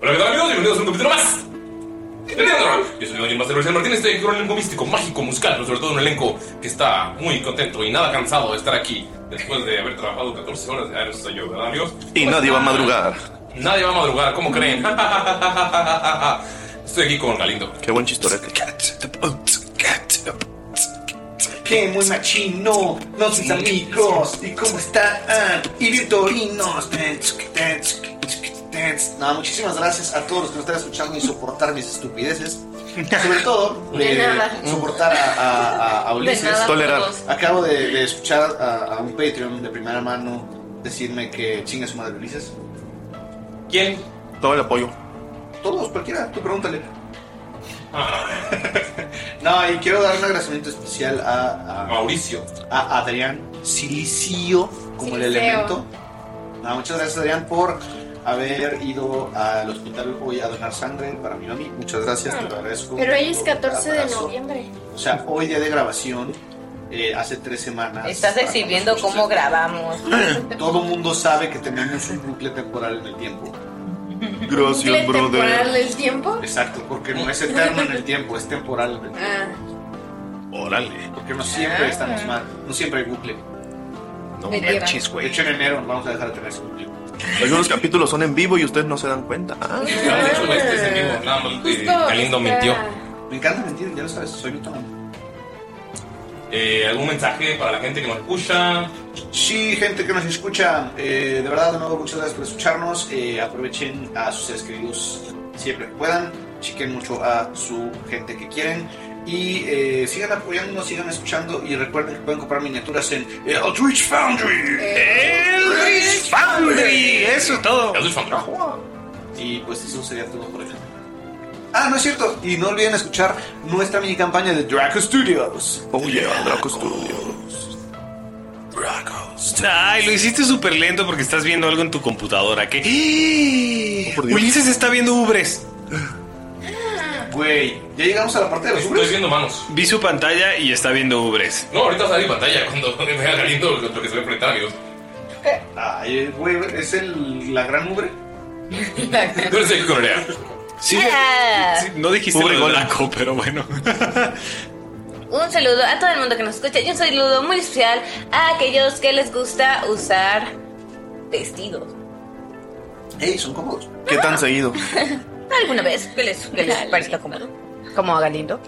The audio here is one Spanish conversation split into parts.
Hola, ¿qué tal amigos? Bienvenidos a un capítulo más. El día de hoy, yo soy Daniel Master Marcel Martínez, estoy aquí con un elenco místico, mágico, musical, pero sobre todo un elenco que está muy contento y nada cansado de estar aquí después de haber trabajado 14 horas. Ah, eso soy yo, ¿verdad amigos? Pues Y nadie va a madrugar. Nadie va a madrugar, ¿cómo creen? estoy aquí con Galindo. Qué buen chistorete. Que muy machino, los mis amigos, ¿y cómo están? Y Vitorinos. No, muchísimas gracias a todos los que nos están escuchando y soportar mis estupideces. Sobre todo, De eh, nada. soportar a, a- a- a De Ulises. nada, Tolerar. todos. Acabo de, de escuchar a, a un Patreon de primera mano decirme que chinga su madre Ulises. ¿Quién? Todo el apoyo. Todos, cualquiera, tú pregúntale. no, y quiero dar un agradecimiento especial a, a- Mauricio. A Adrián Silicio como el Siliceo. elemento. No, muchas gracias Adrián por haber ido al hospital hoy a donar sangre para mi mami. Muchas gracias, Ah. te lo agradezco. Pero hoy es Un 14 de abrazo. noviembre. O sea, hoy día de grabación, eh, hace tres semanas. Estás exhibiendo cómo grabamos. Todo mundo sabe que tenemos un bucle temporal en el tiempo. Gracias, temporal el tiempo? Exacto, porque no es eterno en el tiempo, es temporal en el tiempo. Ah, Órale. Porque no siempre estamos mal, no siempre hay bucle. No Me lleva. manches, De güey. hecho, en enero vamos a dejar de tener ese bucle. Algunos capítulos son en vivo y ustedes no se dan cuenta. Ah, Ya, de hecho, este es en vivo, nada más, eh, justo Galindo está- mintió. Me encanta mentir, ya lo sabes, soy un Eh, ¿Algún mensaje para la gente que nos escucha? Sí, gente que nos escucha, eh, de verdad, de nuevo, muchas gracias por escucharnos. Eh, aprovechen a sus seres queridos siempre que puedan. Chiquen mucho a su gente que quieren. Y eh, sigan apoyándonos, sigan escuchando. Y recuerden que pueden comprar miniaturas en eh, Outreach Foundry. Eldritch Foundry. Eso es todo. Eldritch Foundry. Y pues eso sería todo por acá. Ah, no es cierto. Y no olviden escuchar nuestra mini campaña de Oh, Draco Studios. Oye, Draco Studio. Ay, lo hiciste súper lento porque estás viendo algo en tu computadora que... ¡Eh! Oh, Ulises está viendo ubres. Güey, ya llegamos a la parte de los ubres. Estoy viendo manos. Vi su pantalla y está viendo ubres. No, ahorita sale mi pantalla cuando me vea caliente lo que se va a enfrentar, amigos. Ay, güey, es el, la gran ubre. Tú eres el que colorea. Sí, Ah. sí, no dijiste Ubre lo de Golem. blanco, pero bueno. Un saludo a todo el mundo que nos escucha y un saludo muy especial a aquellos que les gusta usar vestidos. Ey, son cómodos. ¿Qué tan seguido? ¿Alguna vez que les, que les parezca cómodo? Como a Galindo.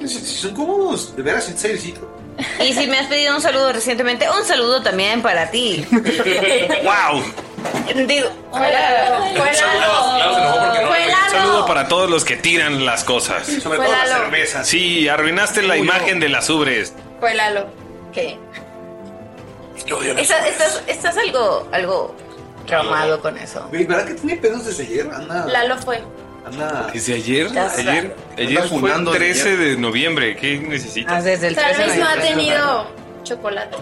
Si, si son cómodos, de veras, en seriecito. Y si me has pedido un saludo recientemente, un saludo también para ti. ¡Wow! Digo, Fue largo. Claro, Fue se enojó porque no. Fue largo. Saludo para todos los que tiran las cosas. Sobre Fue todo las Lalo. cervezas. Sí, arruinaste la Uy, imagen de las ubres. Fue Lalo. ¿qué? Yo odio las Estás, estás, estás algo, algo Traumado con eso. Güey, ¿verdad que tiene pedos desde ayer? Anda. Lalo fue. Anda. ¿Desde ayer? Ya sé. Ayer, ayer Andas fue el funando de 13 de noviembre. ¿Qué necesitas? Desde el Tal 13 de vez no ha noviembre. tenido chocolate.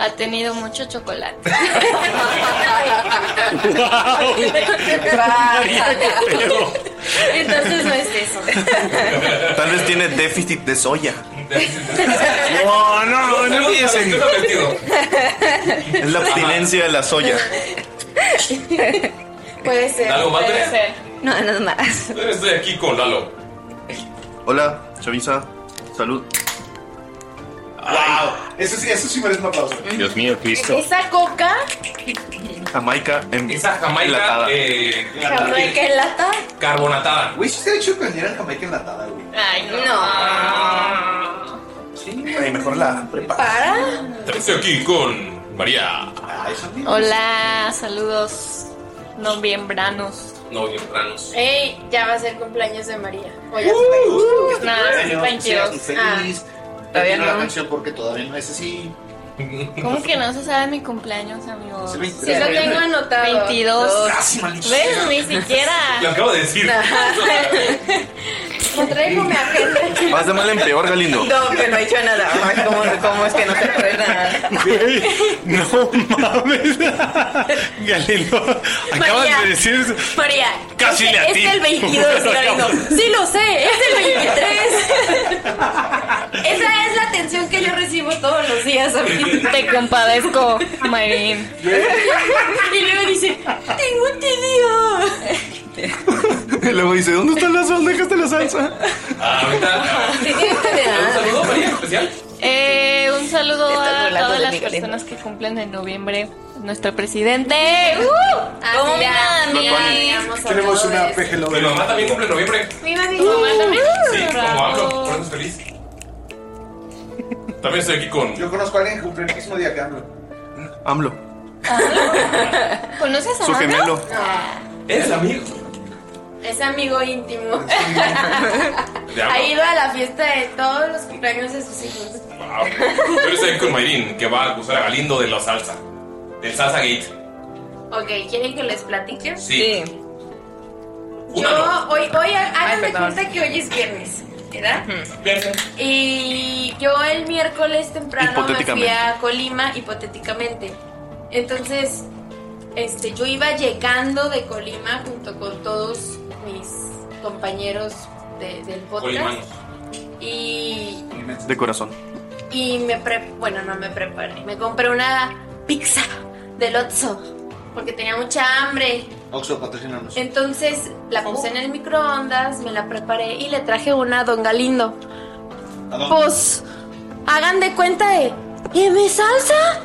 Ha tenido mucho chocolate. Entonces no es eso. Tal vez tiene déficit de soya. Oh, No, no, no ¿Qué empiecen. está metido? Es la abstinencia de la soya. Puede ser. ¿Algo más, puede Tere? ser. No, nada más. Estoy aquí con Lalo. Hola, Chavisa. Salud. ¡Wow! Eso sí, eso sí merece un aplauso. Dios mío, Cristo. Esa coca Jamaica en Esa jamaica enlatada. eh, jamaica en lata. carbonatada. Güey, si hubiera hecho que vendieran Jamaica enlatada, güey. Ay, no. Ay, mejor la prepara. Para. Estoy aquí con María. Ah, eso sí. Hola, saludos noviembranos. No, tempranos. Ey, ya va a ser cumpleaños de María. O Uh. ya fue. Ah, Nada, Años, que 22. seas feliz. Todavía Termino la no. canción porque todavía no es así. ¿Cómo que no se sabe mi cumpleaños, amigos? Es el 23 Sí, lo de noviembre. tengo anotado. 22. Casi maldito. ¿Ves? Ni siquiera. Lo acabo de decir. No traigo mi agenda. Vas de mal en peor, Galindo. No, que no he hecho nada. Ay, ¿Cómo, cómo es que no te acuerdas nada? Güey, No mames. Galindo, acabas María. de decir eso. María. Casi es, le es atino. el 22, Galindo. Sí, lo sé, es el 23. Esa es la atención que yo recibo todos los días. amigos. Te compadezco, Marín. Y luego dice: Tengo entendido. Y luego dice, ¿dónde están las bandejas de Este la salsa? Ah, Ahorita. Sí, sí, ¿Un sí. saludo, María, especial? Eh, un saludo Estás a burlando todas de las mi Galindo. personas que cumplen en noviembre. Nuestro presidente. ¡Uh! Ah, ¿Cómo mira, andan, ya mi? habíamos Tenemos hablado una de Uh, eso. PGLO. Mi mamá también cumple en noviembre. Mira, mi mamá también. Sí, como hablo. Por eso estoy feliz. También estoy aquí con. Yo conozco a alguien que cumple el mismo día que AMLO. AMLO, ¿Conoces a su Ana? gemelo. Es amigo. Es amigo íntimo. De Ha AMLO. ido a la fiesta de todos los cumpleaños de sus hijos. Wow. Yo estoy aquí con Mayrin, que va a acusar a Galindo de la salsa. Del salsa gate. Ok, ¿quieren que les platique? Sí. Yo, Una no. hoy, hoy, hagan de perdón. cuenta que hoy es viernes, ¿verdad? Piensa. Y yo el miércoles temprano me fui Hipotéticamente. a Colima, hipotéticamente. Entonces, este, yo iba llegando de Colima junto con todos mis compañeros de- del podcast. Colimanos. Y, De corazón. y me pre bueno, no me preparé. Me compré una pizza del Otso porque tenía mucha hambre. Oxo, patrocínanos. Entonces la puse en el microondas, me la preparé y le traje una a Don Galindo. ¿A dónde? Pues, hagan de cuenta de, ¿y mi salsa?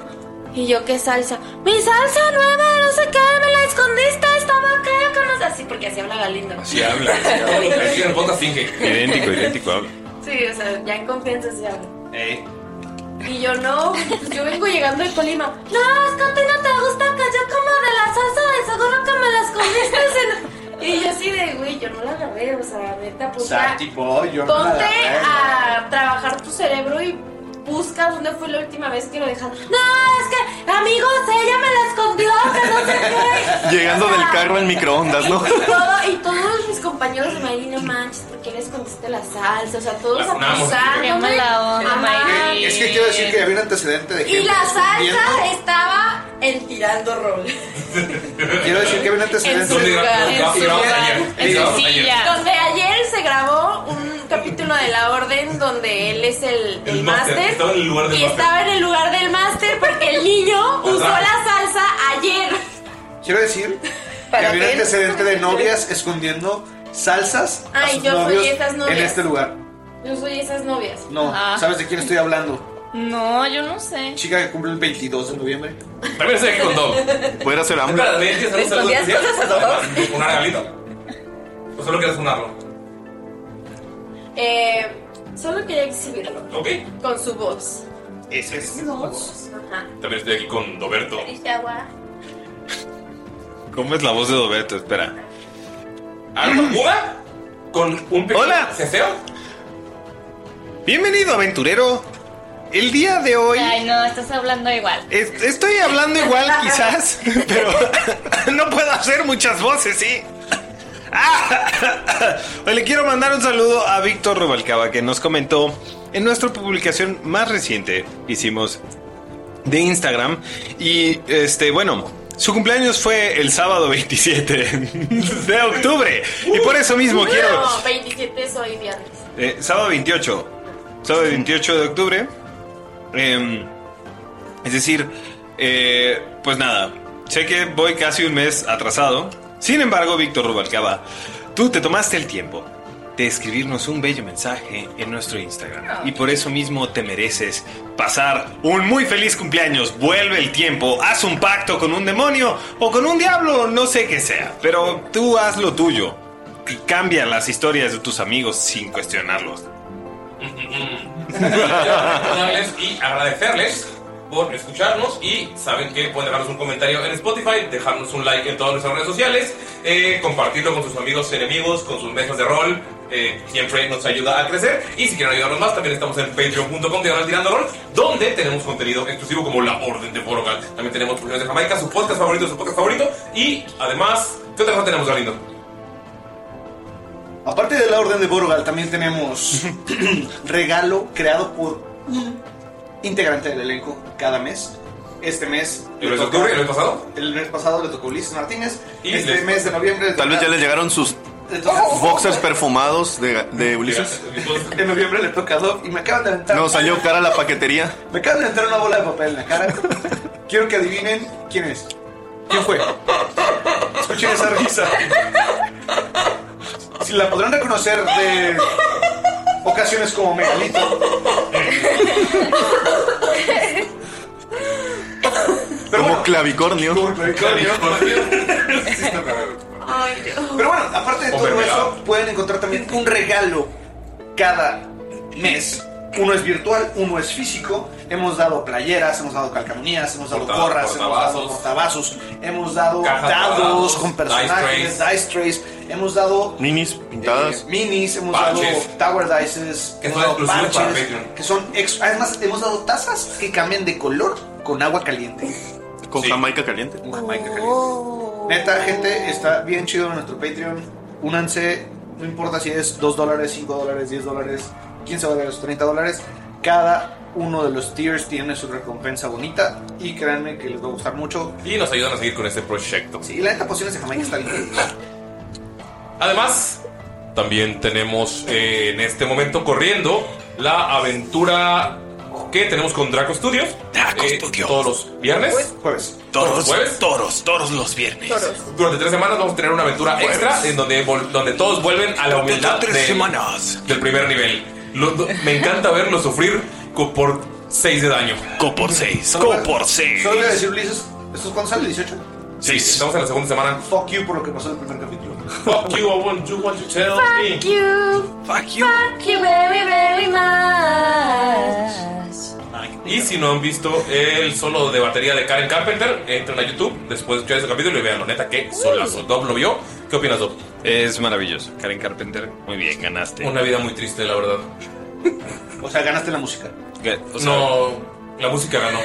Y yo, ¿qué salsa? Mi salsa nueva, no sé qué, me la escondiste, estaba acá, que no sé. Así, porque así habla Galindo. Sí, habla. Todo lo que decía en el podcast finge. Idéntico, idéntico. habla. Sí, o sea, ya en confianza se habla. Eh, Y yo, no, pues yo vengo llegando de Colima. No, es que a ti no te gusta que yo coma de la salsa, de seguro que me la escondiste. en-". Y yo así de, güey, yo no la grabé, o sea, neta, pues puta. Sarty Boy, yo no la Ponte agarré. a trabajar tu cerebro y busca dónde fue la última vez que lo dejaron. No, es que, amigos, ella me la escondió, que no sé qué. Llegando O sea, del carro en microondas, ¿no? Y, todo- y todos mis compañeros de Mayri, no manches, ¿por qué les escondiste la salsa? O sea, todos funamos. acusándome. Qué mala onda, a Mayri. Es que quiero decir que había un antecedente de gente. Y la salsa escondiendo- estaba en tirando rol. Quiero decir que había un antecedente. En su lugar, en su lugar, en su silla. Donde ayer se grabó un capítulo de La Orden donde él es el, el, máster, máster. estaba en el lugar del Y máster. estaba en el lugar del máster porque el niño usó la salsa ayer. Quiero decir que ¿Para había un qué? antecedente de novias escondiendo salsas a Ay, sus yo soy novios esas novias. en este lugar. Yo soy esas novias. No, Ah. ¿sabes de quién estoy hablando? No, yo no sé. Chica que cumple el 22 de noviembre. También sé que contó. Voy a hacer hambre. ¿Le escondías cosas a todos? Una regalito. O solo quieres sonarlo. Eh, solo quería exhibirlo. Ok. Con su voz. Ese es. Ajá. También estoy aquí con Doberto. agua. ¿Cómo es la voz de Doberto? Espera. ¿Una? Con un pequeño ¡Hola! ceseo. Bienvenido, aventurero. El día de hoy Ay, no, estás hablando igual. es- estoy hablando igual, quizás, pero no puedo hacer muchas voces, ¿sí? Ah, Le quiero mandar un saludo a Víctor Rubalcaba, que nos comentó en nuestra publicación más reciente que hicimos de Instagram. Y este, bueno, su cumpleaños fue el sábado 27 de octubre. Y por eso mismo quiero. No, 27 soy viernes. Eh, sábado 28. Sábado 28 de octubre. Em, es decir, eh, pues nada. Sé que voy casi un mes atrasado. Sin embargo, Víctor Rubalcaba, tú te tomaste el tiempo de escribirnos un bello mensaje en nuestro Instagram. Y por eso mismo te mereces pasar un muy feliz cumpleaños. Vuelve el tiempo, haz un pacto con un demonio o con un diablo, no sé qué sea. Pero tú haz lo tuyo y cambia las historias de tus amigos sin cuestionarlos. Agradecerles y agradecerles por escucharnos y saben que pueden dejarnos un comentario en Spotify, dejarnos un like en todas nuestras redes sociales, eh, compartirlo con sus amigos enemigos, con sus mesas de rol, eh, siempre nos ayuda a crecer y si quieren ayudarnos más también estamos en patreon.com diagonal tirando rol donde tenemos contenido exclusivo como la orden de Borogal, también tenemos Pulsiones de Jamaica, su podcast favorito, su podcast favorito y además, ¿qué otra cosa tenemos Galindo? Aparte de la Orden de Borgal, también tenemos regalo creado por un integrante del elenco cada mes. Este mes. ¿El le mes de toca- octubre? ¿El mes pasado? El mes pasado le tocó Ulises Martínez. Y este les- mes de noviembre. le Tal vez toca- ya le llegaron sus le toca- boxers perfumados de, de Ulises. En noviembre le toca a Doc y me acaban de aventar. No, salió cara la paquetería. Me acaban de entrar una bola de papel en la cara. Quiero que adivinen quién es. ¿Quién fue? Escuchen esa risa. Si la podrán reconocer de ocasiones como Megalito. Como clavicornio. Pero bueno, aparte de todo eso, pueden encontrar también un regalo cada mes. Uno es virtual, uno es físico. Hemos dado playeras, hemos dado calcamonías, hemos dado Porta- gorras, hemos dado portavasos. portavasos, hemos dado Cajas de dados dados, con personajes, dice trays, hemos dado Minis pintadas. eh, minis, hemos Parches. dado tower dices, Que son hemos dado exclusivos para parches, Patreon. que son ex- además hemos dado tazas que cambian de color con agua caliente. Con Jamaica caliente. Neta, gente, está bien chido nuestro Patreon. Únanse, no importa si es 2 dólares, 5 dólares, 10 dólares, 15 dólares, 30 dólares. Cada uno de los tiers tiene su recompensa bonita y créanme que les va a gustar mucho. Y nos ayudan a seguir con este proyecto. Y la neta, pociones de Jamaica está bien. Además, también tenemos eh, en este momento corriendo la aventura que tenemos con Draco Studios. Draco Studios. Todos los viernes. Jueves. Todos los jueves. Toros, toros los viernes. Durante tres semanas vamos a tener una aventura Jueves. extra en donde, vol- donde todos vuelven a la humildad Tres del- semanas. del primer nivel. Lo- lo- me encanta verlos sufrir co- por 6 de daño. Co por 6. Co por 6. Solo voy a decir, Ulises, ¿esto es cuándo sale? ¿18? Sí, estamos en la segunda semana. Fuck you por lo que pasó en el primer capítulo. Fuck you, I want you, want you tell me. Fuck you. Fuck you. Fuck you very, very much. Y si no han visto el solo de batería de Karen Carpenter, entren a YouTube después de escuchar ese capítulo y vean la neta que solazo. Dob lo vio. ¿Qué opinas, Dob? Es maravilloso. Karen Carpenter, muy bien, ganaste. Una vida muy triste, la verdad. O sea, ganaste la música. no, la música ganó.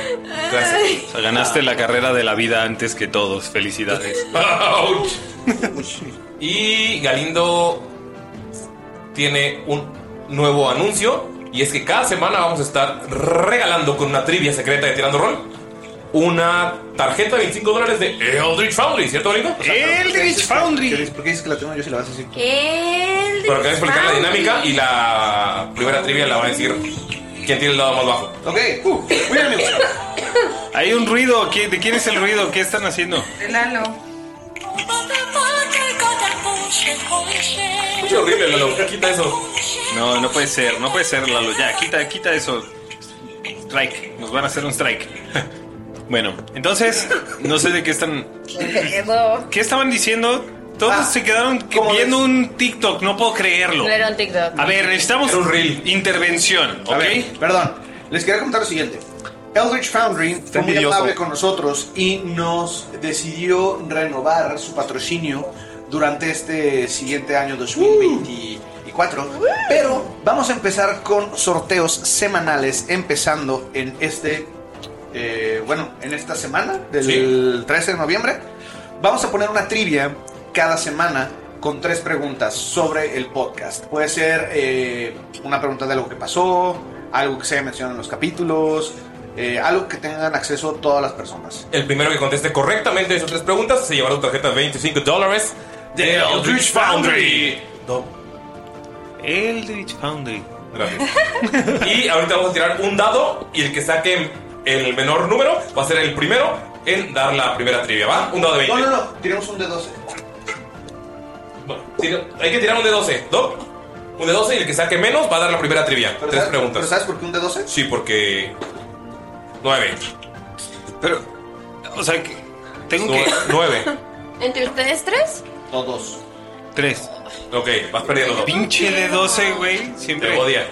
Gracias. O sea, ganaste la carrera de la vida antes que todos. Felicidades. Ouch. y Galindo tiene un nuevo anuncio. Y es que cada semana vamos a estar regalando con una trivia secreta de Tirando Rol una tarjeta de 25 dólares de Eldritch Foundry, ¿cierto, Galindo? Eldritch Foundry. ¿Por qué dices que la tengo yo si la vas a decir? ¿Qué? Pero acá explicar la dinámica y la primera trivia la van a decir quién tiene el lado más bajo. Ok, uh, muy bien, amigos. Hay un ruido. ¿Qui- ¿De quién es el ruido? ¿Qué están haciendo? Lalo. Es horrible, Lalo. Quita eso. No, no puede ser. No puede ser, Lalo. Ya, quita, quita eso. Strike. Nos van a hacer un strike. bueno, entonces, no sé de qué están. ¿Qué estaban diciendo? Todos se quedaron que- viendo un TikTok. No puedo creerlo. No era un TikTok. A ver, necesitamos intervención, ¿ok? A ver, perdón, les quería contar lo siguiente. Eldritch Foundry fue muy envidioso. amable con nosotros y nos decidió renovar su patrocinio durante este siguiente año 2024. Pero vamos a empezar con sorteos semanales, empezando en este, eh, bueno, en esta semana del 13 de noviembre. Vamos a poner una trivia cada semana con tres preguntas sobre el podcast. Puede ser eh, una pregunta de algo que pasó, algo que se haya mencionado en los capítulos, eh, algo que tengan acceso todas las personas. El primero que conteste correctamente esas tres preguntas se llevará su tarjeta de 25 dólares de Eldritch Foundry. Eldritch Foundry. Gracias. y ahorita vamos a tirar un dado y el que saque el menor número va a ser el primero en dar la primera trivia, ¿va? Un dado de 20. No, no, no, tiremos un de 12. Tira- hay que tirar un de 12, ¿no? Un de 12 y el que saque menos va a dar la primera trivia. Tres preguntas. ¿Pero sabes por qué un de 12? Sí, porque. 9. Pero. O sea, que tengo que. 9. ¿Entre ustedes tres? Todos. 3. Ok, vas perdiendo dos. Pinche de 12, güey. Siempre. Te odia.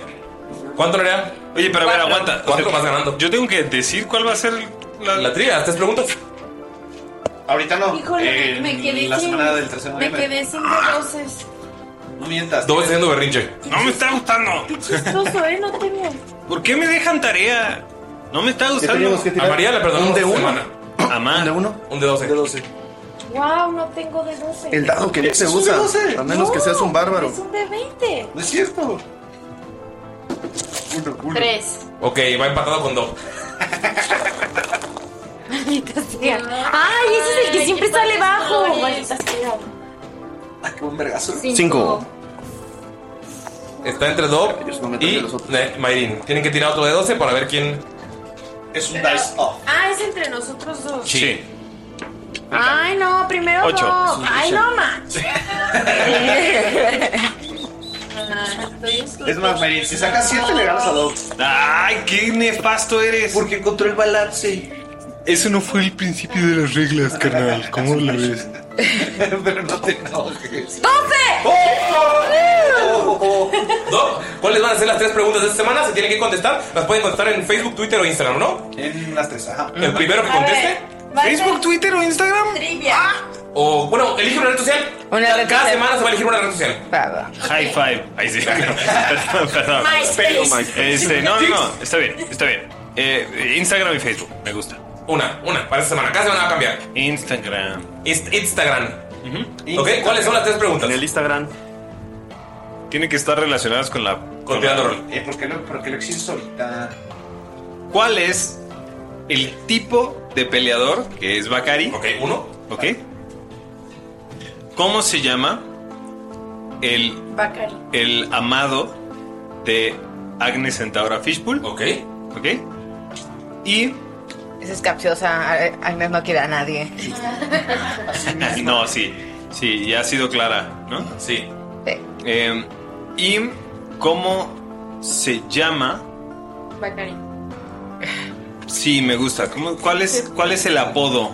¿Cuánto le era? Oye, pero a ver, aguanta. ¿Cuánto vas ganando? Yo tengo que decir cuál va a ser la, La trivia, tres preguntas. Ahorita no. Híjole, En me quedé la sin- semana del 13 de Ah. Me noviembre. quedé sin voces. No mientas. Dos haciendo berrinche. No me está gustando. Chistoso, ¿eh? No te veo. ¿Por qué me dejan tarea? No me está gustando. teníamos que tirar? A María le perdonamos de esta uno. ¿A más? ¿Un de uno? Un de 12. Wow, no tengo de 12. El dado que no se Es un usa, de 12. a menos que No, seas un bárbaro. Es un de 20. No es cierto. Tres. Ok, va empatado con dos. Maldita sea. Ay, ese es el que siempre sale bajo. Maldita sea. Qué buen vergazo. Está entre Dob y Ne- Mayrin. Tienen que tirar otro de 12 para ver quién. Es un dice off. Ah, es entre nosotros dos. Sí. Ay, no, primero Ocho. Dob. Sí, Ay, sí. no, manches. Es más, Marín, si sacas 7 le ganas a Doc. ¡Ay, qué nefasto eres! Porque encontró el balance. Eso no fue el principio de las reglas, carnal. ¿Cómo lo ves? Pero no te enojes. Oh, Dob, ¿cuáles van a ser las tres preguntas de esta semana? Se tienen que contestar. Las pueden contestar en Facebook, Twitter o Instagram, ¿no? En las tres, ajá. El primero que conteste. ¿Facebook, Twitter o Instagram? ¡Ah! O, bueno, elige una red social. Cada semana se va a elegir una red social. High five. Ahí sí. perdón, perdón. MySpace. MySpace. Este, no, no, no. Está bien, está bien. Eh, Instagram y Facebook. Me gusta. Una, una, para esta semana. Cada semana va a cambiar. Instagram. Inst- Instagram. Ok, ¿cuáles son las tres preguntas? En el Instagram. Tienen que estar relacionadas con la. Con Tirando Eh, ¿por qué lo, por qué lo exiges ahorita? ¿Cuál es el tipo de peleador que es Bakari? Ok, uno. Ok. ¿Cómo se llama el, oh. Bacari. el amado de Agnes Centaura Fishpool? Ok. Ok. Y. Esa es capciosa. a- Agnes no quiere a nadie. no, sí. Sí, ya ha sido clara, ¿no? Sí. Sí. Eh, ¿Y cómo se llama? Bacari. Sí, me gusta. ¿Cómo- cuál, es, ¿Cuál es el apodo?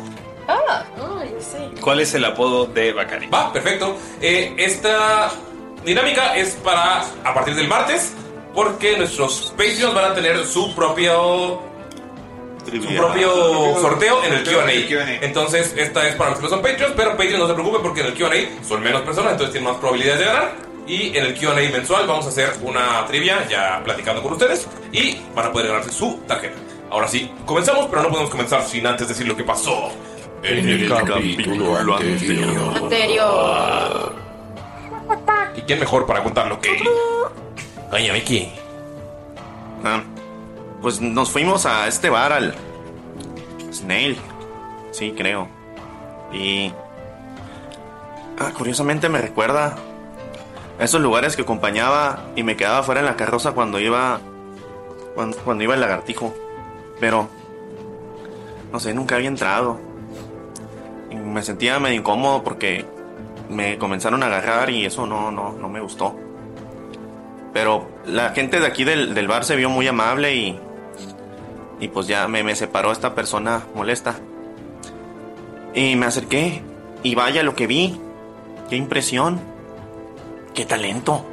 Ah, ay, sí. ¿Cuál es el apodo de Bacari? Va, perfecto. Eh, esta dinámica es para a partir del martes, porque nuestros Patreons van a tener su propio su propio sorteo en el Q&A. Entonces, esta es para los que no son Patreons, pero Patreons no se preocupe porque en el Q&A son menos personas, entonces tienen más probabilidades de ganar. Y en el QA mensual vamos a hacer una trivia ya platicando con ustedes y van a poder ganarse su tarjeta. Ahora sí, comenzamos, pero no podemos comenzar sin antes decir lo que pasó en el capítulo anterior. Anterior. Ah. ¿Y quién mejor para contarlo que él? Oye, Vicky. Ah, pues nos fuimos a este bar al. Snail. Sí, creo. Y. Ah, curiosamente me recuerda a esos lugares que acompañaba y me quedaba fuera en la carroza cuando iba. Cuando, cuando iba el lagartijo. Pero. No sé, nunca había entrado. Y me sentía medio incómodo porque me comenzaron a agarrar y eso no, no, no me gustó. Pero la gente de aquí del, del bar se vio muy amable y. Y pues ya me, me separó esta persona molesta. Y me acerqué. Y vaya lo que vi. Qué impresión. Qué talento.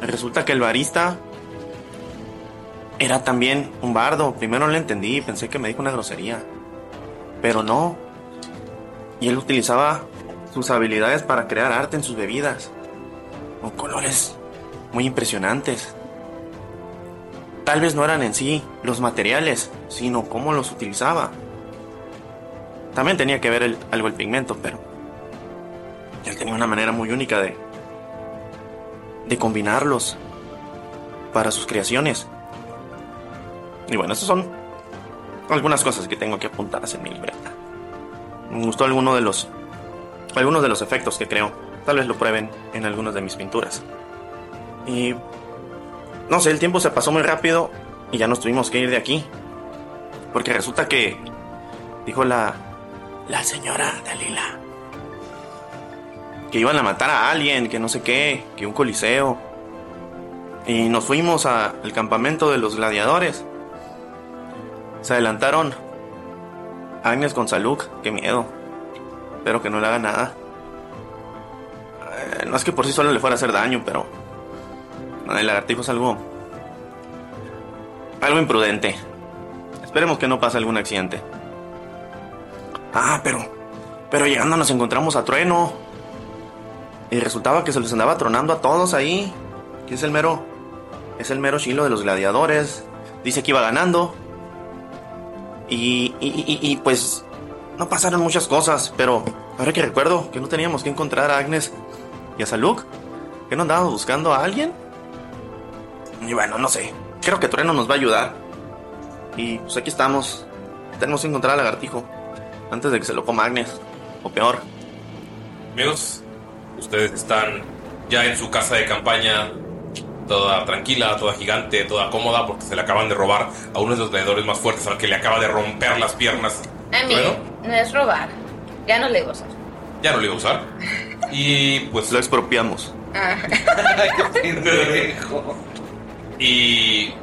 Resulta que el barista. Era también un bardo. Primero no le entendí. Pensé que me dijo una grosería. Pero no. Y él utilizaba sus habilidades para crear arte en sus bebidas. Con colores muy impresionantes. Tal vez no eran en sí los materiales, sino cómo los utilizaba. También tenía que ver el- algo el pigmento, pero él tenía una manera muy única de de combinarlos para sus creaciones. Y bueno, esas son algunas cosas que tengo que apuntar en mi libreta. Me gustó alguno de los algunos de los efectos que creo. Tal vez lo prueben en algunas de mis pinturas. Y no sé, el tiempo se pasó muy rápido y ya nos tuvimos que ir de aquí. Porque resulta que dijo la la señora Dalila que iban a matar a alguien, que no sé qué, que un coliseo. Y nos fuimos a- al campamento de los gladiadores. Se adelantaron Agnes con Saluk, qué miedo. Espero que no le haga nada. Eh, no es que por sí solo le fuera a hacer daño, pero el lagartijo es algo. algo imprudente. Esperemos que no pase algún accidente. Ah, pero. Pero llegando nos encontramos a Trueno. Y resultaba que se los andaba tronando a todos ahí. Que es el mero. Es el mero chilo de los gladiadores. Dice que iba ganando. Y. y, y- y- y, pues. No pasaron muchas cosas, pero. Ahora que recuerdo que no teníamos que encontrar a Agnes y a Saluk. ¿Que no andábamos buscando a alguien? Y bueno, no sé. Creo que Trueno nos va a ayudar. Y pues aquí estamos. Tenemos que encontrar al lagartijo. Antes de que se lo coma Agnes. O peor. Amigos, ustedes están ya en su casa de campaña, toda tranquila, toda gigante, toda cómoda, porque se le acaban de robar a uno de los gladiadores más fuertes, al que le acaba de romper las piernas. Ah, A mí Bueno. no es robar. Ya no le gozo. Ya no lo iba a usar. Y pues. Lo expropiamos. Ah. y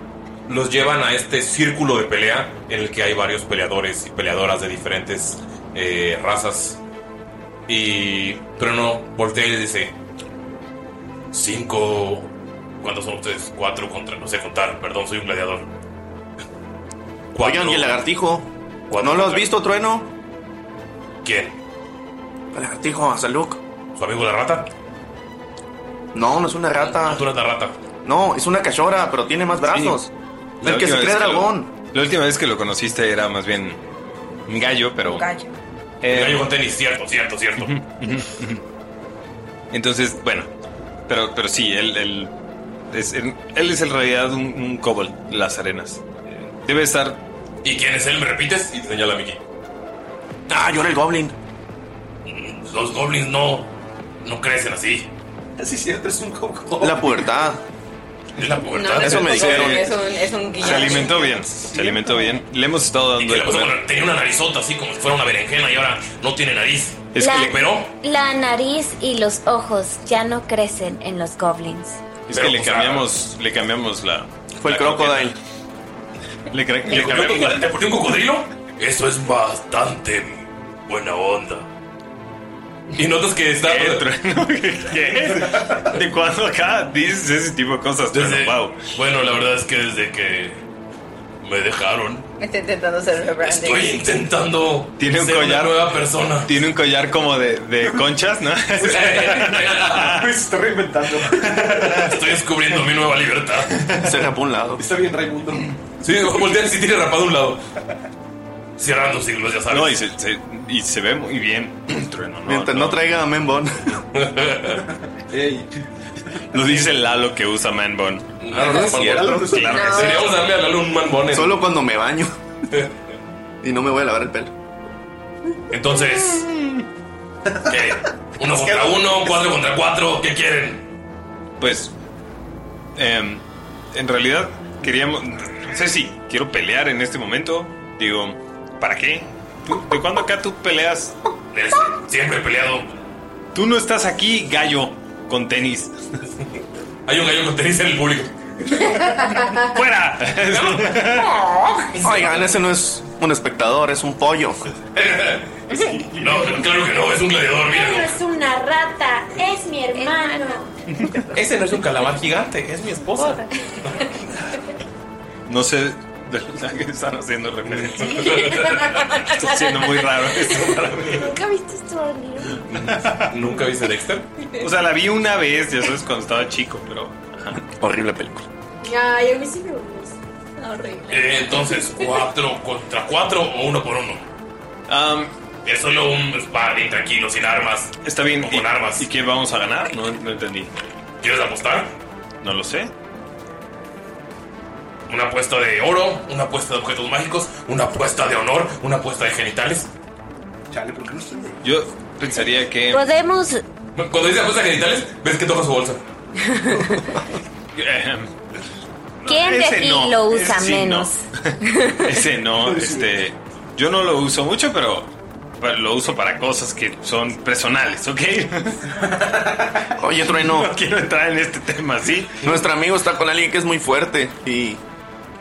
los llevan a este círculo de pelea en el que hay varios peleadores y peleadoras de diferentes eh, razas. Y Trueno voltea y les dice: Cinco. ¿Cuántos son ustedes? Cuatro contra. No sé contar, perdón, soy un gladiador. Oigan, y el lagartijo. ¿No lo has visto, Trueno? ¿Quién? El lagartijo, a Saluk. ¿Su amigo la rata? No, no es una rata. No, es una rata. No, es una cachora, pero tiene más brazos. La el que se última cree vez que lo- dragón. la última vez que lo conociste era más bien un gallo, pero. Eh, Gallo con tenis, cierto, cierto, cierto. Entonces, bueno. Pero, pero sí, él, él, es, él, él es en realidad un, un kobold, las arenas. Eh, Debe estar. ¿Y quién es él? ¿Me repites? Y te señala a Mickey. Ah, yo era el goblin. Los goblins no. no crecen así. Así cierto, es un coco. La pubertad. Es la pubertad. Eso me dijeron. Es un, es un guiño. Se alimentó bien, se alimentó bien. Le hemos estado dando Que la de cosa comer. con- tenía una narizota así como si fuera una berenjena y ahora no tiene nariz. Es que La- le- pero, La nariz y los ojos ya no crecen en los goblins. Es que le cambiamos, le cambiamos la. Fue el crocodile. Le, cre- le ¿Te cambiamos porté un- te porté un cocodrilo? Eso es bastante buena onda. Y notas que está. ¿Qué es? ¿De cuándo acá dices ese tipo de cosas? Trueno? wow. Bueno, la verdad es que desde que me dejaron, Está intentando ser rebranding. Estoy intentando Tiene un ser una collar. nueva persona. Tiene un collar como de, de conchas, ¿no? Se está Ah, pues, reinventando. Estoy descubriendo mi nueva libertad. Se rapó un lado. Está bien, Raimundo. Sí, voltea si tiene rapado un lado. Cerrando siglos, ya sabes. No, y se, se- y se ve muy bien. Trueno, no, Mientras no, traiga a Membon. Lo dice Lalo que usa Manbon. Claro que es cierto. Sí, claro que sí. Deberíamos darle a Lalo un Manbon. en- Solo cuando me baño. y no me voy a lavar el pelo. Entonces, ¿qué? Uno contra uno, cuatro contra cuatro, ¿qué quieren? Pues, em, en realidad queríamos, no sé si quiero pelear en este momento. Digo, ¿para qué? ¿Tú- ¿De cuándo acá tú peleas? Siempre he peleado. Tú no estás aquí, gallo, con tenis. Hay un gallo con tenis en el público. ¡Fuera! Oigan, ese no es un espectador, es un pollo. No, claro que no, es un gladiador, No es una rata, es mi hermano. Ese no es un calamar gigante, es mi esposa. No sé de verdad que están haciendo referencia. Está siendo muy raro esto para mí. ¿Nunca viste Star Wars? ¿Nunca viste Dexter? O sea, la vi una vez, ya sabes, cuando estaba chico, pero. Horrible película. Ay, a mí sí me gusta. Horrible. Eh, entonces, cuatro contra cuatro o uno por uno. es solo un sparring tranquilo, sin armas. Está bien. O con armas. ¿Y qué vamos a ganar? No, no entendí. ¿Quieres apostar? No lo sé. Una apuesta de oro, una apuesta de objetos mágicos, una apuesta de honor, una apuesta de genitales. Chale, ¿por qué no estoy? Yo pensaría Eh, que. Pues, eh, Podemos. Cuando dice apuesta de genitales, ves que toca su bolsa. ¿Quién de Ese aquí no, lo usa ese sí, menos? Ese no, este. Yo no lo uso mucho, pero pero lo uso para cosas que son personales, ¿ok? Oye, Trueno. No quiero entrar en este tema, ¿sí? Nuestro amigo está con alguien que es muy fuerte y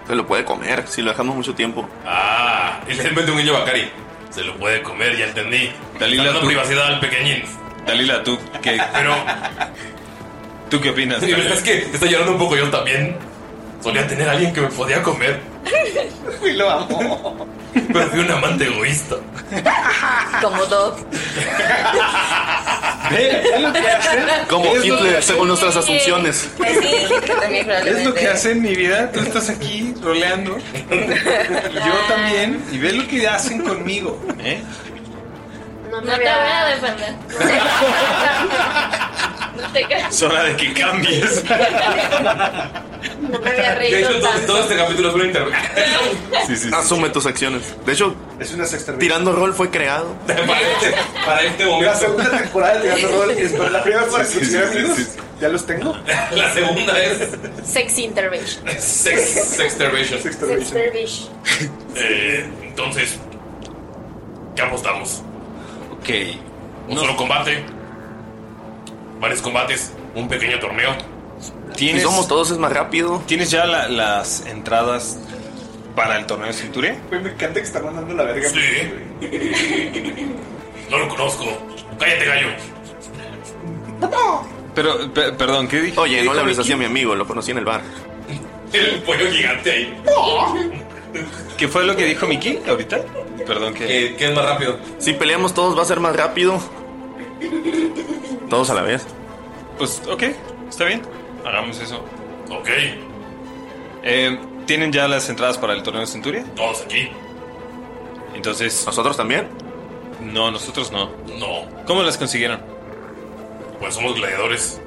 se lo puede comer si lo dejamos mucho tiempo. Ah, y le mete un niño Bacari. Se lo puede comer, ya entendí. Dalila, Dando tú- privacidad al pequeñín. Dalila, tú que. Pero. ¿Tú qué opinas? La verdad es que está llorando un poco yo también. Solía tener a alguien que me podía comer, Uy, lo amo. pero fui un amante egoísta. Como dos. Como Es lo Hitler, que- según nuestras asunciones. Pues Es lo que hace en mi vida. Tú estás aquí roleando. Yo también. Y ve lo que hacen conmigo. ¿eh? No te voy a defender. No te creas. Es hora de que cambies. No me había De reído hecho, todo, tanto. todo este capítulo es una intervención. Asume tus acciones. De hecho, Tirando Rol fue creado. Para este, para este momento. La segunda temporada de Tirando Rol es para la primera para Sí, sí, escuchar sí, amigos. sí, Ya los tengo. La segunda es Sex intervention. Sex, Sextervation. Sex intervention. Eh, entonces, ¿qué apostamos? Ok. Un solo combate, varios combates, un pequeño torneo. ¿Tienes, Si somos todos es más rápido. ¿Tienes ya la- las entradas para el torneo de cinturón? Güey, me encanta que está mandando la verga. No lo conozco. Cállate, gallo. Pero, pe- perdón, ¿qué dije? Oye, ¿Qué no dijo le hables Vicky? así a mi amigo, lo conocí en el bar. El pollo gigante ahí. ¿Qué fue lo que dijo Miki ahorita? Perdón, que. ¿Qué, Eh, es más rápido? Si peleamos todos va a ser más rápido. Todos a la vez. Pues, ok, está bien. Hagamos eso. Ok. Eh, ¿Tienen ya las entradas para el torneo de Centuria? Todos aquí. Entonces. ¿Nosotros también? No, nosotros no. No. ¿Cómo las consiguieron? Pues somos gladiadores.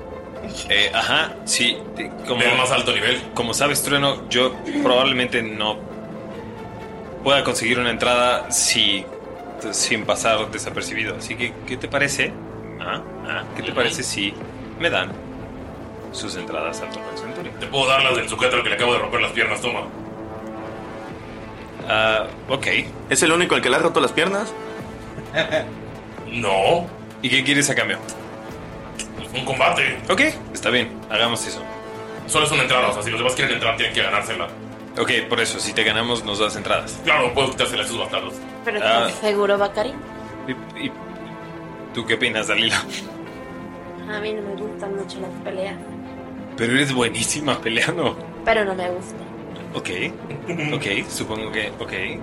Eh, ajá, sí. de- Como, Del más alto nivel. Como sabes, Trueno, yo probablemente no pueda conseguir una entrada si, sin pasar desapercibido. Así que, ¿qué te parece? Ah, ah, ¿Qué te parece si me dan sus entradas al torneo de Centuria? Te puedo dar las del sucatro que le acabo de romper las piernas, toma. Ah, ok. ¿Es el único al que le has roto las piernas? No. ¿Y qué quieres a cambio? Un combate. Ok, está bien, hagamos eso. Solo es una entrada, o sea, si los demás quieren entrar, tienen que ganársela. Ok, por eso, si te ganamos, nos das entradas. Claro, puedo quitársela a esos bastardos. Pero Ah. ¿estás seguro, Bacari? ¿Y, y- tú qué opinas, Dalila? A mí no me gustan mucho las peleas. Pero eres buenísima peleando. Pero no me gusta. Ok, ok, supongo que, ok. Eh,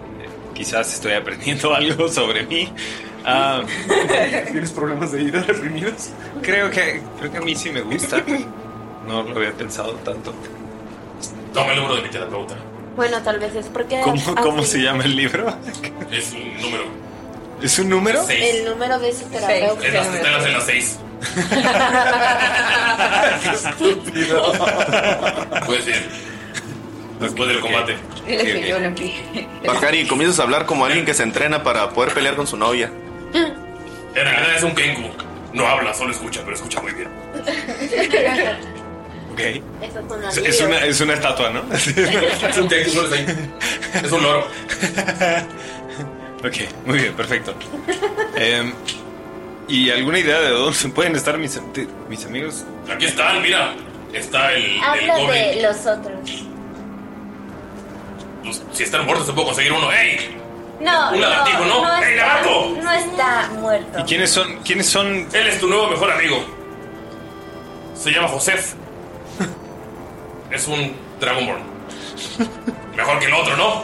Quizás estoy aprendiendo algo sobre mí. Ah, ¿Tienes problemas de ira reprimidos? creo, que, creo que a mí sí me gusta. No lo había pensado tanto. Toma el número de mi terapeuta. Bueno, tal vez es porque. ¿Cómo, Ah, cómo sí. se llama el libro? Es un número. ¿Es un número? El número de su terapeuta. Es las tetas en las seis. Pues bien. Después del combate. Bacari, comienzas a hablar como alguien que se entrena para poder pelear con su novia. En realidad es un Kengu. No habla, solo escucha, pero escucha muy bien. Ok. Es, es una, es una estatua, ¿no? es un Kengu, solo está ahí. Es un loro. Ok, muy bien, perfecto. Em, ¿Y alguna idea de dónde pueden estar mis, de- mis amigos? Aquí están, mira. Está el, el Habla de goblin. los otros. Pues, si están muertos, se puede conseguir uno. ¡Ey! No, Un lagartijo, ¿no? no ¡Ey, está, lagarto! no está muerto. ¿Y quiénes son? ¿Quiénes son? Él es tu nuevo mejor amigo. Se llama Josef. es un Dragonborn. Mejor que el otro, ¿no?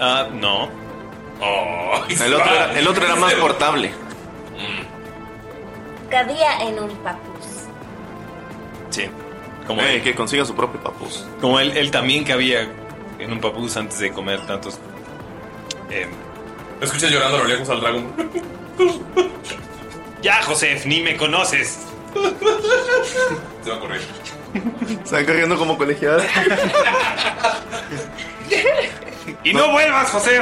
Ah, no. El otro era, el otro era más portable. Cabía en un papus. Sí. Como Eh, que consiga su propio papús. Como él, él también cabía en un papús antes de comer tantos. em, ¿Me escuchas llorando a lo lejos al dragón? ya, Josef, ni me conoces. Se va a correr. Se van corriendo como colegiadas. Y no, vuelvas, José.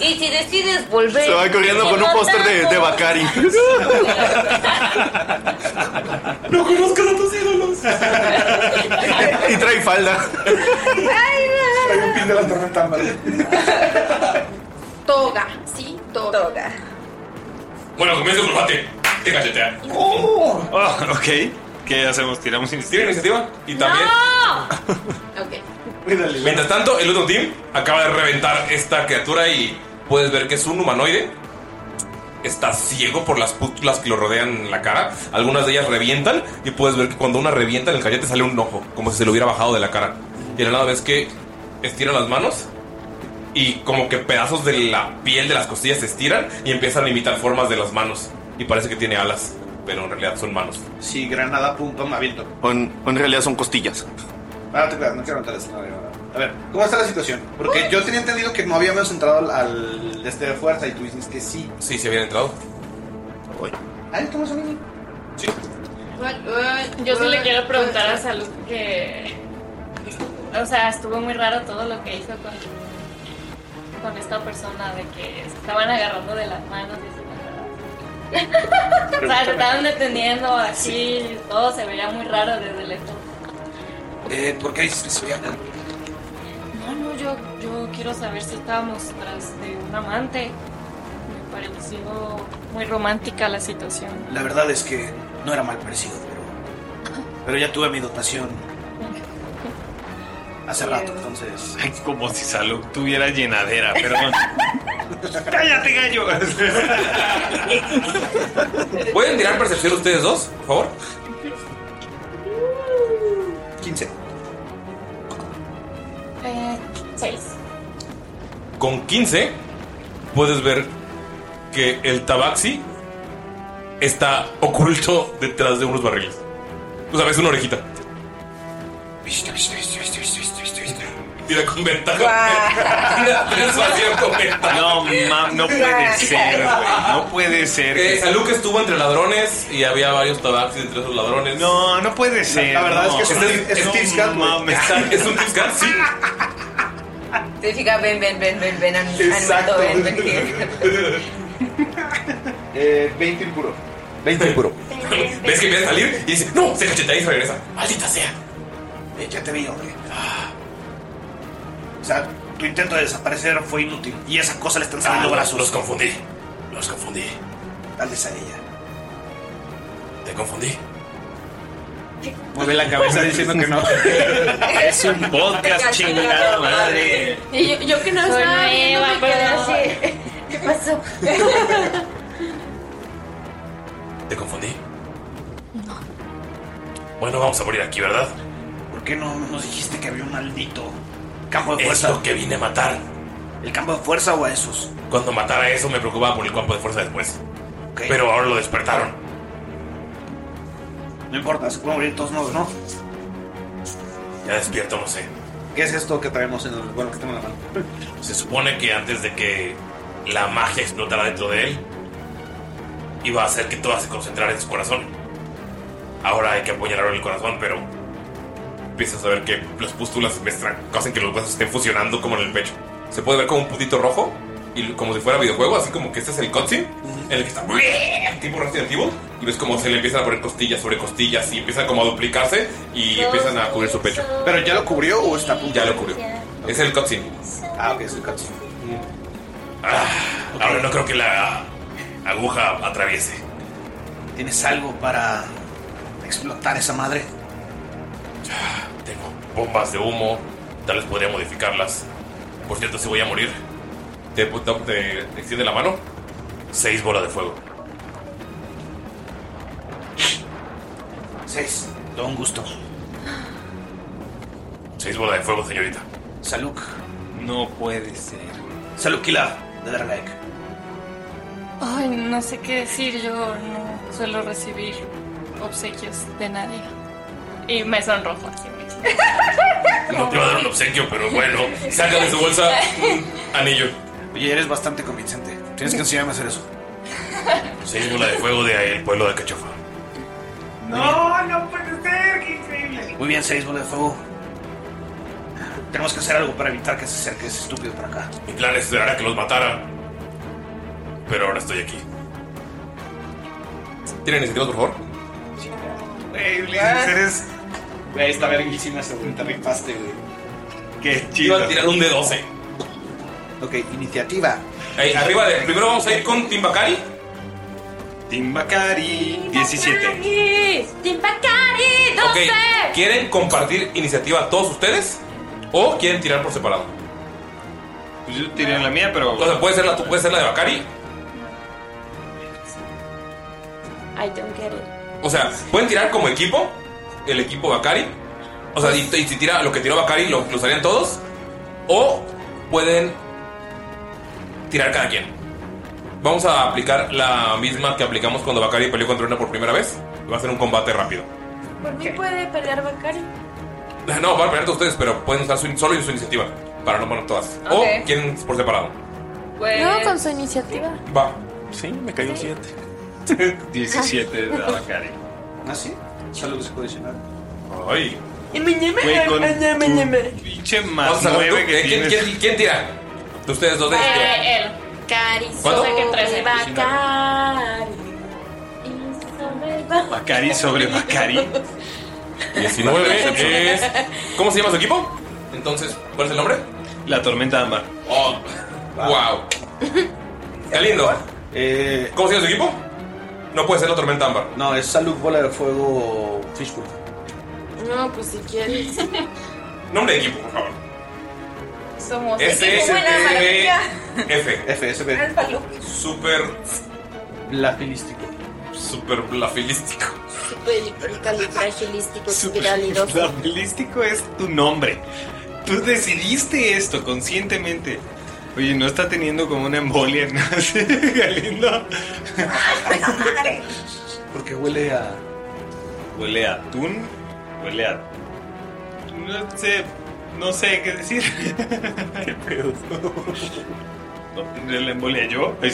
Y si decides volver. Se va corriendo te con un póster de, de Bacari. No conozcas a tus ídolos. y trae falda. Hay un pin de la tormenta ámbar. Toga, sí, toga. Bueno, comienza el combate. Te cachetea. Ah, ok. ¿Qué hacemos? ¿Tiramos ¿Tiene iniciativa? iniciativa? Y también. Mientras tanto, el otro team acaba de reventar esta criatura y puedes ver que es un humanoide. Está ciego por las pústulas que lo rodean la cara. Algunas de ellas revientan y puedes ver que cuando una revienta en el cachete sale un ojo, como si se lo hubiera bajado de la cara. Y de la nada ves que estira las manos y como que pedazos de la piel de las costillas se estiran y empiezan a imitar formas de las manos. Y parece que tiene alas, pero en realidad son manos. Sí, granada, pum, pam, aviento. O en, o en realidad son costillas. Ah, no te creas, no quiero notar eso. no, no, no. A ver, ¿cómo está la situación? Porque yo tenía entendido que no habíamos entrado al, al de este de fuerza y tú dices que sí. Sí, se habían entrado. Ay, ¿cómo son? Yo sí le quiero preguntar a Salud que. O sea, estuvo muy raro todo lo que hizo con, con esta persona de que se estaban agarrando de las manos y así, ¿verdad? O sea, se estaban deteniendo así, todo se veía muy raro desde lejos. Eh, ¿Por qué dices eso? Ya? No, no, yo, yo quiero saber si estábamos tras de un amante. Me pareció muy romántica la situación. La verdad es que no era mal parecido, pero, pero ya tuve mi dotación hace rato, entonces. Ay, como si Salud tuviera llenadera, Ah, perdón. ¡Cállate, gallo! ¿Pueden tirar percepción ustedes dos, por favor? 15. Eh, seis. Con 15 puedes ver que el tabaxi está oculto detrás de unos barriles. Tú sabes, una orejita. Tira con ventaja. Tira persuasión con ventaja. No, mam, no puede ser, güey. No puede ser. Eh, Salud que estuvo entre ladrones y había varios tabaxis entre esos ladrones. No, no puede ser. La verdad es que es un- Este es un tipscat, güey. Es un tipscat, sí. Te fijas, ven, ven, ven, ven, ven, an- Exacto. Armando, ven, ven. que- Eh, 20 impuro. 20 impuro. Ves que empieza a salir y dice, no, se cachetea y se regresa. Maldita sea. Eh, ya te vi, hombre. Ah. O sea, tu intento de desaparecer fue inútil. Y esa cosa le están saliendo Ah, brazos. los confundí. Los confundí. Tal vez a ella. Te confundí. Mueve Pues la cabeza diciendo que no. es un podcast chingada madre. Y yo, yo que no Soy estaba viendo, nueva, me quedé perdón. así. ¿Qué pasó? ¿Te confundí? Bueno, vamos a morir aquí, ¿verdad? ¿Por qué no nos dijiste que había un maldito campo de Es fuerza? lo que vine a matar. ¿El campo de fuerza o a esos? Cuando matara eso me preocupaba por el campo de fuerza después. Pero ahora lo despertaron. No importa, se pueden morir de todos modos, ¿no? Ya despierto, no sé. ¿Qué es esto que traemos en el bueno que tengo en la mano? Se supone que antes de que la magia explotara dentro de él, iba a hacer que todas se concentraran en su corazón. Ahora hay que apuñalarlo en el corazón, pero empiezas a ver que las pústulas mezclan- hacen que los huesos estén fusionando como en el pecho. Se puede ver como un puntito rojo, y como si fuera videojuego, así como que este es el cutscene en el que está tipo Resident Evil, y ves como se le empiezan a poner costillas sobre costillas y empiezan como a duplicarse y empiezan a cubrir su pecho. ¿Pero ya lo cubrió o está a punto? Ya lo cubrió. Es el cutscene. Ah, ok, es el cutscene. Ah, Ahora no creo que la aguja atraviese. ¿Tienes algo para explotar esa madre? Tengo bombas de humo, tal vez podría modificarlas. Por cierto, si voy a morir, te, te- te extiende la mano. Seis bolas de fuego. Seis. Todo un gusto. Seis bolas de fuego, señorita. Saluk. No puede ser. Salukila, de Darlaek. Ay, no sé qué decir, yo no suelo recibir obsequios de nadie. Y me sonrojo así mucho. No te va a dar un obsequio, pero bueno. Saca de su bolsa un anillo. Oye, eres bastante convincente. Tienes que enseñarme a hacer eso. Seis bolas de fuego de el pueblo de Cachofa. No, no puede ser, qué increíble. Muy bien, seis bolas de fuego. Tenemos que hacer algo para evitar que se acerque ese estúpido para acá. Mi plan es esperar a que los matara. Pero ahora estoy aquí. ¿Tienen iniciativa, por favor? Eres. Güey, está verguísima esa vuelta, rifaste, güey. Qué chido. Iba a tirar un D12. Ok, iniciativa. Ahí, arriba de. Primero vamos a ir con Timbacari. Timbacari. 17. ¡Timbacari! ¡No Ok, sé! ¿quieren compartir iniciativa todos ustedes? ¿O quieren tirar por separado? Pues Yo tiré la mía, pero. O sea, puede ser la, puede ser la de Bakari. I don't get it. O sea, pueden tirar como equipo. El equipo Bakari. O sea, y, y si tira lo que tiró Bakari, lo, lo usarían todos. O pueden tirar cada quien. Vamos a aplicar la misma que aplicamos cuando Bakari peleó contra una por primera vez. Va a ser un combate rápido. Por mí puede pelear Bacari. No, van a pelear todos ustedes, pero pueden usar su, solo su iniciativa. Para no poner todas. Ok. O quieren por separado. Pues, No, con su iniciativa. Va. Sí, me cayó un 7. 17 de Abacari. ¿Ah, sí? Salud se puede llenar. Ay. Güey, eh, con eh, tu pinche más Vamos a ver, 9 tú, eh, que ¿quién- tienes. quién- quién tira? De ustedes Eh, dos de Él. Cari ¿Cuánto? Eh, sobre Trece. Bacari. Y sobre Bacari. Bacari sobre Bacari. 19 es. ¿Cómo se llama su equipo? Entonces, ¿cuál es el nombre? La tormenta ámbar. Oh, wow. Qué lindo. Eh, ¿Cómo se llama su equipo? No puede ser la tormenta ámbar. No, es Salud Bola de Fuego Fishpool. No, pues si quieres. Nombre de equipo, por favor. Somos Ese es equipo buena maravilla. F. FSB. Super. Blafilístico. Super blafilístico. Supercalifragilístico, espiralidoso. Blafilístico es tu nombre. Tú decidiste esto conscientemente. Oye, no está teniendo como una embolia, ¿no? Sí, Galindo. Porque huele a. Huele a atún. Huele a. No sé. No sé qué decir. qué pedo. No tendré la embolia yo. Te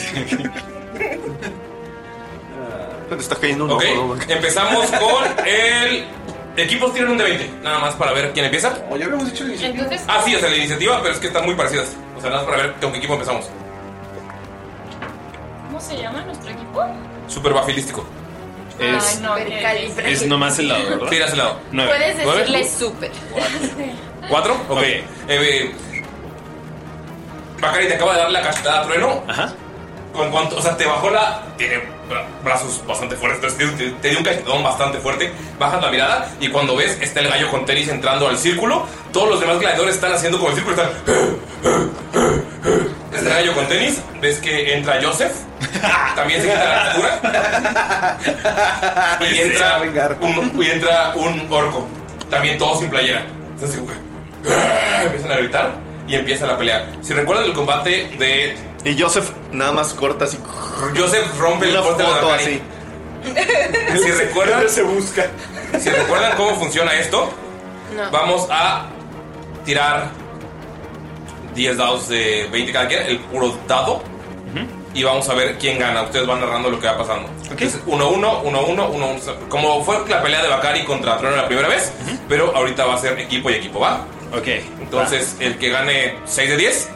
está cayendo un Ok, ojo, güey. empezamos con el. Equipos tiran un de 20, nada más para ver quién empieza. O ya habíamos dicho Entonces, Ah, sí, o sea, la iniciativa, pero es que están muy parecidas. O sea, nada más para ver con qué equipo empezamos. ¿cómo se llama nuestro equipo? Super bafilístico. Es- Ay, no, que- es nomás el lado, ¿verdad? Sí, eras el lado. Nueve. Puedes ¿Nueve? decirle súper. ¿Cuatro? Ok. Eh, eh, Bacari te acaba de dar la cachetada a trueno. Ajá. Con cuanto, o sea, te bajó la. Tiene bra- brazos bastante fuertes. entonces Te, te dio un cachetón bastante fuerte. Bajas la mirada y cuando ves, está el gallo con tenis entrando al círculo. Todos los demás gladiadores están haciendo como el círculo. Están. Este gallo con tenis. Ves que entra Joseph. También se quita la cura. Y entra, un, y entra un orco. También todos sin playera. Entonces, como que, "Ah", empiezan a gritar y empieza la pelea. Si recuerdan el combate de. Y Joseph nada más corta así. Joseph rompe el corte de la foto Balcani. así. Si recuerdan. se busca. Si recuerdan cómo funciona esto, No. vamos a tirar 10 dados de 20 cada quien, el puro dado. Y vamos a ver quién gana. Ustedes van narrando lo que va pasando. Entonces, 1-1, 1-1, 1-1. Como fue la pelea de Bakari contra Trono la primera vez, pero ahorita va a ser equipo y equipo, ¿va? Ok. Entonces, el que gane 6 de 10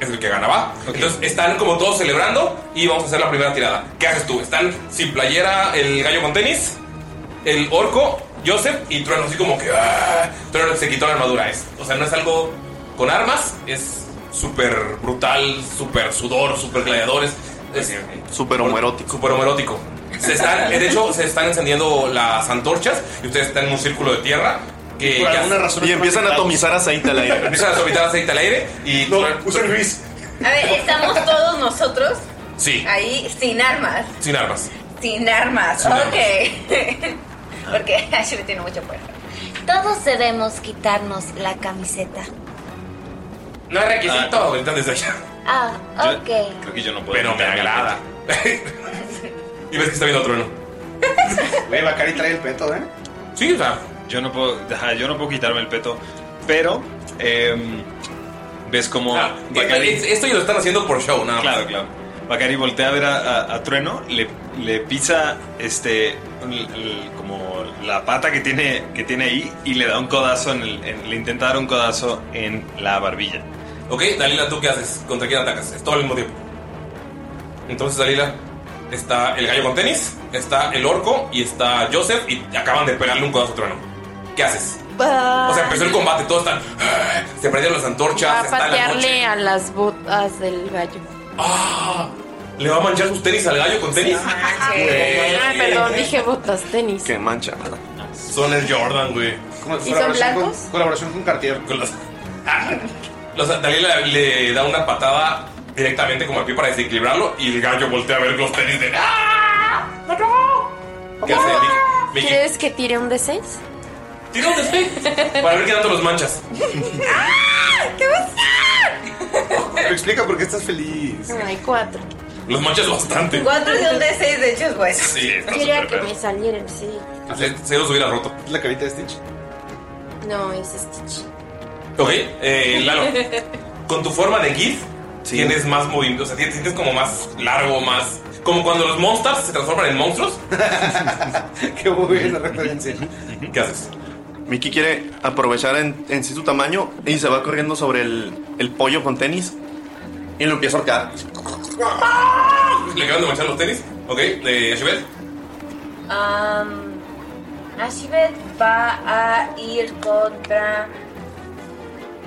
es el que gana, ¿va? Entonces, están como todos celebrando y vamos a hacer la primera tirada. ¿Qué haces tú? Están sin playera el gallo con tenis, el orco, Joseph y Trueno, así como que. ¡ah! Trueno se quitó la armadura. Es, o sea, no es algo con armas, es súper brutal, súper sudor, súper gladiadores. Es Súper homoerótico. Súper homoerótico. Se están, de hecho, se están encendiendo las antorchas y ustedes están en un círculo de tierra. Que Por que alguna hace- razón Y están empiezan a conectados. atomizar aceite al aire. empiezan a atomizar aceite al aire y. No, usen gris. A ver, estamos todos nosotros Sí, ahí sin armas. sin armas. Sin armas, Sin ok. Porque Ashley tiene mucha fuerza. Todos debemos quitarnos la camiseta. No es requisito. Ahorita desde allá. Ah, Yo- ok. Creo que yo no puedo. Pero me agrada. y ves que está viendo trueno. Güey, Bacari trae el peto, ¿eh? Sí, o sea. Yo no puedo, ajá, yo no puedo quitarme el peto. Pero, em, ves como. Bacari- esto- esto ellos lo están haciendo por show, nada Claro, claro. Bacari voltea a ver a, a- a Trueno, le, le pisa este. l- l- como la pata que tiene, que tiene ahí y le da un codazo en el. en- le intenta dar un codazo en la barbilla. Ok, Dalila, ¿tú qué haces? ¿Contra quién atacas? Es todo al mismo tiempo. Entonces, Dalila, está el gallo con tenis, está el orco y está Joseph y acaban de pegarle un codazo a trueno. ¿Qué haces? O sea, empezó el combate, todos están. ¡ah! Se prendieron las Va antorchas, a está la noche. patearle a las botas del gallo. ¡Ah! Le va a manchar sus tenis al gallo con tenis. Güey. Ah, perdón, dije botas tenis. Que mancha. Son el Jordan, güey. Como ¿Y son blancos? colaboración con Cartier. Con los, los, Dalila le, le da una patada directamente como al pie para desequilibrarlo y el gallo voltea a ver los tenis de. ¡Ah! ¡No, no! ¿Qué hace Vicky? Vicky, ¿Quieres que tire un D6? ¿Tira un D6? para ver qué tanto los manchas. ¡Ah! ¿Qué pasa? Me explica por qué estás feliz. Hay cuatro. Los manchas bastante. Cuatro de un D6, de hecho es bueno. Sí, está Quería súper que feo. me salieran, sí. Se, se los hubiera roto. ¿Es la carita de Stitch? No, es este Stitch. Ok, eh, Lalo, con tu forma de GIF tienes más movimiento, o sea, tienes, tienes como más largo, más. Como cuando los monsters se transforman en monstruos. Qué buena referencia. ¿Qué haces? Mickey quiere aprovechar en, en sí su tamaño y se va corriendo sobre el, el pollo con tenis y lo empieza a ahorcar. Le acaban de manchar los tenis. Ok, de Ashibet. Um, Ashibet va a ir contra,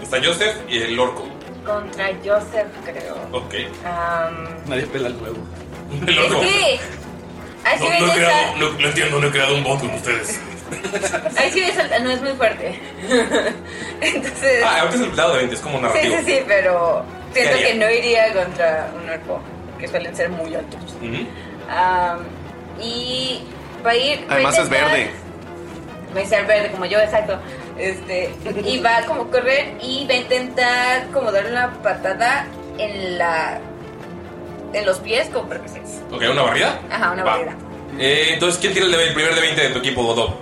Está Joseph y el orco. contra Joseph, creo. Ok. Um, Nadie pela el huevo. El orco. sí. No, Ashibet no he está- creado, no, lo entiendo, no he creado un bot con ustedes. Ahí sí ves el- no es muy fuerte. Entonces. Ah, ahorita es el dado de 20, es como sí, narrativo. sí, sí, pero siento haría? que no iría contra un orco, que suelen ser muy altos. Ujú. Am, y va a ir. va a Además es intentar- verde. Va a ser verde, como yo, exacto. Este, y va a como correr y va a intentar como darle una patada en la. en los pies con percusiones. Ok, ¿una barrida? Ajá, una Va. barrida. Eh, entonces, ¿quién tira el, de- el primer de 20 de tu equipo, Dob?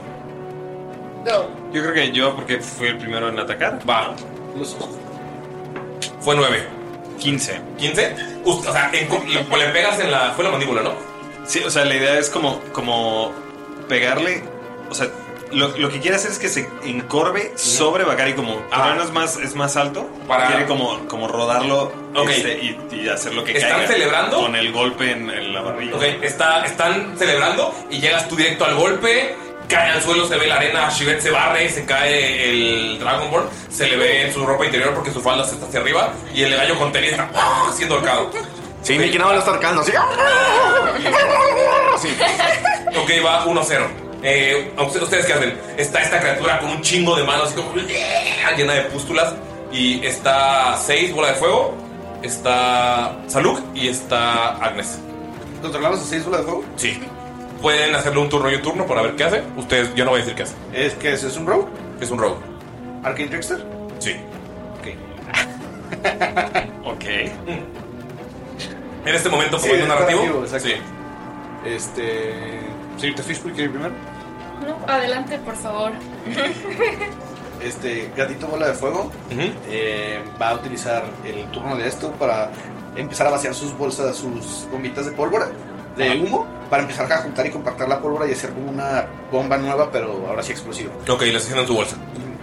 Go. Yo creo que yo, porque fui el primero en atacar. Va. Fue 9. 15. ¿15? Ust- o sea, en co- le, le pegas en la. Fue la mandíbula, ¿no? Sí, o sea, la idea es como, como pegarle. O sea, lo, lo que quiere hacer es que se encorve sobre Bakari como Torano es más, es más alto. Ah. Para- Quiere como, como rodarlo Ok. este, y, y hacer lo que ¿Están caiga celebrando? Con el golpe en, en la barriga. Ok, está, están celebrando y llegas tú directo al golpe. Cae al suelo, se ve la arena, Shivet se barre, se cae el Dragonborn, se le ve en su ropa interior porque su falda se está hacia arriba y el gallo con tenis está ¡ah! siendo ahorcado. Sí, Mickey nada más lo está ahorcando. así. ¡ah! Ok, va 1-0. Eh, ¿a usted- ¿Ustedes qué hacen? Está esta criatura con un chingo de manos así como, ¡ah! llena de pústulas. Y está 6, bola de fuego. Está Saluk y está Agnes. ¿Controlamos a 6 bolas de fuego? Sí. Pueden hacerle un turno y un turno para ver qué hace. Ustedes, yo no voy a decir qué hace. ¿Es que ese es un rogue? Es un rogue. ¿Arcane Trickster? Sí. Ok. ok. En este momento, formando Sí, un está narrativo. vivo, exacto. sí. Este. Señorita Fishpool, ¿quiere ir primero? No, adelante, por favor. Este gatito bola de fuego eh, va a utilizar el turno de esto para empezar a vaciar sus bolsas, sus bombitas de pólvora, de humo, para empezar a juntar y compactar la pólvora y hacer como una bomba nueva, pero ahora sí explosiva. Ok, la está haciendo en su bolsa.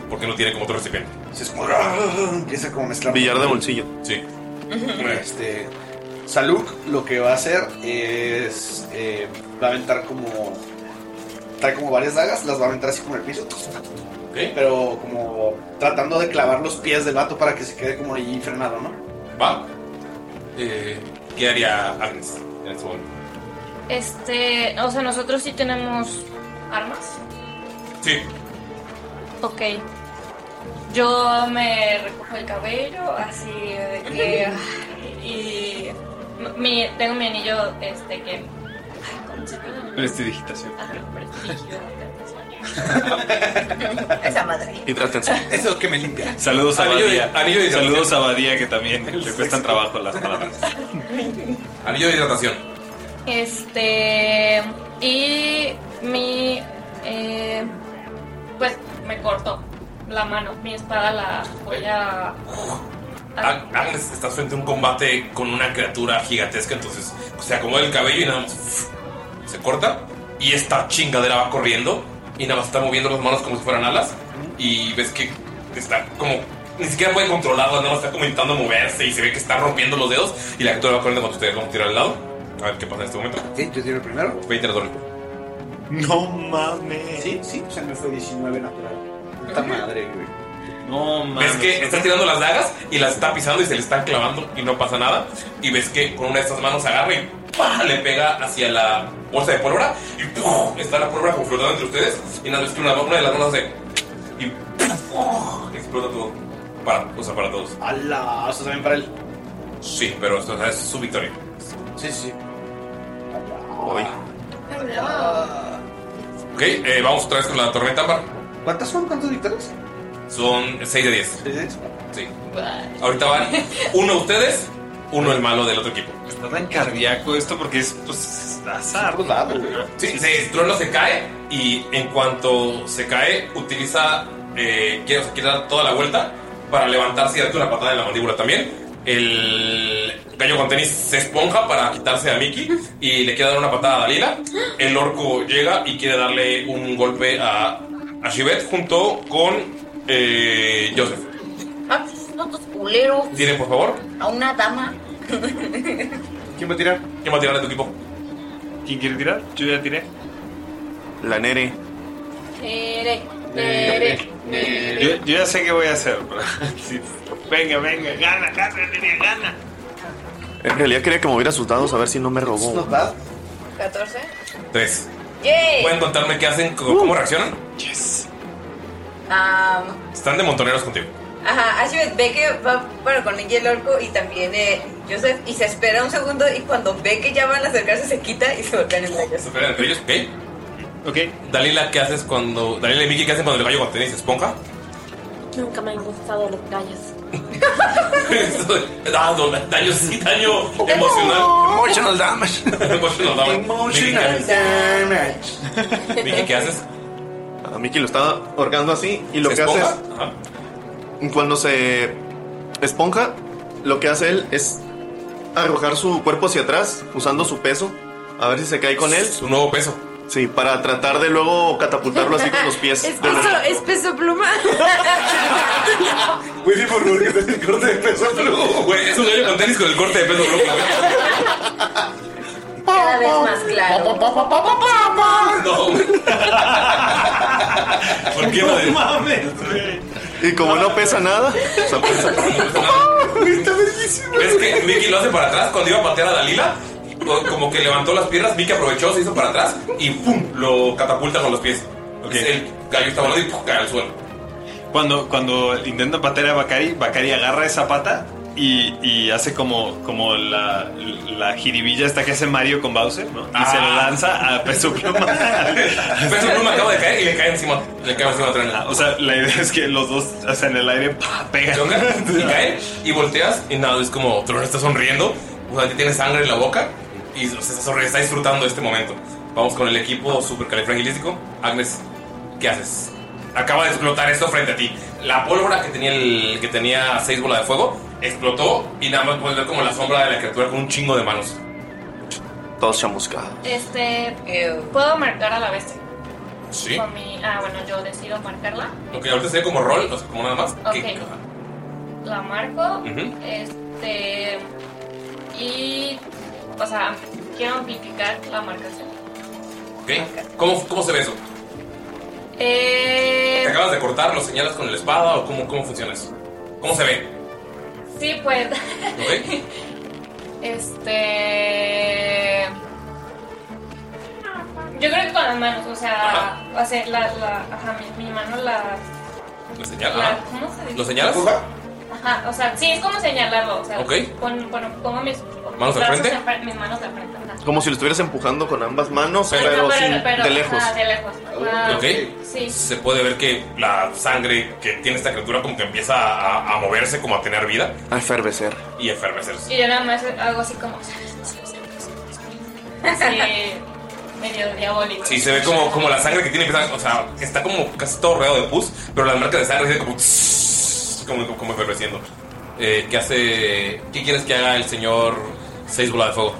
Porque no tiene como otro recipiente. Se es como, ¡ah! empieza como a mezclar. Billar de bolsillo. Sí. Este, Saluk lo que va a hacer es. eh, va a aventar como. Trae como varias dagas, las va a aventar así como en el piso. Pero como tratando de clavar los pies del vato para que se quede como ahí frenado, ¿no? Va. Eh, ¿Qué haría Agnes en este momento? Este, o sea, nosotros sí tenemos armas. Sí. Ok. Yo me recojo el cabello, así de que. ay, y. mi- tengo mi anillo, este, que. ay, ¿Cómo se llama? Prestidigitación. Esa madre. Hidrátense. Es lo que me limpia. Saludos a Anillo de- Badía. anillo de hidratación. Saludos a Badía, que también le cuestan trabajo las palabras. Anillo de hidratación. Este. Y mi. eh, pues me cortó la mano. Mi espada la voy a. Ag- Agnes, estás frente a un combate con una criatura gigantesca, entonces se acomoda el cabello y nada más uf, se corta. Y esta chingadera va corriendo y nada más está moviendo las manos como si fueran alas. Y ves que está como. Ni siquiera puede controlarla, nada más está como intentando moverse y se ve que está rompiendo los dedos. Y la criatura va corriendo cuando ustedes vamos a tirar al lado. A ver qué pasa en este momento. Sí, yo tiro primero. 20 natural. No mames. Sí, sí, se me fue 19 natural. Puta madre, güey. No Ves que está tirando las dagas y las está pisando y se le están clavando y no pasa nada. Y ves que con una de estas manos agarra y ¡pah! le pega hacia la bolsa de pólvora y ¡puf! está la pólvora como flotando entre ustedes. Y nada, es que una, una de las manos hace y ¡puf! explota todo. Para, o sea, para todos. ¡Hala! ¿Esto también para él? Sí, pero esto o sea, es su victoria. Sí, sí, sí. Uy. Ok, eh, vamos otra vez con la tormenta ámbar. ¿Cuántas son? ¿Cuántas victorias? Son 6 de 10. Sí. Bye. Ahorita van uno ustedes, uno el malo del otro equipo. Está tan cardíaco esto porque es pues, azar. Sí, se, Trueno se cae y en cuanto se cae, utiliza. Eh, quiere, o sea, quiere dar toda la vuelta para levantarse y darte una patada en la mandíbula también. El gallo con tenis se esponja para quitarse a Mickey y le quiere dar una patada a Dalila. El orco llega y quiere darle un golpe a, a Shivet junto con eh, Joseph. Ah, no, pues, tus culeros. Tiren, por favor. A una dama. ¿Quién va a tirar? ¿Quién va a tirar de tu equipo? ¿Quién quiere tirar? Yo ya tiré. La Nere. Eh, Tere, tere. Yo, yo ya sé qué voy a hacer. pero- sí. Venga, venga, gana, gana, Nere, gana. En realidad quería que moviera sus dados a ver si no me robó. 14. Tres. Yay. ¿Pueden contarme qué hacen? ¿Cómo, cómo reaccionan? Am, Están de montoneros contigo. ajá, Ashibet ve que va bueno, con Nicky el orco y también eh, Joseph y se espera un segundo y cuando ve que ya van a acercarse se quita y se voltean en ellos. Espera, entre ellos, ok. Ok. Dalila, ¿qué haces cuando. Dalila y Miki, ¿qué hacen cuando el gallo con tenis se esponja? Nunca me han gustado los gallos. ah, no, daño, sí, daño emocional. Emotional damage. Emotional damage. Miki, ¿qué haces? Miki, ¿qué haces? A Ah, Mickey lo está ahorcando así y lo ¿Se que hace esponja? es. Cuando se esponja, lo que hace él es arrojar su cuerpo hacia atrás usando su peso. A ver si se cae con él. Su nuevo peso. Sí, para tratar de luego catapultarlo así con los pies. Es peso, es peso pluma. Willy, por favor, que te el corte de peso blue. Güey, es un gallo con tenis con el corte de peso blue. Cada vez más claro. No, güey. ¿Por qué No mames, Y como no pesa nada, o sea, pues, pesa- ¿Ves que Miki lo hace para atrás cuando iba a patear a Dalila? co- Como que levantó las piernas, Miki aprovechó, se hizo para atrás y ¡pum! Lo catapulta con los pies. El gallo está volando y ¡pum! pues, cae al suelo. Cuando, cuando intenta patear a Bakari, Bakari agarra esa pata y, y, y hace como, como la, la jiribilla esta que hace Mario con Bowser, ¿no? Y se lo lanza a Peso Pluma. Ah. Peso Pluma acaba de caer y le cae encima. Le cae encima otra Ah, O sea, la idea es que los dos, o sea, en el aire, pa, pegan. Y cae y volteas y nada, es como Tron está sonriendo. O sea, tiene sangre en la boca y o sea, está, sonriendo, está disfrutando este momento. Vamos con el equipo supercalifragilístico. Agnes, ¿qué haces? Acaba de explotar esto frente a ti. La pólvora que tenía el que tenía seis bolas de fuego explotó y nada más puedes ver como la sombra de la criatura con un chingo de manos. Todos chamuscados. Este. ¿Puedo marcar a la bestia? Sí. Con mi- ah, bueno, yo decido marcarla. Ok, ahorita sería como rol, o sea, como nada más. Ok. ¿Qué? La marco. Ujú. Este. Y. O sea, quiero amplificar la marcación. Ok. ¿Cómo, ¿Cómo se ve eso? Eh, ¿Te acabas de cortar? ¿Lo señalas con la espada o cómo, cómo funciona eso? ¿Cómo se ve? Sí, pues. ¿Ok? Este. Yo creo que con las manos, o sea, o sea la, la, ajá, mi, mi mano la, ¿Lo señalas? la- Ajá. ¿Cómo se dice? ¿Lo señalas? Ajá, o sea, sí, es como señalarlo, o sea, Ok. pon- pon- pongo mis ¿Manos al brazos frente? en fre- mis manos al frente. ajá. Como si lo estuvieras empujando con ambas manos, pero, Ajá, sin- pero- de lejos. ajá, de lejos. ajá. Ok. Sí. Se puede ver que la sangre que tiene esta criatura como que empieza a, a moverse, como a tener vida. A efervecer. Y efervecerse. Y yo nada más hago así como. Así, medio diabólico. Sí, se ve como, como la sangre que tiene empieza, o sea, está como casi todo rodeado de pus, pero las marcas de sangre siguen como, tss, como, como efervesciendo. Eh, ¿Qué hace? ¿Qué quieres que haga el señor seis bola de fuego?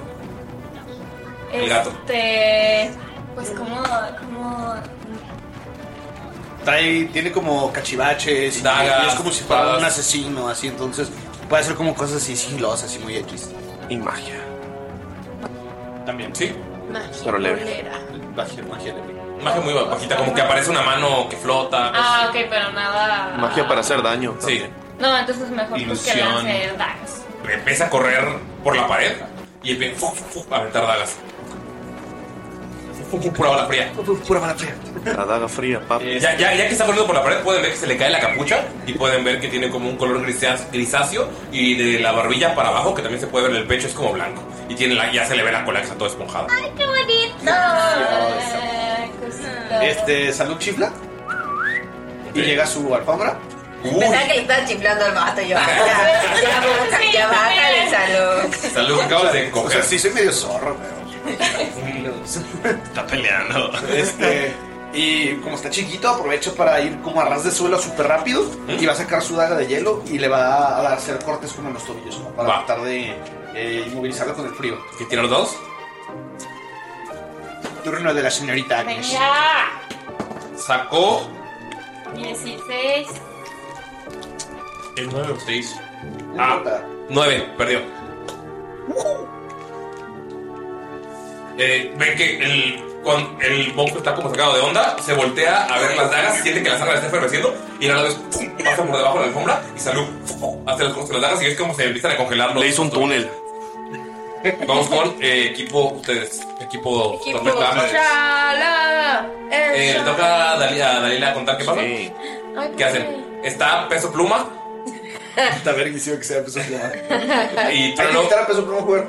El gato. Este. Pues como. como Trae, tiene como cachivaches y, Dagas, y es como si fuera un espadas. asesino, así entonces puede hacer como cosas así sigilosas, así muy X. Y magia. También. Sí. Magia Pero leve. Ah, Magia, magia leve. Magia muy bajita, como que aparece una mano que flota. Ah, ok, pero nada. Magia para hacer daño. Sí. No, entonces mejor pues que Ilusión. lance dagas. Empieza a correr por la pared y empieza fu, fu, fu, a aventar dagas. Fu, fu, Pura bala fría. Eh, Pura bala fría. La daga fría, papi. Ya, ya- ya que está corriendo por la pared, pueden ver que se le cae la capucha y pueden ver que tiene como un color grisáce- grisáceo y de la barbilla para abajo, que también se puede ver en el pecho, es como blanco. Y tiene la, ya se le ve la cola que está toda esponjada. ¡Ay, qué bonito! Ah, Ay, Este, salud chifla. Y llega su alfombra. Pensaba que le estaba chiflando al vato yo. Ya, ya, baja- ya bájale, salud. Salud, acabas de coger. O sea, sí, soy medio zorro, pero. está peleando. Este. Y como está chiquito, aprovecho para ir como a ras de suelo súper rápido. Y va a sacar su daga de hielo y le va a dar- hacer cortes como en los tobillos, ¿no? Para Va. tratar de eh, inmovilizarlo con el frío. ¿Qué tiene los dos? Turno de la señorita Agnes. Venga, Sacó 16. el 9 o 6. Ah, 9, perdió. Eh, ven que el, cuando el bonco está como sacado de onda, se voltea a ver las dagas, siente que la sangre le está eferveciendo y la vez ¡pum! pasa por debajo de la alfombra y salud ¡pum! hace las cosas con las dagas y es como se empiezan a congelar los. Le hizo un túnel. Vamos con eh, equipo, ustedes, equipo, tormenta. Chala. Eh, le toca a Dalila, a Dalila contar qué pasa. ¿Qué hacen? Está peso pluma Está verguísimo que sea peso pluma. y Hay que trono, quitar a peso pluma jugar.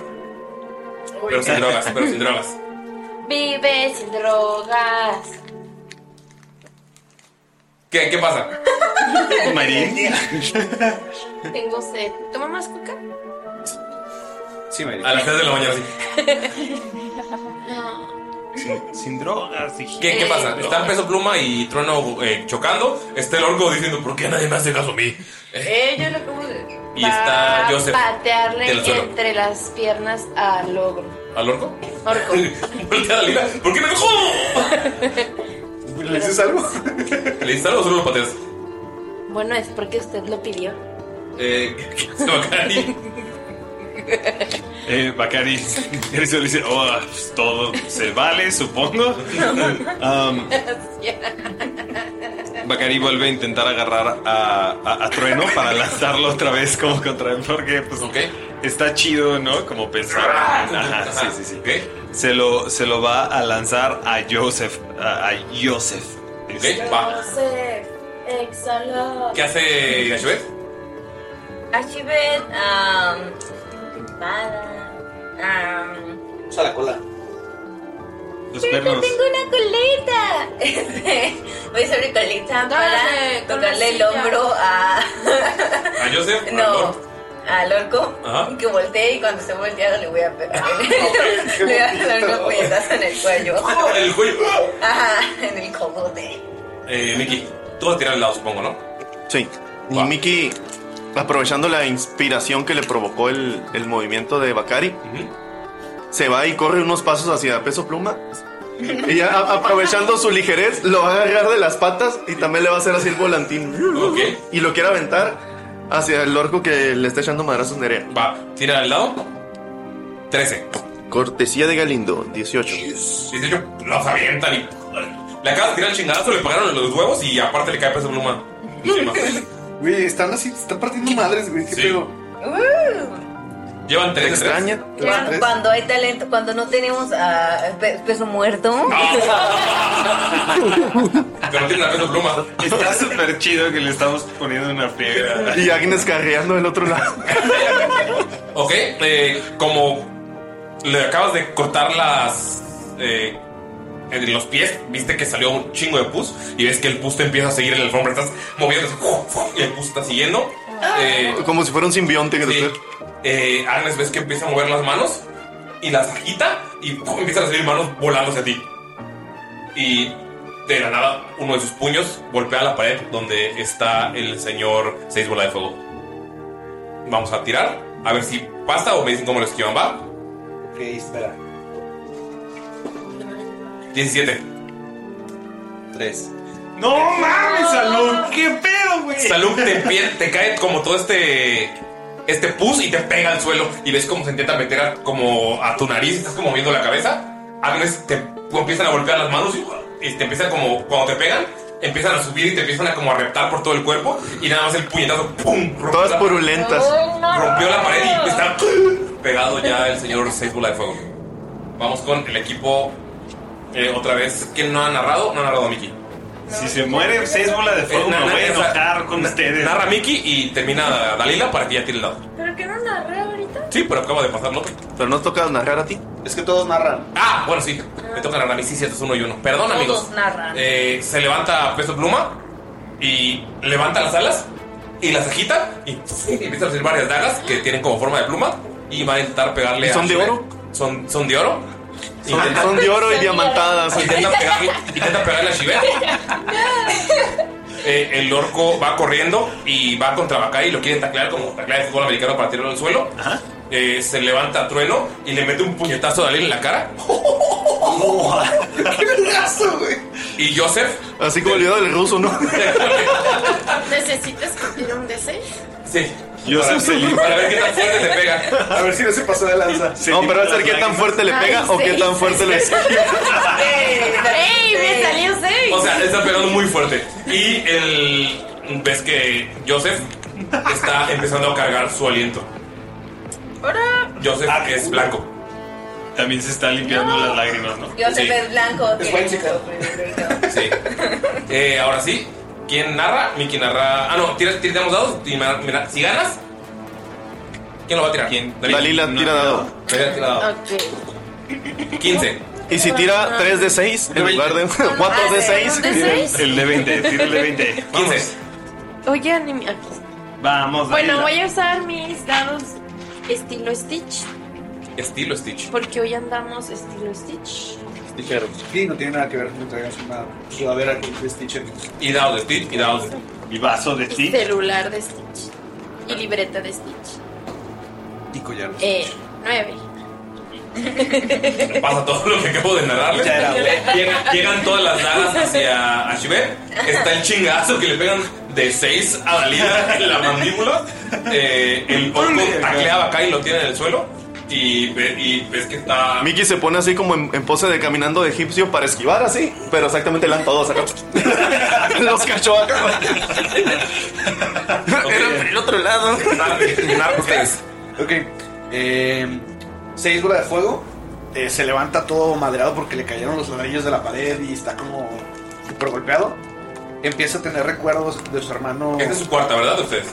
pero sin drogas, pero sin drogas. Vive sin drogas. ¿Qué, qué pasa? Tengo sed. ¿Toma más coca? Sí, A las 3 de la mañana, sí. No. Sin, sin drogas, dije. ¿Qué, qué pasa? Están Peso Pluma y Trueno eh, chocando. Está el orco diciendo, ¿por qué nadie me hace caso a mí? Eh, yo lo acabo de. Y está Va a Joseph del Patearle suelo. entre las piernas al ogro. ¿Al orco? Voltea a Dalila, ¿Por qué me dejó? ¿Le dices algo? ¿Le dices algo o solo lo pateas? Bueno, es porque usted lo pidió. Eh, se va a caer. Eh, Bacari, Eliseo le dice, oh, pues, todo se vale, supongo. Um, Bacari vuelve a intentar agarrar a, a- a Trueno para lanzarlo otra vez como contra él, porque pues está chido, ¿no? Como pensar. Ajá, sí, sí, sí. Se, lo, se lo va a lanzar a Joseph. A, a Joseph. Ok, va. Joseph, exhala. ¿Qué hace Yashbet? Archibald, um, espada, um, Usa la cola. Los ¡Pero no tengo una coleta! Este, Voy a usar mi coleta para tocarle el hombro a. ¿A Joseph? No, al orco. Ajá. Que voltee y cuando esté volteado le voy a Ah, pegar. le voy a dar una puñetazo en el cuello. El cuello. Ajá, en el cogote. Eh, Mickey, tú vas a tirar el lado, supongo, ¿no? Sí. Y Mickey, aprovechando la inspiración que le provocó el, el movimiento de Bakari, se va y corre unos pasos hacia Peso Pluma. Y ya, ah, a- aprovechando su ligerez, lo va a agarrar de las patas y también le va a hacer así el volantín. Y lo quiere aventar hacia el orco que le está echando madrazos Nerea. Va, tira al lado. 13. Cortesía de Galindo, 18. Y de hecho, los avientan y. Le acabas de tirar el chingadazo, le pagaron los huevos y aparte le cae peso de pluma. encima. Güey, están así, están partiendo madres, güey. ¿Qué pedo? Uh, Llevan tres. Extraña. claro, cuando hay talento, cuando no tenemos a pe- peso muerto. Ah. Pero tiene una peso pluma. Está súper chido que le estamos poniendo una friega. Y Agnes carreando del otro lado. Ok, eh, como le acabas de cortar las. eh, en los pies, viste que salió un chingo de pus y ves que el pus te empieza a seguir en la alfombra. Estás moviendo así, ¡fuf, fuf! y el pus está siguiendo. Eh, Como si fuera un simbionte que te- eh, Agnes, ves que empieza a mover las manos y las agita y ¡pum! empiezan a salir manos volando hacia ti. Y de la nada, uno de sus puños golpea la pared donde está el señor Seis Bola de Fuego. Vamos a tirar, a ver si pasa o me dicen cómo lo esquivan, ¿va? Ok, espera. 17. 3. ¡No mames, Salud! ¡Qué pedo, güey! Salud te, empie- te cae como todo este. Este pus y te pega al suelo. Y ves cómo se intenta meter a- como a tu nariz. Estás como moviendo la cabeza. Agnes te empiezan a golpear las manos y, y te empiezan como. Cuando te pegan, empiezan a subir y te empiezan a como a reptar por todo el cuerpo. Y nada más el puñetazo. ¡Pum! Todas purulentas. Rompió la pared y está pegado ya el señor Seis Bola de Fuego. Vamos con el equipo. eh, otra vez. ¿Quién no ha narrado? No ha narrado Mickey. Si se muere seis bolas de fuego, Eh, na- me na- voy a o sea, enojar con na- ustedes. Narra Mickey y termina Dalila para que ya tire el lado. ¿Pero qué no narré ahorita? Sí, pero acaba de pasarlo. Pero no toca narrar a ti. Es que todos narran. Ah, bueno, sí. Me toca narrar a mí. Sí, cierto, es uno y uno. Perdón, Todos amigos. narran. Eh, se levanta peso pluma y levanta las alas y las agita y empieza a recibir varias dagas que tienen como forma de pluma y va a intentar pegarle ¿Y son a de Shrek. oro? Son, son de oro. Son- son de oro y diamantadas. Intenta pegarle, intenta pegarle a Shiver. Eh, el orco va corriendo y va contra Bakari y lo quiere taclear como taclea de fútbol americano para tirarlo al suelo. Eh, se levanta a trueno y le mete un puñetazo a Dalila en la cara. ¡Qué vergazo, güey! Y Joseph. Así como el video del ruso, ¿no? ¿Necesitas que tire un D6? Sí. Joseph se limpia. Para ver qué tan fuerte le pega. A ver si no se pasó de lanza. No, pero va a ser qué tan fuerte le pega o qué tan fuerte lo ¡Ey! ¡Me salió 6! O sea, le está pegando muy fuerte. Y el. Ves que Joseph está empezando a cargar su aliento. Ahora, Joseph es blanco. Ah, También se está limpiando las lágrimas, ¿no? yo sé Sí. que es blanco. tiene buen mucho brillo. Eh, ahora sí, ¿quién narra? Miki narra. Ah, no, tira- tiramos dados. y ma- mira, si ganas, ¿quién lo va a tirar? ¿Quién? Dalila tira dado. Dalila tira dado. Ok. 15. Y si tira 3 de 6 en lugar de 4 Ah, de 6, ¿Un de seis? El de 20, tira el de 20. 15. Oye, anime. Aquí. Pues Vamos, Bueno, Dalila. voy a usar mis dados estilo Stitch. Estilo Stitch. Porque hoy andamos estilo Stitch. Dijeron. Sí, no tiene nada Pues que ver con que traigas una sudadera con Chris Teacher. Y dado de Stitch, y dado de Stitch. Y vaso de Y celular de Stitch. Y libreta de Stitch. Y collares. Eh, nueve. Pasa todo lo que acabo de narrarles. Ya era, güey. Llegan, llegan todas las dagas hacia Ashibet. Está el chingazo que le pegan de 6 a Dalila en la mandíbula. Eh, el orco tacleaba acá y lo tiene en el suelo. Y, ve- y ves que está Mickey se pone así como en, en pose de caminando de egipcio para esquivar así, pero exactamente le dan todos acá. Los cachó acá. Era por el otro lado. Ah, Este, Ok. Eh, seis bola de fuego. eh, se levanta todo madreado porque le cayeron los ladrillos de la pared y está como super golpeado. Empieza a tener recuerdos de su hermano. Esta es su cuarta, ¿verdad? de ustedes.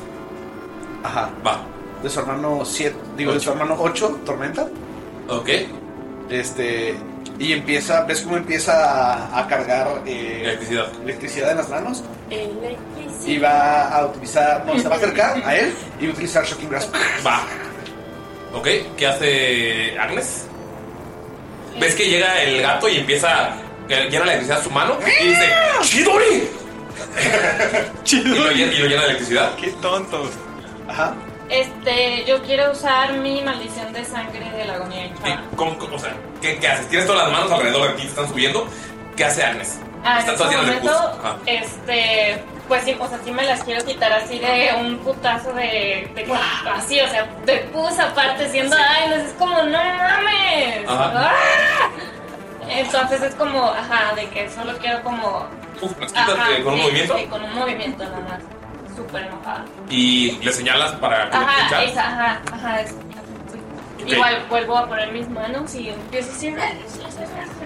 Ajá. Va. De su hermano 7, digo, de su hermano 8, Tormenta. Ok. Este. Y empieza, ¿ves cómo empieza a, a cargar eh, Electricidad. electricidad en las manos? Y va a utilizar, no, se va a acercar a él y va a utilizar Shocking Grasp. Va. Ok, ¿qué hace Agnes? ¿Ves que llega el gato y empieza. Llena la electricidad a su mano y dice: ¡Chidori! Y lo, lle- y lo llena de electricidad. ¡Qué tontos! Ajá. Este, yo quiero usar mi maldición de sangre de la agonía hinchada. ¿Cómo- cómo- o sea, ¿qué, qué haces? Tienes todas las manos alrededor de ti, te están subiendo. ¿Qué hace Agnes? Ah, en Están este todas llenas de pus. momento, Ajá. este, pues sí, o sea, sí me las quiero quitar así de un putazo de, de- así, o sea, de pus aparte, siendo, ay, no es como, no mames. Ajá. ¡Ah! Entonces es como, ajá, de que solo quiero como, Uf, las quitas ajá, eh, con un sí, movimiento sí, con un movimiento nada más, súper enojada. y le señalas para que lo Ajá, pinchas. esa, ajá, ajá, es- Ok. Igual vuelvo a poner mis manos y empiezo siempre.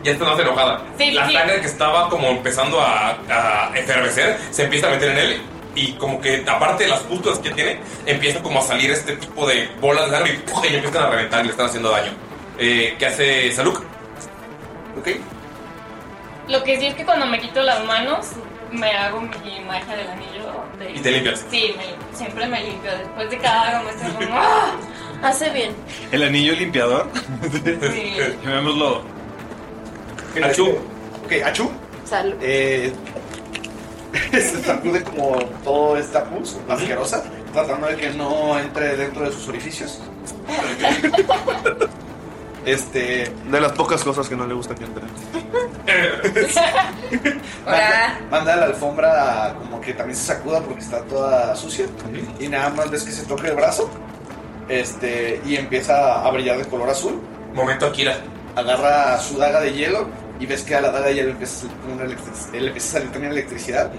Ya está más enojada. Sí, la sí. sangre que estaba como empezando a, a efervecer se empieza a meter en él. Y como que, aparte de las pústulas que tiene, empieza como a salir este tipo de bolas de sangre y, ¡puf! y empiezan a reventar y le están haciendo daño. Eh, ¿Qué hace Saluk? Ok. Lo que sí es que cuando me quito las manos, me hago mi magia del anillo. De... Y te limpias. Sí, me- siempre me limpio. Después de cada aroma estoy como, ¡ah! Hace bien. ¿El anillo limpiador? Sí. Llamémoslo. Achú. Ok, Achú. Salud. Eh, se sacude como toda esta pus asquerosa, tratando de que no entre dentro de sus orificios. Este. De las pocas cosas que no le gusta que entre. Manda, manda la alfombra como que también se sacuda porque está toda sucia. Y nada más ves que se toca el brazo. Este. Y empieza a brillar de color azul. Momento Akira. Agarra su daga de hielo. Y ves que a la daga de hielo empieza a salir una electric- le empieza a salir también electricidad.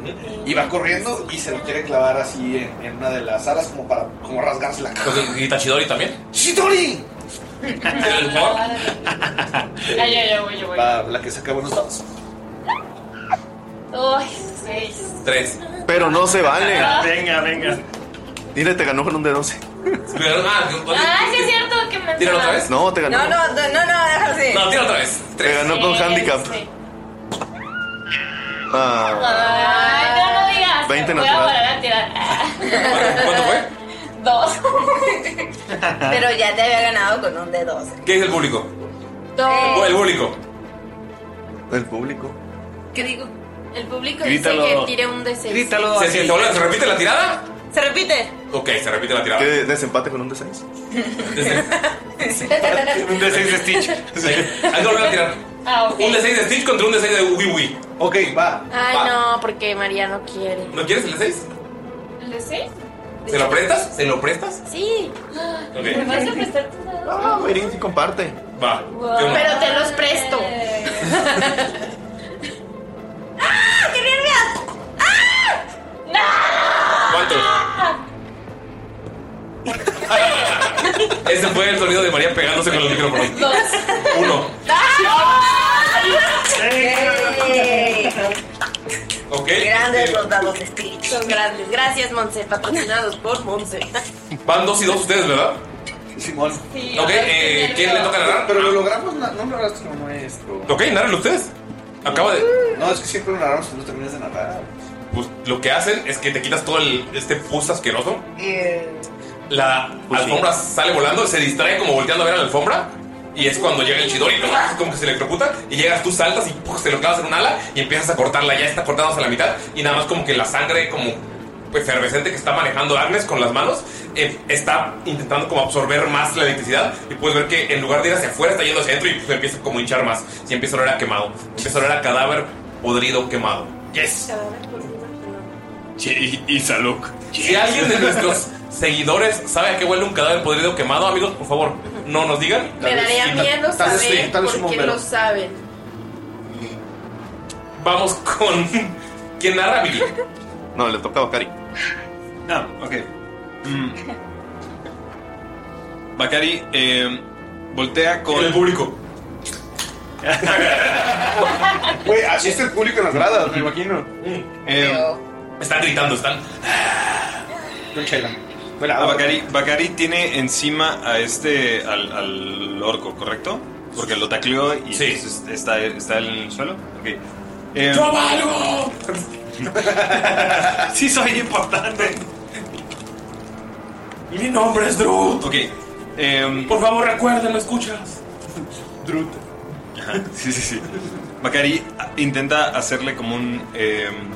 Y va corriendo y se lo quiere clavar así en, en una de las alas como para como rasgarse la cara. Entonces, ¿Y Tachidori también? ¡Shitori! ¿El eh, favor? Ya, ya, ya voy, yo voy. La, la que saca buenos dados. Ay, seis. Tres. Pero no se vale. Venga, venga. Dile, te ganó con un de 12. Ah, sí es cierto que me. Tíralo otra vez. No, te ganó. No, no, no, no, déjalo así. No, tira otra vez. Te ganó con Sí, handicap. sí. Ah, Ay, no, no digas. 20 voy a natural. parar a tirar. ¿Cuánto fue? Dos. Pero ya te había ganado con un de 12. ¿Qué dice el público? Eh, Dos. El público. El público. ¿Qué digo? El público Grítalo. dice que tire un D6. ¿Se, se- se vuelve- se repite la tirada? Se repite. Ok, se repite la tirada. ¿Qué desempate con un de 6? Un de 6 de Stitch. Hay que volver a tirar. Ah, ok. Un D6 de Stitch contra un D6 de Wii Wii. Ok, va. Ay, no, porque María no quiere. ¿No quieres el D6? ¿El de seis? ¿Se lo prestas? ¿Se lo prestas? Sí. Ok. vas a prestar tus dados? Irín sí comparte. Va. Wow. Pero te los presto. ¡Ah! ¡Qué nervios! ¡Ah! ¿Cuánto? Ese fue el sonido de María pegándose con el micrófono. Uno. Ok. Grandes los dados de Stitch. Son grandes. Gracias, Monse. Patrocinados por Monse. Van dos y dos ustedes, ¿verdad? Simón. Sí, Ok, eh, ¿quién le toca narrar? Pero lo logramos, na- no lograste lo nuestro. Ok, narrenlo ustedes. Acabo de. No, es que siempre lo narramos y no terminas de narrar. Pues lo que hacen es que te quitas todo el, este pus asqueroso. La alfombra sale volando, se distrae como volteando a ver a la alfombra. Y es cuando llega el chidori, ¡ah! como que se electrocuta. Y llegas tú, saltas y ¡puf! se lo clavas en un ala. Y empiezas a cortarla, ya está cortada hasta la mitad. Y nada más como que la sangre, como efervescente que está manejando Agnes con las manos, eh, está intentando como absorber más la electricidad. Y puedes ver que en lugar de ir hacia afuera, está yendo hacia adentro y pues, empieza como a hinchar más. Y empieza a oler a quemado. Empieza a oler a cadáver podrido quemado. Yes. Y, y Saluk. Si alguien de nuestros seguidores sabe a qué huele un cadáver podrido quemado, amigos, por favor, no nos digan. Me daría miedo saber por qué lo saben. Vamos con. ¿Quién narra, Billy? No, le toca a Bakari. Ah, ok. Mm. Bakari eh, voltea con. el público. Güey, así está el público en las gradas, me imagino. Eh, están gritando, están. Con chela. Bueno, Ah, Bacari, Bacari tiene encima a este, al, al orco, ¿correcto? Porque lo tacleó y entonces está, está en el suelo. Ok. Em, ¡Tómalo! sí soy importante. Mi nombre es Drew. Ok. em, Por favor, recuérdenlo, escuchas. Drut. Sí, sí, sí. Macari intenta hacerle como un. em,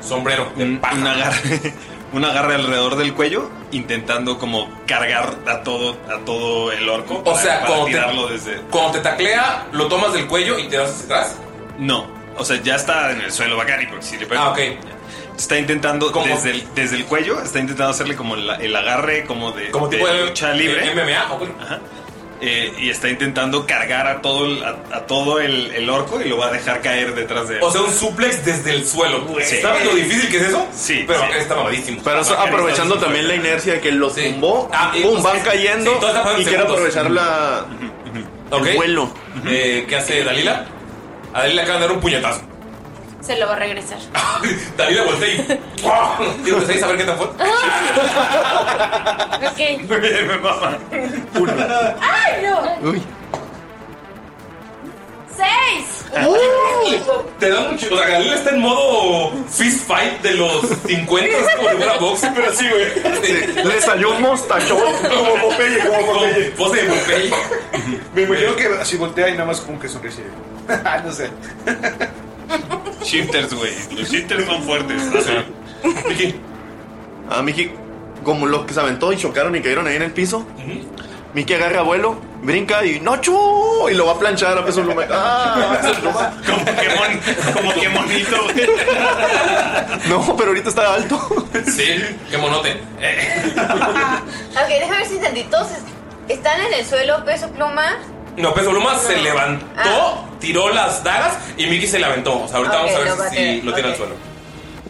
Sombrero. Un, un agarre. Un agarre alrededor del cuello, intentando como cargar a todo, a todo el orco. O sea, cuando te- tirarlo desde. Cuando te taclea, lo tomas del cuello y te vas hacia atrás. No, o sea, ya está en el suelo Bacari, porque si le pega. Ah, ok. Está intentando, desde el, desde el cuello, está intentando hacerle como la- el agarre, como de, Como de tipo de- lucha libre. de MMA, Ajá. Eh, y está intentando cargar a todo, el, a, a todo el, el orco y lo va a dejar caer detrás de él. O sea, un suplex desde el suelo. Sí. ¿Sabes lo difícil que es eso? Sí. Pero sí. está mamadísimo. Pero eso aprovechando también la inercia que los tumbó, pum, van cayendo y quiere aprovechar la, Ok. el vuelo. Eh, ¿Qué hace Dalila? A Dalila acaba de dar un puñetazo. Se lo va a regresar. Dalila voltea y. Digo que seis a ver qué tan fuerte. ok. Me mama. ¡Ay, no! Uy. ¡Seis! Te da mucho. O sea, Galil está en modo fist fight de los 50 es como si fuera boxing, pero así, güey. Le salió un mostachón como Popeye, como Popeye. Pose de Popeye. Me imagino que así voltea y nada más como que sonríe. Ah, no sé. Shifters, güey. Los shifters son fuertes. Así. A Miki, Ah, como los que se aventó y chocaron y cayeron ahí en el piso. Miki agarra vuelo, brinca y ¡Nocho! Y lo va a planchar a peso pluma. ¡Ah! Como que bonito, No, pero ahorita está alto. Sí, qué monote. Ok, déjame ver si entendí. Entonces, están en el suelo, peso pluma. No, Peso Ah. Pluma se levantó, tiró las dagas y Mickey se la aventó. O sea, ahorita Ok, vamos lo a ver si, bate, lo tiene al suelo.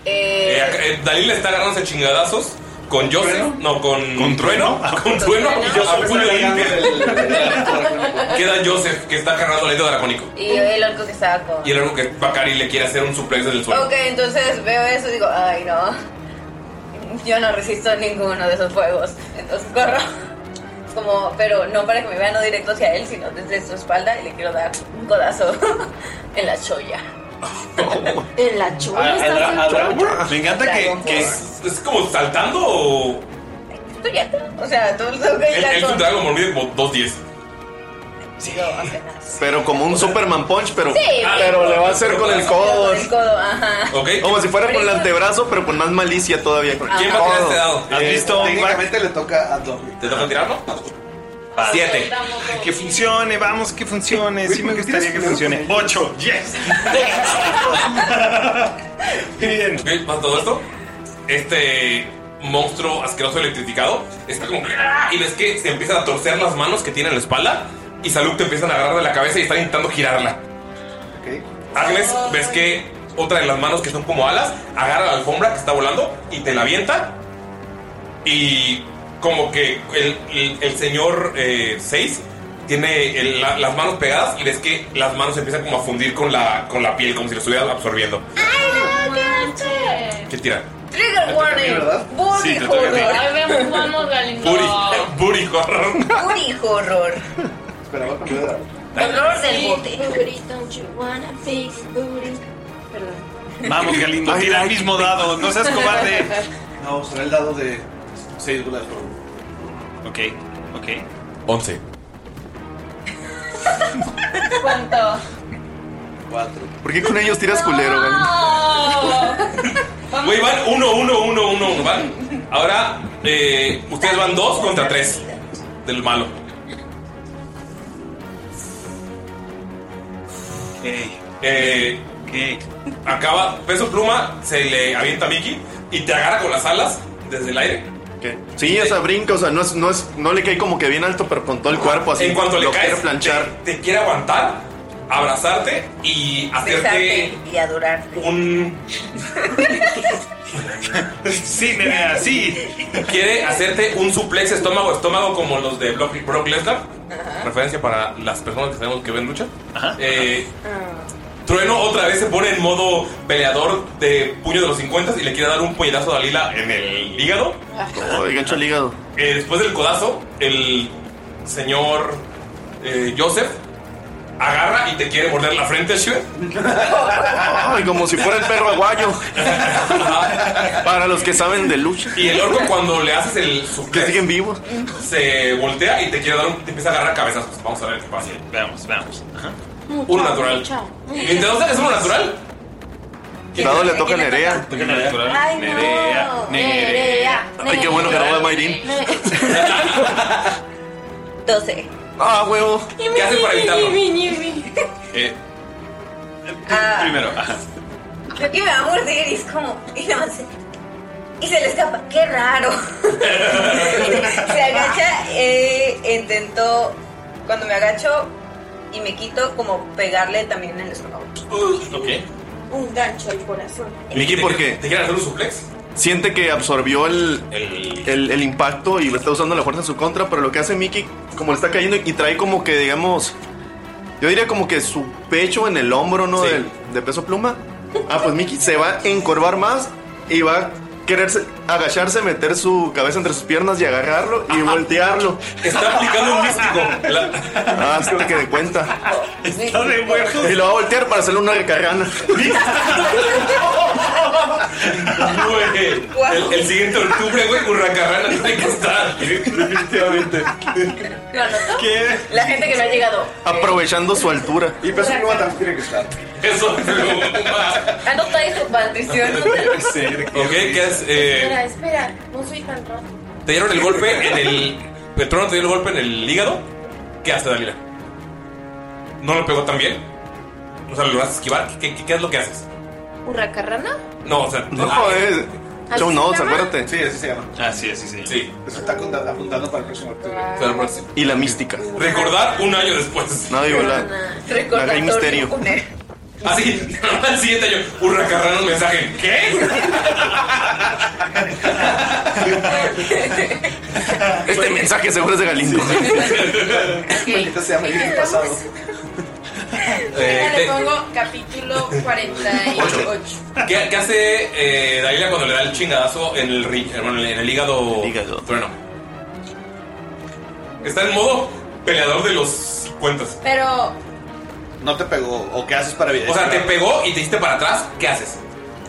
Eh, Eh, acá, eh, Dalila está agarrándose a chingadazos con Joseph. No, con. ¿Con Trueno? Con Trueno y Joseph. a puño limpio. Eh, Queda Joseph que está agarrando el dedo dracónico. y el orco que estaba con. Y el único que Bakari le quiere hacer un suplex del suelo. Ok, entonces veo eso y digo, ay no. Yo no resisto ninguno de esos fuegos. Entonces corro. Como, pero no para que me vean no directo hacia él, sino desde su espalda y le quiero dar un codazo en la cholla. En la chula Oh. Ah, estás ah, en ah, chula. ah, Me encanta que, que es, es como saltando o. Tú ya está. O sea, tú lo que Él, él su dragón mordida como 2.10. Pero como un Superman Punch, pero, Sí. pero le va a hacer con el codo. El codo, ajá. Como si fuera con el antebrazo, pero con más malicia todavía. Con el ¿Quién va a tirar codo. este dado? ¿Has visto? Técnicamente le toca a Dobby. ¿Te toca tirarlo? Siete. Que funcione, vamos, que funcione. Sí me gustaría que funcione. Ocho, yes. Bien. Ok, más todo esto. Este monstruo asqueroso electrificado está como. ¡ah! Y ves que se empiezan a torcer las manos que tiene en la espalda. Y Salud te empiezan a agarrar de la cabeza y están intentando girarla. Agnes, ves que otra de las manos que son como alas agarra la alfombra que está volando y te la avienta. Y como que el, el- el señor 6 tiene el- la- las manos pegadas y ves que las manos empiezan como a fundir con la, con la piel, como si lo estuvieran absorbiendo. ¿Qué tira? Trigger warning. ¿Verdad? Booty Sí, te toca a mí. horror. Ay, vemos, vamos, Galindo. Booty, booty horror. Booty horror. Horror del bote. Vamos, Galindo, tira el mismo dado. No seas cobarde. No, será el dado de 6 bolas por uno. Ok, ok. 11. ¿Cuánto? 4. ¿Por qué con ellos tiras culero, güey? Güey, van 1, 1, 1, 1, 1. Van. Ahora, eh, ustedes van 2 contra 3 del malo. Eh, Acaba, peso pluma, se le avienta a Mickey y te agarra con las alas desde el aire. ¿Qué? Sí, o sea, brinca, o sea, no, es, no, es, no le cae como que bien alto, pero con todo el cuerpo así. En cuanto le lo caes, quiere planchar. Te quiere aguantar, abrazarte y hacerte Besarte y adorarte. un. sí, nena, sí. Quiere hacerte un suplex estómago a estómago como los de Brock, Brock Lesnar. Referencia para las personas que sabemos que ven lucha. Eh, Trueno otra vez se pone en modo peleador de puño de los 50 y le quiere dar un puñetazo a Dalila en el hígado. Ay, gancho al hígado. Eh, después del codazo, el señor eh, Joseph agarra y te quiere morder la frente, Shiver. Ay, como si fuera el perro aguayo. Para los que saben de lucha. Y el orco cuando le haces el Que siguen vivos. Se voltea y te quiere dar un- te empieza a agarrar cabezazos. Vamos a ver qué pasa. Veamos, veamos. Uno natural. ¿Y te vas a hacer uno natural? Dado le toca a Nerea. Ay, no. Nerea. Nerea. Ay, qué bueno que no va Mayrin. 12. Ah, huevo. ¿Qué haces para evitarlo? Eh, Ah, primero, ajá. creo que me va a morder y es como. Y nada más se- Y se le escapa. ¡Qué raro! se agacha, eh, intento. Cuando me agacho y me quito, como pegarle también en el estómago. Ok. Un gancho al corazón. Miki, ¿por qué? ¿Te quieren hacer un suplex? Siente que absorbió el, el, el impacto y lo está usando la fuerza en su contra, pero lo que hace Miki, como le está cayendo y trae como que, digamos, yo diría como que su pecho en el hombro, ¿no? Del- De, peso pluma. Ah, pues Miki se va a encorvar más y va a quererse agacharse, meter su cabeza entre sus piernas y agarrarlo y voltearlo. Está aplicando un místico. Ah, hasta que de cuenta. Está de Y lo va a voltear para hacerle una recargana. Güey, el, el siguiente octubre, güey, Hurracarrana tiene que estar. Definitivamente. ¿Lo anotó? La gente que no ha llegado. Aprovechando su altura. Y peso pluma también tiene que estar. Eso. Anota eso, maldición. ok, ¿qué es? Eh, Espera, espera, no soy tan raro. te dieron el golpe en el. El trono te dio el golpe en el hígado. ¿Qué hace, Dalila? ¿No lo pegó tan bien? O sea, ¿lo vas a esquivar? ¿Qué, qué, qué es lo que haces? ¿Hurracarrana? No, o sea. No, es. ¿Así Show se notes, llama? acuérdate. Sí, así se llama. Ah, sí, sí, sí. Sí. pues, Eso está apunta- apuntando para el próximo octubre. Y la mística. Recordar un año después. No, digo, la- Recordatorio. Hay misterio. E. Así, al siguiente año, Hurracarrana un mensaje. ¿Qué? Este mensaje seguro es de Galindo. Maldita sea, me viene el pasado. Venga, Eh, te- le pongo capítulo 48. ¿Qué, qué hace eh, Dalila cuando le da el chingadazo en el, ri- en el, en el hígado? Trueno. Está en modo peleador de los 50. Pero No te pegó. ¿O qué haces para evitar? O sea, te pegó y te diste para atrás. ¿Qué haces?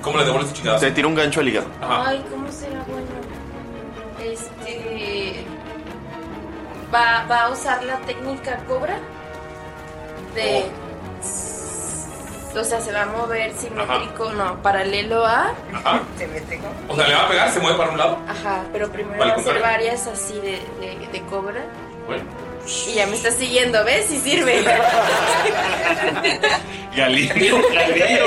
¿Cómo le Ah, devuelves tu chingadazo? Te tira un gancho al hígado. Ay, ¿cómo será bueno? Este. Va, va a usar la técnica cobra. De. Oh. O sea, se va a mover simétrico, no, paralelo a. Ajá. O sea, le va a pegar, se mueve para un lado. Ah. Ajá, pero primero Vale, va a hacer contrario. varias así de, de, de cobra. Bueno. Y ya me está siguiendo, ¿ves? Y sirve. Galindo. Galindo,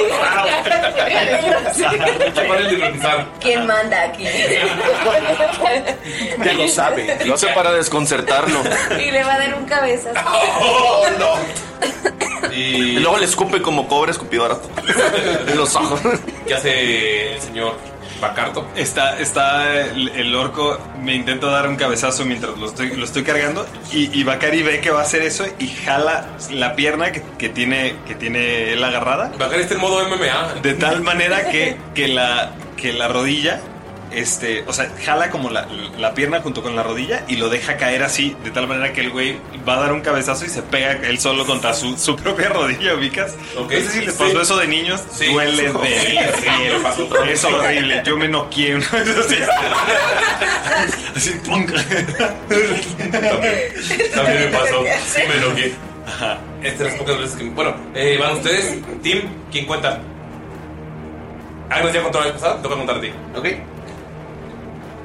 Para de hipnotizar. ¿Quién manda aquí? Ya lo sabe. Lo hace para desconcertarlo. y le va a dar un cabezazo. Oh, Y luego le escupe como cobre escupidora. En los ojos. ¿Qué hace el señor Bacarto? Está, está el, el orco, me intenta dar un cabezazo mientras lo estoy, lo estoy cargando y, y Bakari ve que va a hacer eso y jala la pierna que, que tiene, que tiene él agarrada. Bakari está en modo MMA. De tal manera que, que, la, que la rodilla, este, o sea, jala como la, la pierna junto con la rodilla y lo deja caer así, de tal manera que el güey va a dar un cabezazo y se pega él solo contra su, su propia rodilla, ubicas. No sé si les pasó Sí. eso de niños, Sí. duele de Sí, sí, me pasó. es horrible, yo me noqueé una vez así. Así, punk. También me pasó. Sí, me enoqué. Ajá. Estas las pocas veces que. Bueno, eh, van ustedes. Tim, ¿quién cuenta? Ah, nos ya contó la vez pasada, toca contar a ti. Ok.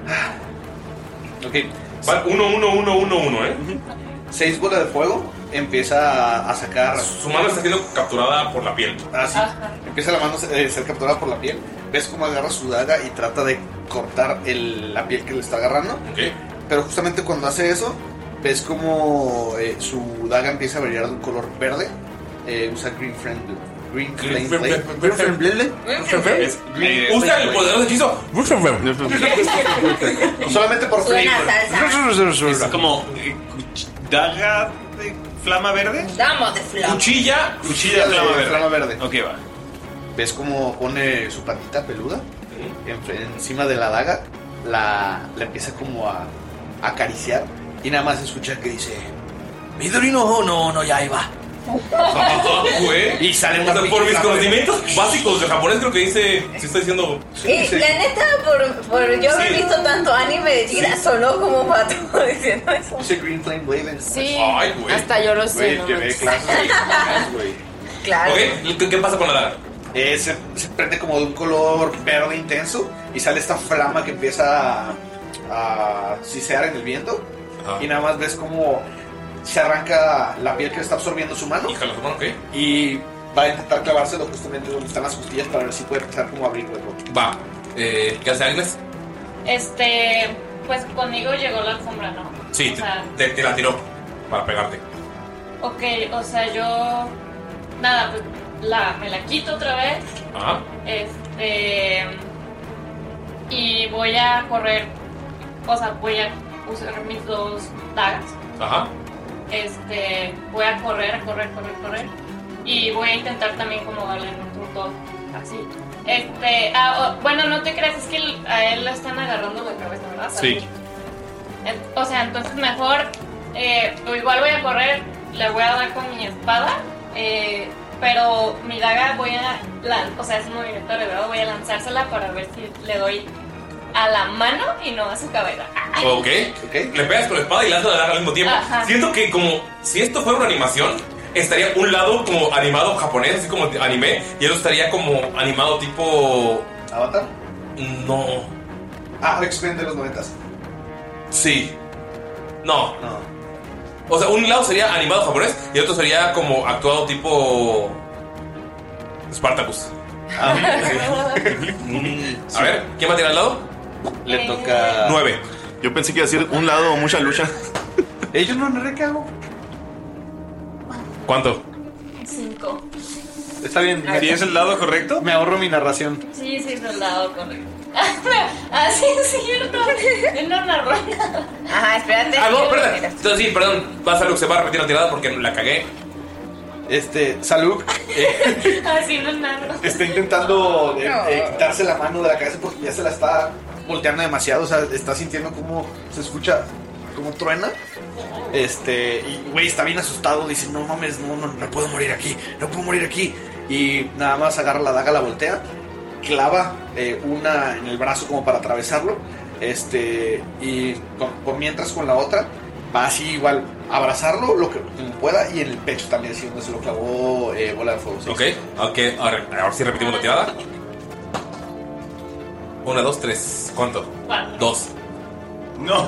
Ah. Ok. Va 1, 1, 1, 1, 1, ¿eh? Seis bolas de fuego. Empieza a- a sacar. Su mano está siendo capturada por la piel. Así. Empieza la mano a eh, ser capturada por la piel. Ves cómo agarra su daga y trata de cortar el- la piel que le está agarrando. Pero justamente cuando hace eso, ves cómo eh, su daga empieza a brillar de un color verde. Eh, usa Green Flame Blade. Green Flame Flame- Blade. Flame- Green Flame Blade. Flame- Flame- Es Green Eh, Usa Flame el Blade. poderoso hechizo. Solamente por Suena flavor. salsa. Es como eh, cuch- daga de flama verde. Damos de flama. Cuchilla. Cuchilla de flama verde. Ok, va. ¿Ves cómo pone su patita peluda en- encima de la daga? la, la empieza como a, a acariciar y nada más escucha que dice, Midori no, no, no, ya iba. Güey. Y sale una O sea, por mis pizza, conocimientos básicos de japonés, creo que dice. Si está diciendo. Y la neta, por, por yo haber visto tanto anime de chiquita, sonó como pato diciendo eso. Dice Green Flame Wave. Sí, Ay, güey. hasta yo lo sé, Güey, no que manches. ve clases de japonés, güey. Claro. ¿qué, pasa con la daga? Eh, se, se prende como de un color verde intenso y sale esta flama que empieza a, a sisear en el viento. Y nada más ves como se arranca la piel que está absorbiendo su mano. Y va a intentar clavárselo justamente donde están las costillas para ver si puede empezar como a abrir hueco. Va. Eh, ¿Qué hace Agnes? Este, pues conmigo llegó la alfombra, ¿no? Sí, O sea, te, te la tiró para pegarte. ok, o sea, yo. Nada, pues la, me la quito otra vez. Ajá. Este. Y voy a correr. O sea, voy a usar mis dos dagas. Ajá. Este. Voy a correr, a correr, correr, correr. Y voy a intentar también como darle un truco así. Este. ah, o- bueno, no te creas, es que el- a él lo están agarrando la cabeza, ¿verdad? Sí. En- O sea, entonces mejor. eh, o igual voy a correr, le voy a dar con mi espada. eh, pero mi daga voy a. lan- o sea, es un movimiento de verdad, voy a lanzársela para ver si le doy a la mano y no a su cabeza. Ah, Ok. Le pegas con la espada y lanzas la daga al mismo tiempo. Ajá. Siento que, como si esto fuera una animación, estaría un lado como animado japonés, así como anime, y el otro estaría como animado tipo. ¿Avatar? No. Ah, X-Men de los noventas. Sí. No. O sea, un lado sería animado japonés y el otro sería como actuado tipo. Spartacus. Ah, Ah. Mm. A ver, ¿quién va a tirar al lado? Le toca. Nueve. Yo pensé que iba a decir un lado o mucha lucha. Ellos no me recago. ¿Cuánto? Cinco. Está bien. Ah, ¿Si es el lado correcto? Me ahorro mi narración. Sí, sí, es del lado correcto. Así es cierto. Él no narró nada. Ajá, espérate. Ah, no, perdón. Entonces, sí, perdón. Vas a Luke, se va a repetir la tirada porque la cagué. Este, salud. eh, Así Ah, no narró. está intentando eh, No. eh, quitarse la mano de la cabeza porque ya se la está volteando demasiado. O sea, está sintiendo como se escucha, como truena. Este, y güey, está bien asustado. Dice: No mames, no, no, no puedo morir aquí, no puedo morir aquí. Y nada más agarra la daga, la voltea, clava eh, una en el brazo como para atravesarlo. Este, y con- por mientras con la otra, va así igual, abrazarlo lo que como pueda y en el pecho también, así donde se lo clavó eh, bola de fuego. sí. Ok, ok. Ahora, ahora sí repetimos la tirada. Una, dos, tres. ¿Cuánto? Cuatro. Dos. No.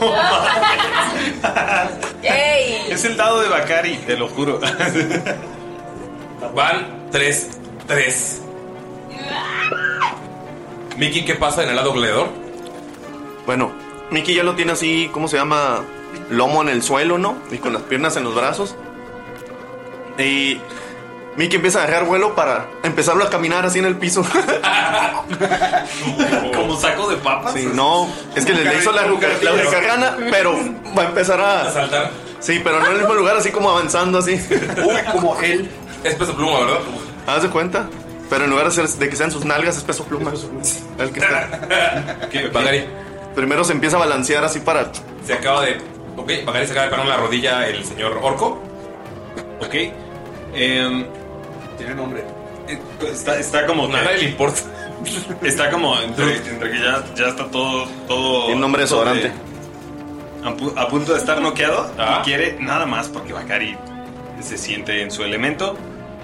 Es el dado de Bakari, te lo juro. Van tres, tres. Mickey, ¿qué pasa en el lado gladiador? Bueno, Mickey ya lo tiene así, ¿cómo se llama? Lomo en el suelo, ¿no? Y con las piernas en los brazos. Y Mickey empieza a agarrar vuelo para empezarlo a caminar así en el piso. Como saco de papas. Sí, no, es que le, le hizo la, ruca- la huracana, pero va a empezar a... saltar. Sí, pero no en el mismo lugar, así como avanzando así. como él. Es peso pluma, ¿verdad? Haz de cuenta. Pero en lugar de, ser- de que sean sus nalgas, es peso pluma. El que está. Bagari. Primero se empieza a balancear así para. Se acaba de. Ok, Bagari se acaba de parar en la rodilla el señor Orco. Ok. em, eh, Tiene nombre. Está, está como. Nada le importa. Está como entre, entre que ya, ya está todo. todo Tiene nombre todo desodorante. de- a, pu- a punto de estar noqueado. Ah. Y quiere nada más porque Bakari se siente en su elemento.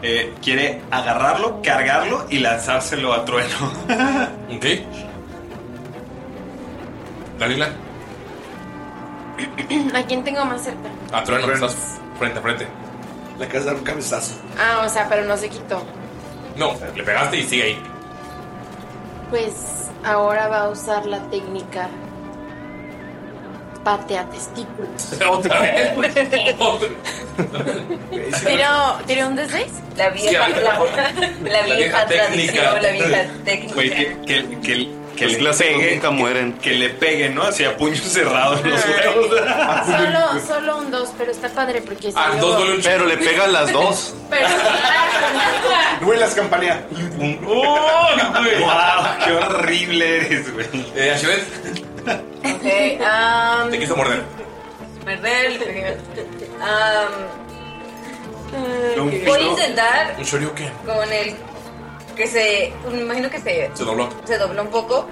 eh, quiere agarrarlo, cargarlo y lanzárselo a trueno. Ok. Dalila, ¿A quién tengo más cerca? a Trueno, estás frente a frente. La casa de un cabezazo. Ah, o sea, pero no se quitó. No, le pegaste y sigue ahí. Pues ahora va a usar la técnica patea testículos. Otra vez. ¿Tiro, tiro un desliz? La vieja, Sí, la, la La vieja vieja técnica. tradición, la vieja técnica. Güey, que, que, que, que le pegue, nunca mueren. Que, que le peguen, ¿no? Hacia puño cerrado en los huevos. Solo, solo un dos, pero está padre porque Ah, salió- dos duele un chingo. Pero le pegan las dos. Pero Duele las campanillas. ¡Oh, güey! ¡Wow! ¡Qué horrible eres, güey! Eh, Ashibet. Ok, ah, Te quiso morder. perder el experimento. Ah, Lo mm, humilló. voy a intentar ¿Un shoryuken? con el que se. Me imagino que se, Se dobló. se dobló un poco.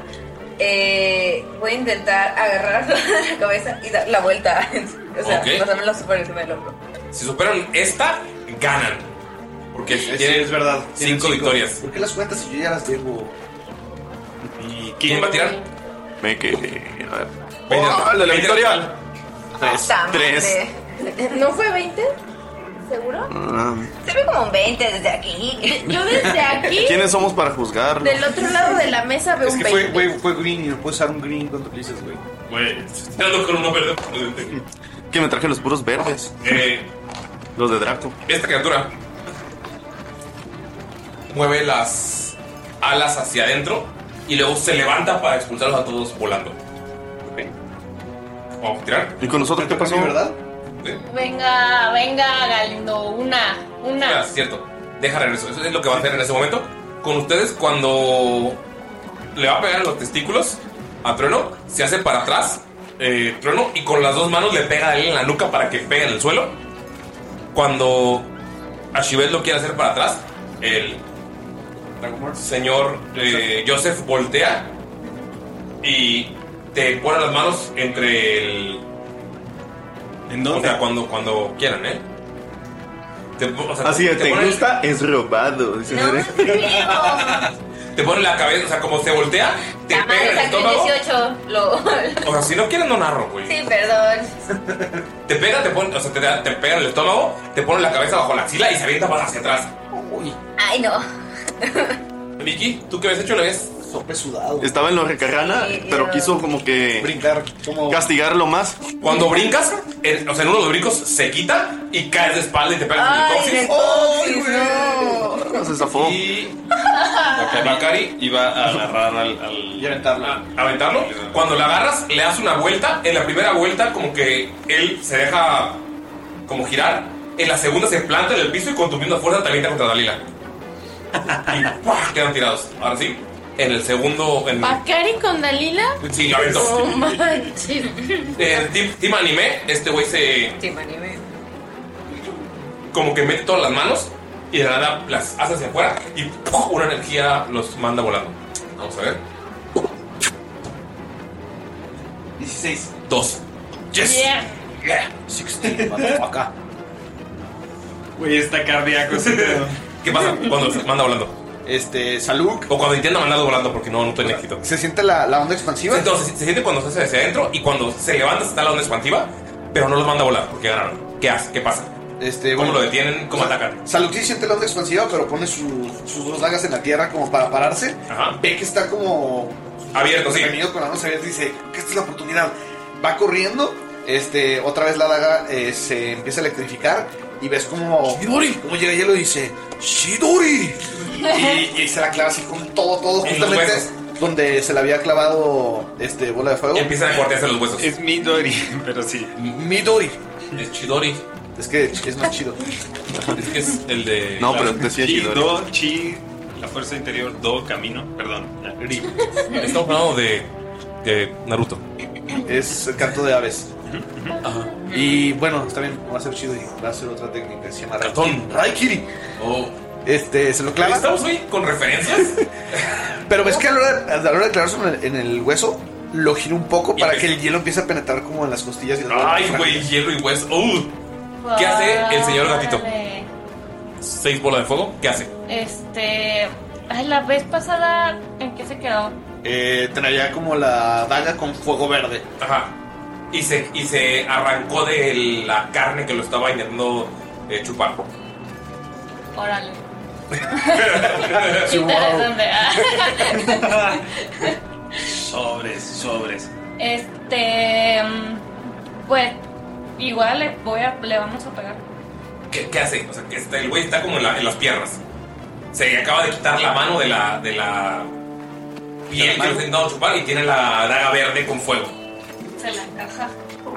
Eh, voy a intentar agarrar la cabeza y dar la vuelta. o sea, Ok. pasármela super encima del hombro. Si superan esta, ganan. Porque tienen es verdad. cinco, victorias. ¿Por qué las cuentas si yo ya las debo? ¿Y quién va a tirar? Me quedé. ¡Oh, la victoria! Ah, Tres. Tres. ¿No fue 20? ¿Seguro? Ah, Se ve como un 20 desde aquí. Yo desde aquí, ¿Quiénes somos para juzgar? del otro lado de la mesa, veo Es un que fue, 20. güey, fue green y no puedes usar un green cuando le dices, güey. Güey, tirando con uno verde. Que me traje los puros verdes. Los de Draco. Eh, Esta criatura mueve las alas hacia adentro y luego se levanta para expulsarlos a todos volando. Ok. Vamos a tirar. ¿Y con nosotros qué pasó? ¿Verdad? Venga, venga, Galindo, una, Ah, una. es cierto. Deja regreso. Eso es lo que va a hacer en ese momento. Con ustedes, cuando le va a pegar en los testículos a Trueno, se hace para atrás eh, Trueno y con las dos manos le pega a él en la nuca para que pegue en el suelo. Cuando Ashibet lo quiere hacer para atrás, el señor eh, Joseph voltea y te pone las manos entre el. ¿En dónde? O sea, cuando, cuando quieran, ¿eh? Te, o sea, Así es, te pone- gusta, es robado. dice Andrés. te pone la cabeza, o sea, como se voltea, te pega en el Saqué estómago. 18. Lo... O sea, si no quieres, no narro, güey. sí, perdón. Te pega, te pone, o sea, te, da- te pega en el estómago, te pone la cabeza bajo la axila y se avienta para hacia atrás. Ay, no. Vicky, ¿tú qué habías hecho? ¿Lo habías sope sudado? Estaba en los recargana, pero quiso como que. Brincar, Castigarlo más. Cuando brincas, el- o sea, en uno de los brincos se quita y caes de espalda y te pegas en el Ay, coxis. de coxis, no. Se zafó. Ok, Bakari iba a agarrar al. al aventarlo. aventarlo. Cuando la agarras, le das una vuelta. En la primera vuelta, como que él se deja como girar. En la segunda se planta en el piso y con tu misma fuerza te avienta contra Dalila. Y ¡pua! quedan tirados. Ahora sí, en el segundo. En, ¿Bakari con Dalila? sí, lo aventó. No manches. Eh, team, team anime, este güey se. Sí, me animé. como que mete todas las manos y de la nada las hace hacia afuera y ¡pum! una energía los manda volando. Vamos a ver. 16. 2. Yes. Yeah. Yeah. 16, acá. Güey, está cardíaco ese pedo. ¿Qué pasa cuando se manda volando? Este, Saluk. O cuando intenta mandarlo volando porque no, no tiene éxito. ¿Se siente la, la onda expansiva? Entonces, se siente cuando se hace hacia adentro y cuando se levanta está la onda expansiva, pero no los manda a volar porque ganaron. ¿Qué hace? ¿Qué pasa? Este, ¿Cómo bueno. lo detienen? ¿Cómo atacan? Saluk sí siente la onda expansiva, pero pone su- sus dos dagas en la tierra como para pararse. Ve que está como. Abierto, sí. Venido con la mano abierta y dice: que Esta es la oportunidad. Va corriendo. Este, otra vez la daga eh, se empieza a electrificar. Y ves como. ¡Shidori! Como llega hielo y dice: ¡Shidori! Y, y se la clava así con todo, todo, En los justamente donde se la había clavado este bola de fuego. Empiezan a cortarse los huesos. Es Midori, pero sí. Midori. Es Chidori. Es que es más chido. Es que es el de. No, pero decía Chi, Chidori. Do, Chi, la fuerza interior, Do, camino, perdón. ya, Ri. Estamos hablando de, de Naruto. Es el canto de aves. Y bueno, está bien, va a ser chido y va a ser otra técnica. que Se llama Raikiri. Raikiri. Oh. Este, se lo clava. Estamos hoy con referencias. Pero ves que a la hora de, a la hora de clavarse en el, en el hueso, lo gira un poco para que el hielo empiece a penetrar como en las costillas. y las Ay, bolas. güey, hielo y hueso. ¡Uh! ¿Qué hace el señor gatito? Órale. Seis bolas de fuego. ¿Qué hace? Este. Ay, la vez pasada, ¿en qué se quedó? Eh, traía como la daga con fuego verde. Ajá. Y se, y se arrancó de la carne que lo estaba intentando eh, chupar. Órale. Interesante. ah. Sobres, sobres. este. mm, Pues, igual le, voy a, le vamos a pegar. ¿Qué, qué hace? O sea, que está- el güey está como en, la- en las piernas. Se acaba de quitar la mano de la, de la piel que lo está intentando chupar y tiene la daga verde con fuego. Se la encaja.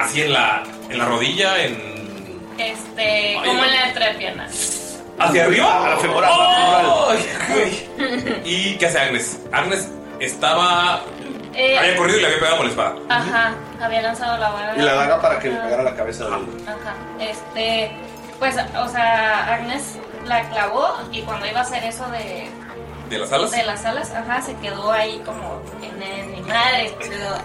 Así en la, en la rodilla, en Este. Ay, como no. en la entrepierna. ¿Hacia arriba? A la femoral, ¡Oh! a la Ay, güey. ¿Y qué hace Agnes? Agnes estaba Eh, Había corrido y le había pegado con la espada. Ajá, había lanzado la vara. Y la daga para que le pegara la cabeza del. Ajá, este, pues, o sea, Agnes la clavó y cuando iba a hacer eso de... ¿De las alas? De las alas, ajá, se quedó ahí como en, en mi madre. pero-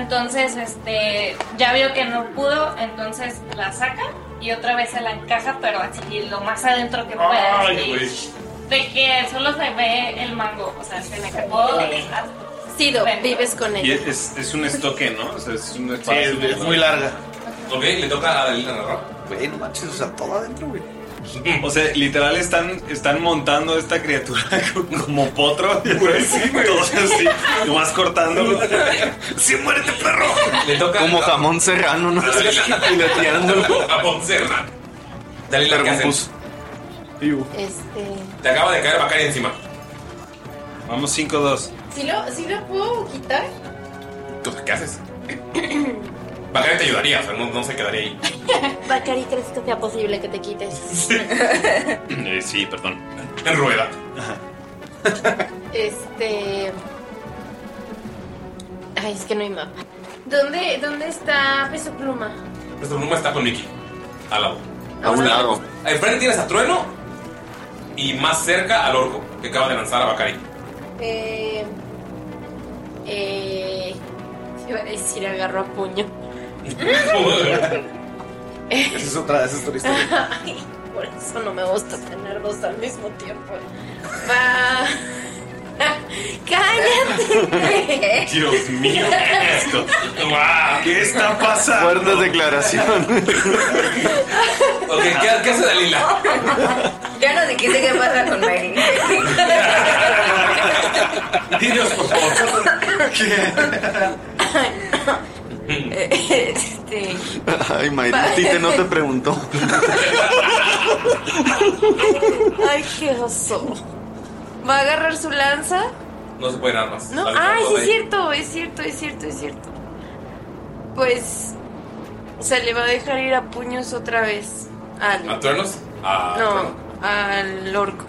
Entonces, este, ya vio que no pudo, entonces la saca y otra vez se la encaja, pero así lo más adentro que pueda. así, de que solo se ve el mango, o sea, se le acabó de... Sido, vives con Y ella. es, es, es un estoque, ¿no? O sea, es una Sí, es- es muy larga. Ok, le toca a Adelina narrar. Güey, no manches, o sea, todo adentro, güey. O sea, literal están, están montando esta criatura co- como potro. Todos así, nomás cortándolo. ¡Sí, muérete, perro! Le toca Como jamón serrano, ¿no? Fileteándolo. A Ponserra. Dale la que haces. Este. Te acaba de caer Bacari encima. Vamos 5-2. ¿Sí lo, sí lo puedo quitar? ¿Qué haces? Bacari te ayudaría, o sea, no, no se quedaría ahí. Bacari, ¿crees que sea posible que te quites? Eh, sí, perdón. En rueda. Este. Ay, es que no hay mapa. ¿Dónde, dónde está Peso Pluma? Nuestro pluma está con Mickey. Al lado. A un lado. Enfrente tienes a Trueno y más cerca al orco que acaba de lanzar a Bacari. Eh. Eh. Iba a decir agarro a puño. Esa es otra, esa es otra historia. Ay, por eso no me gusta tener dos al mismo tiempo. Va. ¡Cállate! Dios mío, ¿qué es esto? ¡Guau! ¿Qué está pasando? Fuertes declaraciones. Ok, ¿qué, qué hace Dalila? Ya no dijiste qué pasa con Mary. Dinos, por favor. este. Ay, Mayra, Tite no te preguntó. Ay, qué oso. Va a agarrar su lanza. No se pueden armas. No, Las ay, están sí es todas ahí. cierto, es cierto, es cierto, es cierto. Pues se le va a dejar ir a puños otra vez al ¿A Truenos? A no, al orco.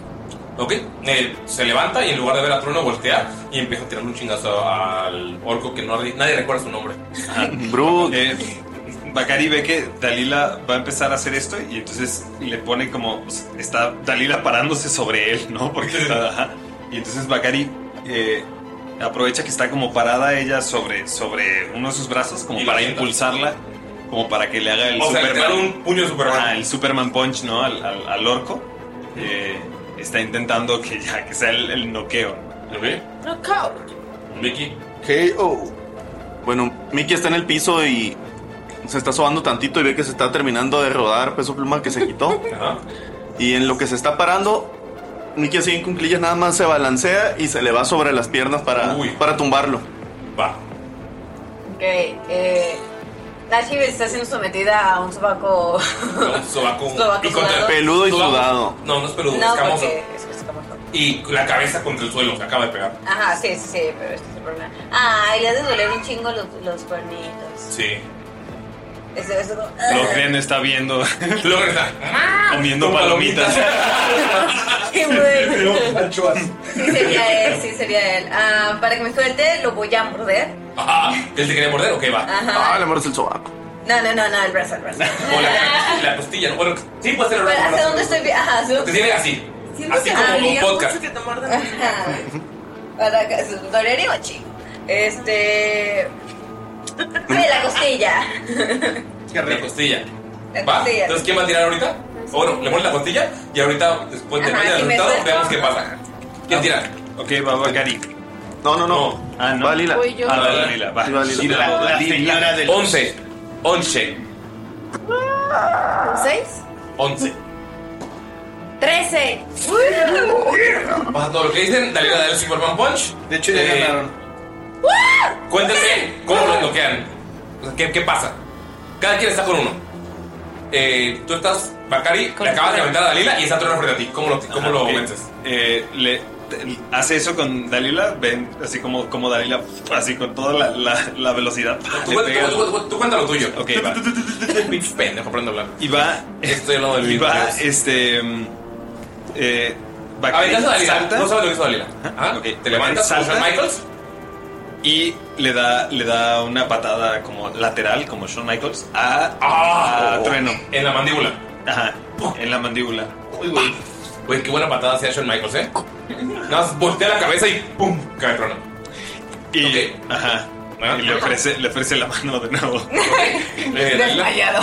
Ok, eh, se levanta y en lugar de ver a Trueno voltea y empieza a tirarle un chingazo al orco que no, nadie recuerda su nombre. Eh, Bro. Bacari ve que Dalila va a empezar a hacer esto y entonces le pone como. o sea, Está Dalila parándose sobre él, ¿no? Porque está. ajá. Y entonces Bacari eh, aprovecha que está como parada ella sobre, sobre uno de sus brazos, como para impulsarla, como para que le haga el O sea, Superman. literal, un puño de Superman. Ajá, el Superman Punch, ¿no? Al, al- al orco. Eh, está intentando que ya que sea el, el noqueo. No cao. Mickey. KO. Oh. Bueno, Mickey está en el piso y se está sobando tantito y ve que se está terminando de rodar peso pluma que se quitó. Y en lo que se está parando, Mickey así en cunclillas nada más se balancea y se le va sobre las piernas para, para tumbarlo. Va. Ok, eh. Nashi está siendo sometida a un sobaco. No, sobaco. Sobaco y contra- sudado. Peludo y sobaco- sudado. No, no es peludo, No, es camoso. porque es que es escamoso. Y la cabeza contra el suelo, se acaba de pegar. Ajá, sí, sí, sí, pero este es el problema. Ay, le hace doler un chingo los, los cuernitos. Sí. Eso, eso, como- Logren está viendo. Logren está comiendo palomitas. Qué bueno. Panchoas. Sí sería él, sí sería él. Ah, para que me suelte, lo voy a morder. Ajá. Él te quería morder, ok, va. Ajá. Ah, le muerde el sobaco. No, no, no, no, el brazo, el brazo. O la, la costilla, ¿no? Bueno, sí puede ser el Pero, brazo. ¿Hasta dónde estoy? vi- Ajá, ¿hasta Te dónde- tiene así. Siento Así que como dolería un podcast. mucho que te muerdan. Ajá. Para que dolería un chingo. Este. De la costilla. La costilla. La Va. costilla. Entonces, ¿quién va a tirar ahorita? O Bueno, le muerde la costilla y ahorita, después de Ajá, del si me resultado, suelto. veamos qué pasa. ¿Quién tira? Ok, va Bacari. No, no, no. Ah, no. Dalila. Voy yo. Ah, va Dalila. Va. Sí, va Dalila. Y la, La- la la señora del. 11. 11. ¿Un ¿Seis? 11. ¡Trece! Pasa todo lo que dicen. Dale, dale el Superman Punch. Eh, De hecho, ya ganaron. Cuéntame cómo lo bloquean. O sea, ¿qué, qué pasa? Cada quien está con uno. Eh, tú estás, Bakari, le acabas de aventar a Dalila y está Trueno frente a ti. ¿Cómo lo, cómo lo ok. vences? Eh, le, te- hace eso con Dalila. Ven así como, como Dalila, así con toda la, la, la velocidad. Tú, Le cuenta- pega. tú- tú- tú cuenta lo tuyo. Ok, va. Pinche pendejo, aprende a hablar. Y va. Estoy hablando del Y mismo. va, este. mm, Eh, Bacari Aventaste a Dalila. ¿Ah? salta. No sabes lo que hizo Dalila. Ajá, ok. Te levantas, Bacari usas Michaels. Y le da, le da una patada como lateral, como Shawn Michaels, a, a Trueno. Ah, oh, En la mandíbula. Ajá, en la mandíbula. Uy, güey. Güey, qué buena patada se ha hecho en Michaels, ¿eh? Nada más voltea la cabeza y ¡pum! Cae Trono. Y, ajá, y le, ofrece, le ofrece la mano de nuevo. Eh, Dalila, Desmayado.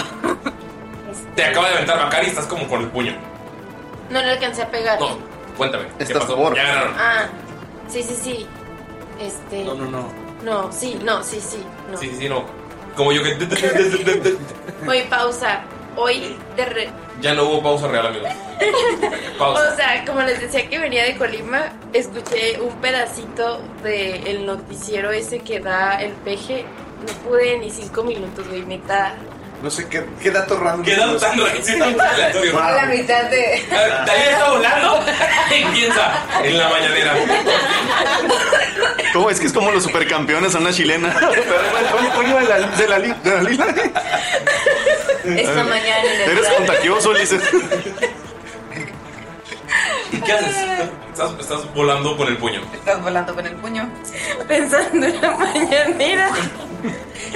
te acaba de aventar Macari y estás como con el puño. No le alcancé a pegar. No, cuéntame. ¿Qué Estás pasó? por- Ya ganaron. Ah, sí, sí, sí. Este. no, no. No, sí, no, sí, sí. No. Sí, sí, sí, no. Como yo que. Hoy pausa. Hoy de re- ya no hubo pausa real, amigos. Pausa. O sea, como les decía que venía de Colima, escuché un pedacito del noticiero ese que da el peje. No pude ni cinco minutos, güey, neta. No sé qué, qué dato random. Qué dato tan random, sí, tan aleatorio. Wow. La mitad de. Dalila Ah, está volando y piensa en la mañanera. ¿Cómo? Es que es como los supercampeones a una chilena. Pero el coño de la, de la, li- de la lila. Esta mañana en el Eres radio. contagioso, Ulises. ¿Qué haces? Estás, estás volando con el puño. Estás volando con el puño. Pensando en la mañanera.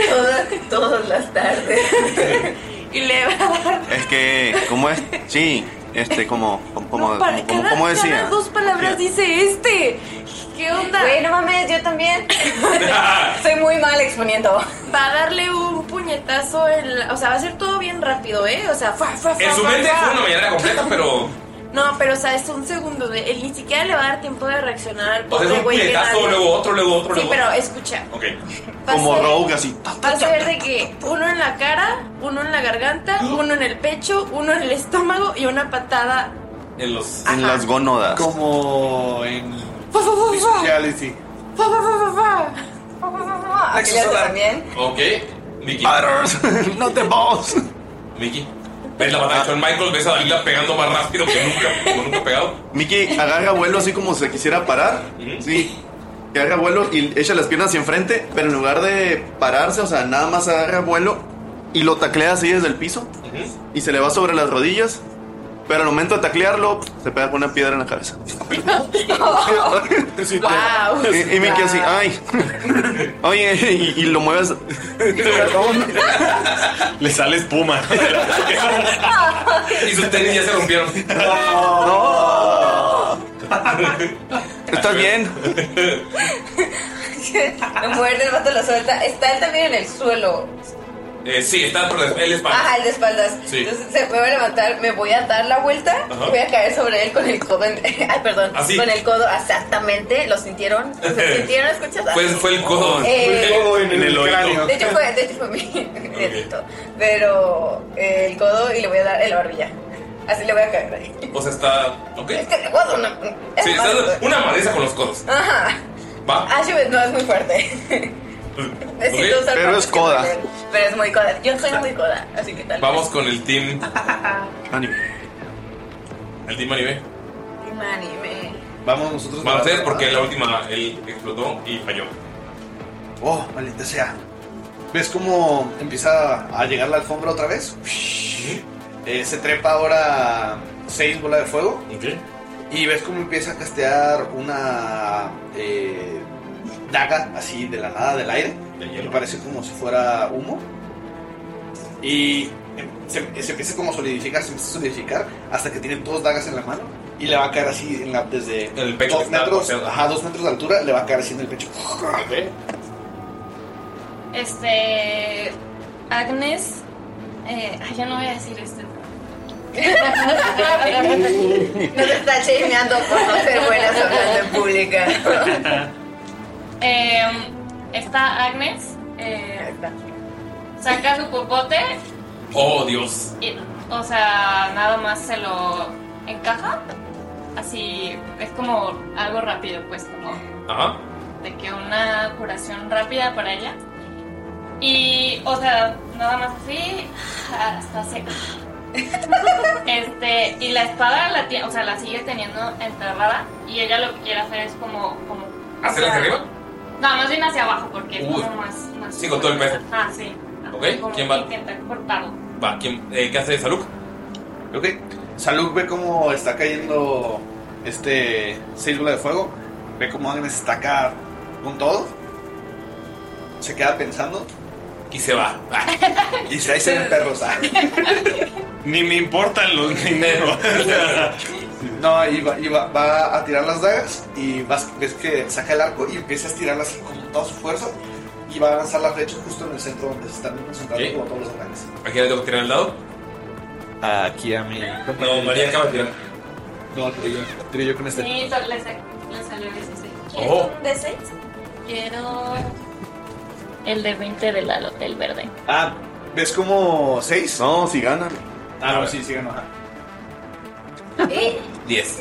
Todas, todas las tardes. Y le va a dar Es que, ¿cómo es? Sí, este, como, como, como, para como- cada, como cada decía. dos palabras dice este. ¿Qué onda? Güey, no mames, yo también. Soy muy mal exponiendo. Va a darle un puñetazo en la- O sea, va a ser todo bien rápido, ¿eh? O sea, fa, fa, fa, En su fa, mente fa. fue una mañanera completa, pero. No, pero o sea, es un segundo. de- Él ni siquiera le va a dar tiempo de reaccionar al O sea, pobre es un güey que puñetazo, nadie- luego otro, luego otro, Sí, luego pero otro. escucha. Ok. Va a ser- así. Va a ser de que uno en la cara, uno en la garganta, uno en el pecho, uno en el estómago y una patada. En los. En las gónodas. Como en. Fa, fa, fa, fa. Reality. Fa, fa, fa, fa, fa. Aquí le hace también. Ok. Mickey. no te vamos. Mickey. Ves la batalla de Shawn Michaels, ves a Dalila pegando más rápido que nunca, como nunca ha pegado. Mickey agarra vuelo así como se quisiera parar. Sí. Que agarra vuelo y echa las piernas hacia enfrente, pero en lugar de pararse, o sea, nada más agarra vuelo y lo taclea así desde el piso y se le va sobre las rodillas. Pero al momento de taclearlo, se pega con una piedra en la cabeza. Oh, Guau. Y, y Mickey así, ay. Oye, y, y lo mueves. Le sale espuma. Y sus tenis ya se rompieron. ¿Estás bien? Lo muerde, el vato lo suelta. Está él también en el suelo. Eh, sí, está por el espalda. Ajá, el de espaldas. Sí. Ah, Entonces se puede levantar, me voy a dar la vuelta, Ajá. voy a caer sobre él con el codo. en- Ay, perdón. Así. Eh. Con el codo, exactamente. ¿Lo sintieron? ¿Lo sintieron? ¿Escuchas? Fue, fue el codo. Eh, Fue en el oído. De hecho fue, de hecho fue mi mi dedito. Pero eh, el codo y le voy a dar en la barbilla. Así le voy a caer. ahí. O sea, está. Ok. Es que le voy a dar una. Sí, está una maleza con los codos. Ajá. Va. Ashibet Ah, no es muy fuerte. Necesito Ok. usar Pero es partes que coda. me duelen. Pero es muy coda. Yo soy muy coda, así que tal. Ah, Vamos con el team. El team anime. Un anime. Vamos nosotros. Van ustedes porque la última él explotó y falló. Oh, maldita sea. ¿Ves cómo empieza a llegar la alfombra otra vez? Eh, se trepa ahora seis bolas de fuego. Y ves cómo empieza a castear una eh, daga así de la nada del aire. Que parece como si fuera humo. Y em- se, se empieza como a solidificar, se empieza a solidificar hasta que tiene dos dagas en la mano. Y le va a caer así en la- desde El pecho dos está metros, golpeado. ajá, dos metros de altura, le va a caer así en el pecho. Este. Agnes. Eh, ay, yo no voy a decir este. No te está chismeando por no ser buena hablando en pública. Eh, está Agnes. eh, saca su popote. Oh, Dios. Y, o sea, nada más se lo encaja. Así. Es como algo rápido, pues, como Ajá. de que una curación rápida para ella. Y, o sea, nada más así, hasta se... Este, y la espada la tie- o sea, la sigue teniendo enterrada y ella lo que quiere hacer es como... como ¿Hacerla hacia arriba? no, más bien hacia abajo porque es Uy. como más... más Sí, con todo el peso. Ah, sí. Ok, Como ¿quién va? Intentar cortarlo. Va, ¿quién, eh, ¿qué hace Saluk? Ok. Salud ve cómo está cayendo este célula de fuego. Ve cómo Agnes está acá con todo. se queda pensando y se va. y se dice el perro. Ni me importan los dineros. no, y, va, y va- va a tirar las dagas y vas- ves que saca el arco y empiezas a tirarlas con toda su fuerza y va a lanzar la flecha justo en el centro donde se están concentrando Ok. como todos los ataques. ¿A quién le tengo que tirar el dado? Aquí a mí. No, María acaba de tirar. No, tiré yo, tiré yo con este. Sí, to- le sa- le salió 16. Oh. ¿De 6? Quiero el de 20 del al- del verde. Ah, ¿ves como 6? No, si gana. Ah, no, sí, sí ganó. ajá. eh, 10.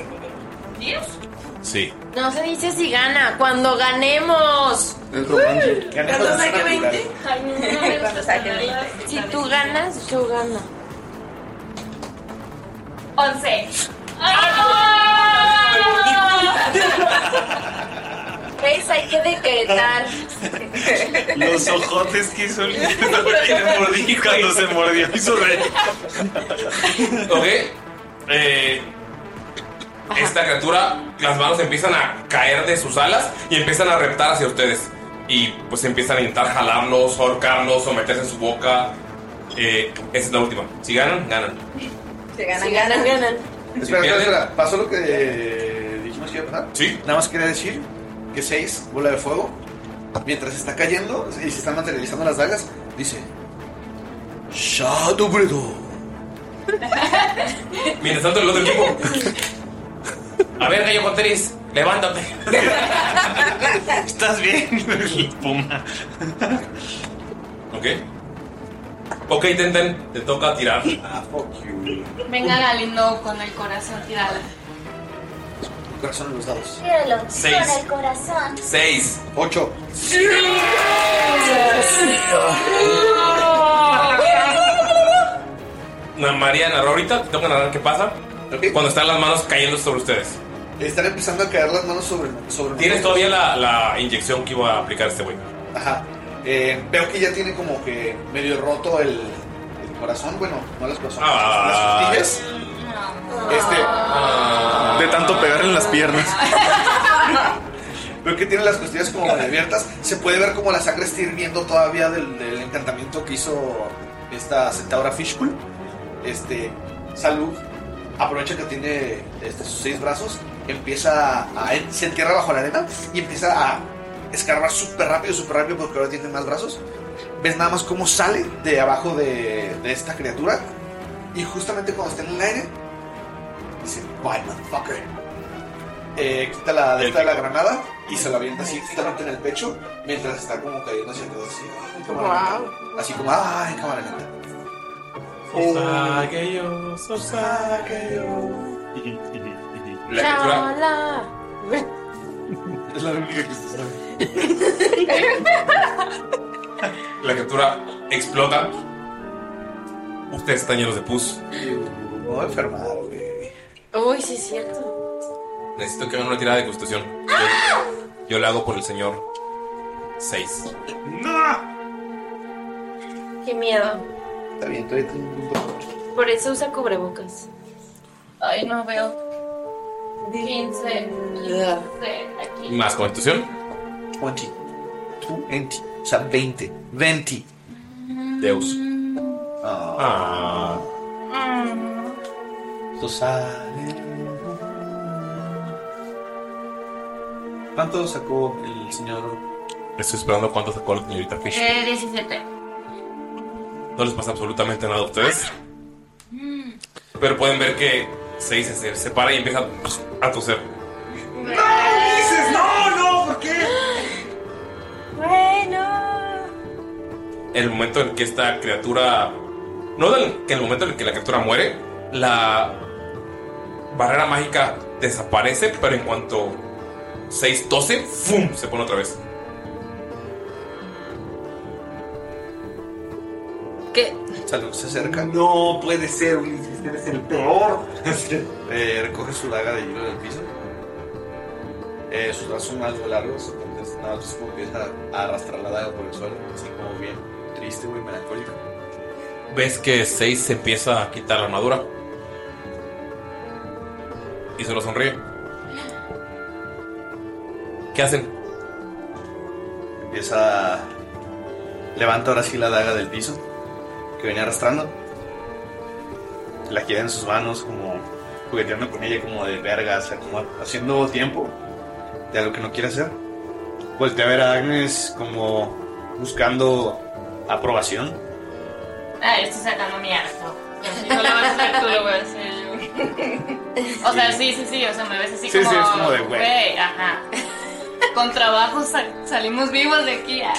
Sí. No se dice si gana, cuando ganemos. Es romance. ¿Cuando saque 20? Ay, no, no me gusta nada. Si tú ganas, yo gano. 11. Ah, ¿Ves? Hay que decretar. Los ojotes que hizo el mordí cuando se mordió. Hizo re. Ok. eh, esta criatura, las manos empiezan a caer de sus alas y empiezan a reptar hacia ustedes. Y pues empiezan a intentar jalarlos, ahorcarlos o meterse en su boca. Eh, esa es la última. Si ganan, ganan. Se ganan, Si ganan, ganan, ganan. Espera, espera, espera. ¿Pasó lo que eh, dijimos que iba a pasar? Sí. Nada más quería decir que 6, bola de fuego, mientras está cayendo y se están materializando las dagas, dice... Shadow Bredo. Mientras tanto, el otro equipo. A ver, Gallo Conteris, levántate. ¿Estás bien? Puma. Ok. Ok, Tenten, te toca tirar. Venga, Galindo, con el corazón tirado. Corazón en los dados. Tíralo. Seis. con el corazón. 6. 8. María narró ahorita, te toca narrar qué pasa. Cuando están las manos cayendo sobre ustedes. Están empezando a caer las manos sobre... sobre Tienes nosotros. todavía la, la inyección que iba a aplicar este güey. Ajá. Eh, veo que ya tiene como que medio roto el, el corazón. Bueno, no las corazones, Ah. las costillas. Este. De tanto pegarle en las piernas. Veo que tiene las costillas como abiertas. Se puede ver como la sangre está hirviendo todavía del, del encantamiento que hizo esta centaura Fishpool. Este. Salud. Aprovecha que tiene este, sus seis brazos. Empieza a. en- Se entierra bajo la arena y empieza a escarbar súper rápido, súper rápido porque ahora tiene más brazos. Ves nada más cómo sale de abajo de, de esta criatura. Y justamente cuando está en el aire, dice: Bye, motherfucker. Eh, quita la de esta de la granada y se la avienta así justamente en el pecho mientras está como cayendo hacia atrás. Así, "Ay, cámara lenta". así como, ay, cámara lenta. Sosageyo, La criatura Es la única que se sabe. La criatura explota. Ustedes están llenos de pus. No enfermado, güey. Uy, sí es cierto. Necesito que hagan una tirada de constitución. Yo, yo la hago por el señor 6. Qué miedo. Está bien, todavía tiene un punto. Por eso usa cubrebocas. Ay, no veo. 15. 15. Aquí. Más constitución. 20. 20. O sea, 20. 20. Deus. Ah. Tú sabes. ¿Cuánto sacó el señor? Estoy esperando cuánto sacó la señorita Fish. Eh, 17. No les pasa absolutamente nada a ustedes. Mm. Pero pueden ver que 6 se separa y empieza a toser. ¡No! ¡Dices no, no! ¿Por qué? Bueno. el momento en que esta criatura. No del, que el momento en que la criatura muere, la barrera mágica desaparece, pero en cuanto 6 12, ¡fum! se pone otra vez. ¿Qué? Salud se acerca. No puede ser, Ulises, eres el peor. Eh, recoge su daga de hielo del piso. Eh, sus brazos son algo largos, entonces nada más como empieza a arrastrar la daga por el suelo, así como bien triste, güey, melancólico. Ves que 6 se empieza a quitar la armadura. Y se lo sonríe. ¿Qué hacen? Empieza Levanta ahora sí la daga del piso que venía arrastrando. La queda en sus manos, como jugueteando con ella, como de verga, o sea, como haciendo tiempo de algo que no quiere hacer. Voltea a ver a Agnes como buscando aprobación. Ah, yo estoy sacando mi arco. No lo vas a hacer tú, lo voy a hacer yo. O sea, sí, sí, sí, o sea, me ves así Sí, como... sí, es como de güey. ajá. Con trabajo sal- salimos vivos de aquí. ah.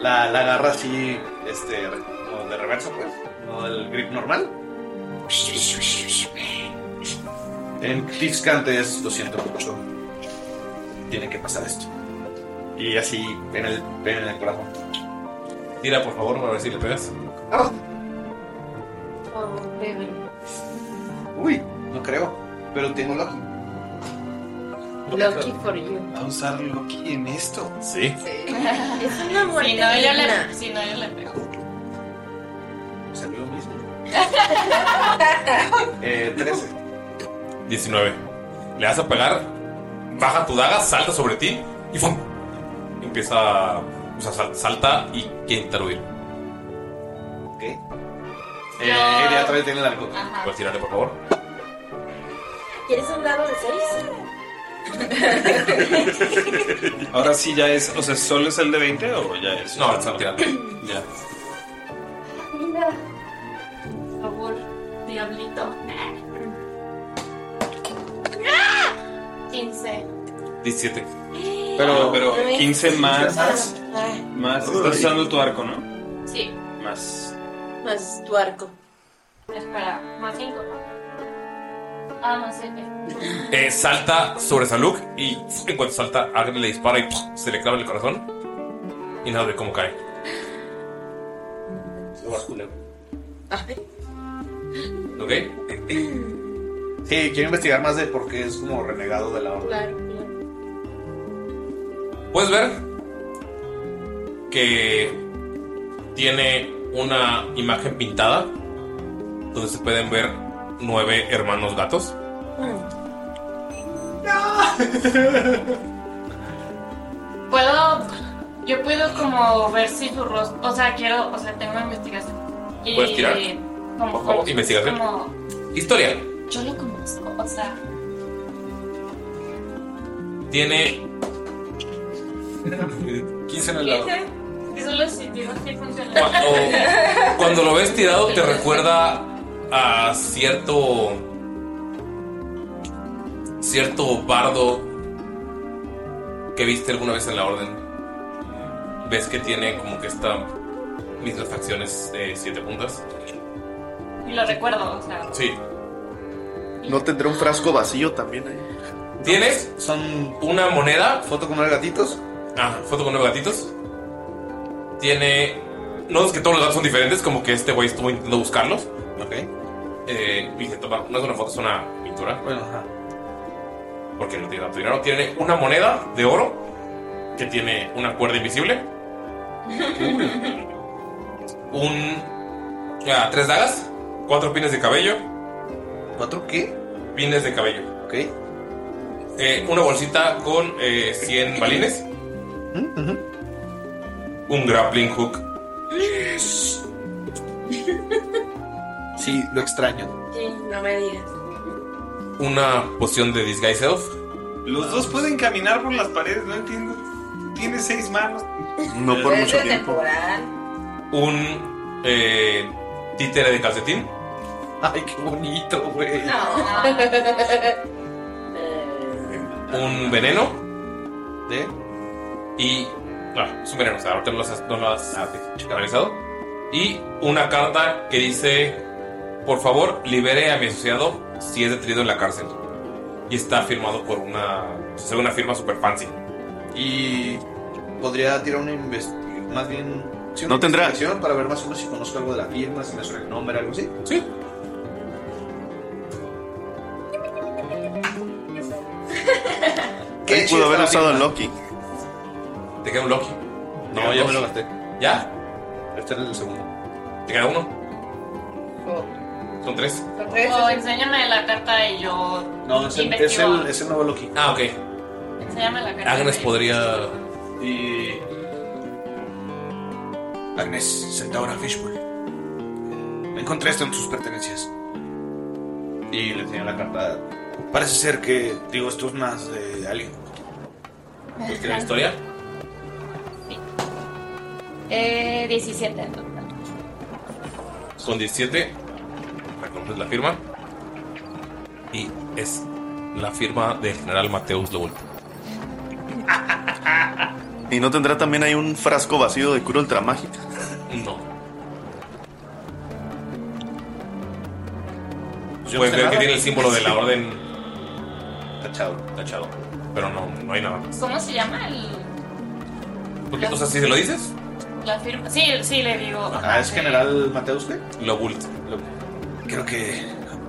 La, la agarra así, este, re- como de reversa, pues, no del grip normal. En Cliffs Cantes, lo siento mucho. Tiene que pasar esto. Y así, en el, en el corazón. Tira, por favor, para ver si le pegas. Oh, Uy, no creo, pero tengo Loki. Lucky for you. ¿Va a usar Loki en esto? Sí. Es una muerte. Si no, yo digna. le, si no, yo le pego. Salió lo mismo. Eh, 13. 19. Le vas a pegar, baja tu daga, salta sobre ti y ¡fum! Empieza. O sea, sal- salta y quiere interruir. Ok. Eh, Elia todavía tiene el arco. Ajá. Puedes tirarle, por favor. ¿Quieres un dado de seis? Ahora sí ya es, o sea, ¿solo es el de 20 o ya es? No, está tirando. Ya. Mira. Por favor, diablito. 15. 17. Pero, pero Ay. 15 más. Ah, Más. Estás usando tu arco, ¿no? Sí, Más. más tu arco. espera, más 5. Ah, más 7. Eh, salta sobre Saluk y ¡fum! en cuanto salta, Agnes le dispara y ¡pum! se le clava en el corazón. Y nada, ve cómo cae. ¿Ok? Sí, quiero investigar más de por qué es como renegado de la orden. Claro, Puedes ver que tiene una imagen pintada donde se pueden ver nueve hermanos gatos. Puedo. Yo puedo como ver si su rostro. O sea, quiero. O sea, tengo una investigación. Y, Puedes tirar. Como, Por favor, como- investigación. como- Historia. yo lo conozco. O sea, Tiene 15 en el lado. ¿qué es solo si digo que funciona. Cuando lo ves tirado te recuerda a cierto cierto bardo que viste alguna vez en la orden. Ves que tiene como que esta mismas facciones de eh, siete puntas. Y lo recuerdo, o sea. Sí. ¿No tendré un frasco vacío también ahí? Tienes son una moneda. Foto con nueve gatitos. Ah, foto con nueve gatitos. Tiene. No es que todos los datos son diferentes, como que este güey estuvo intentando buscarlos. Ok. Eh, y se toma- no es una foto, es una pintura. Bueno, ajá. Porque no tiene tanto dinero. Tiene una moneda de oro que tiene una cuerda invisible. Un. ah, tres dagas. Cuatro pines de cabello. ¿Cuatro qué? Pines de cabello. Ok. Eh, una bolsita con eh, 100 balines. Un grappling hook. Sí, lo extraño. Sí, no me digas. Una poción de Disguise Self. Los dos pueden caminar por las paredes, no entiendo. Tiene seis manos. No por mucho tiempo. Temporal. Un eh, títere de calcetín. Ay, qué bonito, güey. Un veneno. ¿De? Y. Ah, es un veneno, o sea, ahorita no lo has, no lo has Ah, analizado. Y una carta que dice: Por favor, libere a mi asociado si es detenido en la cárcel. Y está firmado por una. Se ve una firma super fancy. Y podría tirar una investigación. Más bien. sí, una No tendrá. investigación Para ver más o menos si conozco algo de la firma, si me suena el nombre, algo así. Sí. Qué Él pudo haber usado el Loki. ¿Te queda un Loki? No, ya me lo gasté. ¿Ya? Este era el segundo. ¿Te queda uno? Son tres. O enséñame la carta y yo. No, es el, es investigo. el, es el nuevo Loki. Ah, ok. Enséñame la carta. Agnes podría. Y. Agnes Centaura Fishbowl. Encontré esto en sus pertenencias. Y le enseñó la carta. Parece ser que, digo, esto es más de alguien. ¿Viste la historia? Eh, 17 en total. Con 17, reconoces la firma. Y es la firma del general Mateus Lowell. ¿Y no tendrá también ahí un frasco vacío de cura ultramágica? No. no Puedes ver sé que nada. tiene el símbolo de la orden tachado. Tachado. Pero no, no hay nada más. ¿Cómo se llama el, Porque, o sea, si se lo dices, la firma? Sí, sí, le digo. Ah, es general Mateus, ¿qué? lo bult. Creo que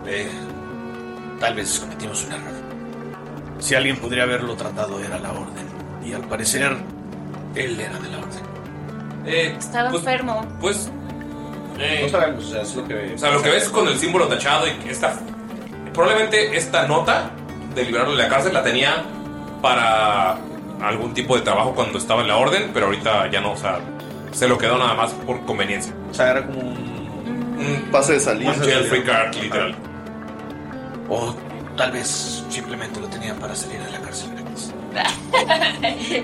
eh, tal vez cometimos un error. Si alguien podría haberlo tratado era la orden. Y al parecer, él era de la orden. Eh, Estaba enfermo. Pues. eh, no sabemos, o sea, es lo que. O sea, lo que ves con el símbolo tachado y que esta. Probablemente esta nota de liberarlo de la cárcel la tenía para algún tipo de trabajo cuando estaba en la orden, pero ahorita ya no, o sea, se lo quedó nada más por conveniencia. O sea, era como un. Un pase de salida. Un jail free card, literal. O tal vez simplemente lo tenía para salir de la cárcel gratis.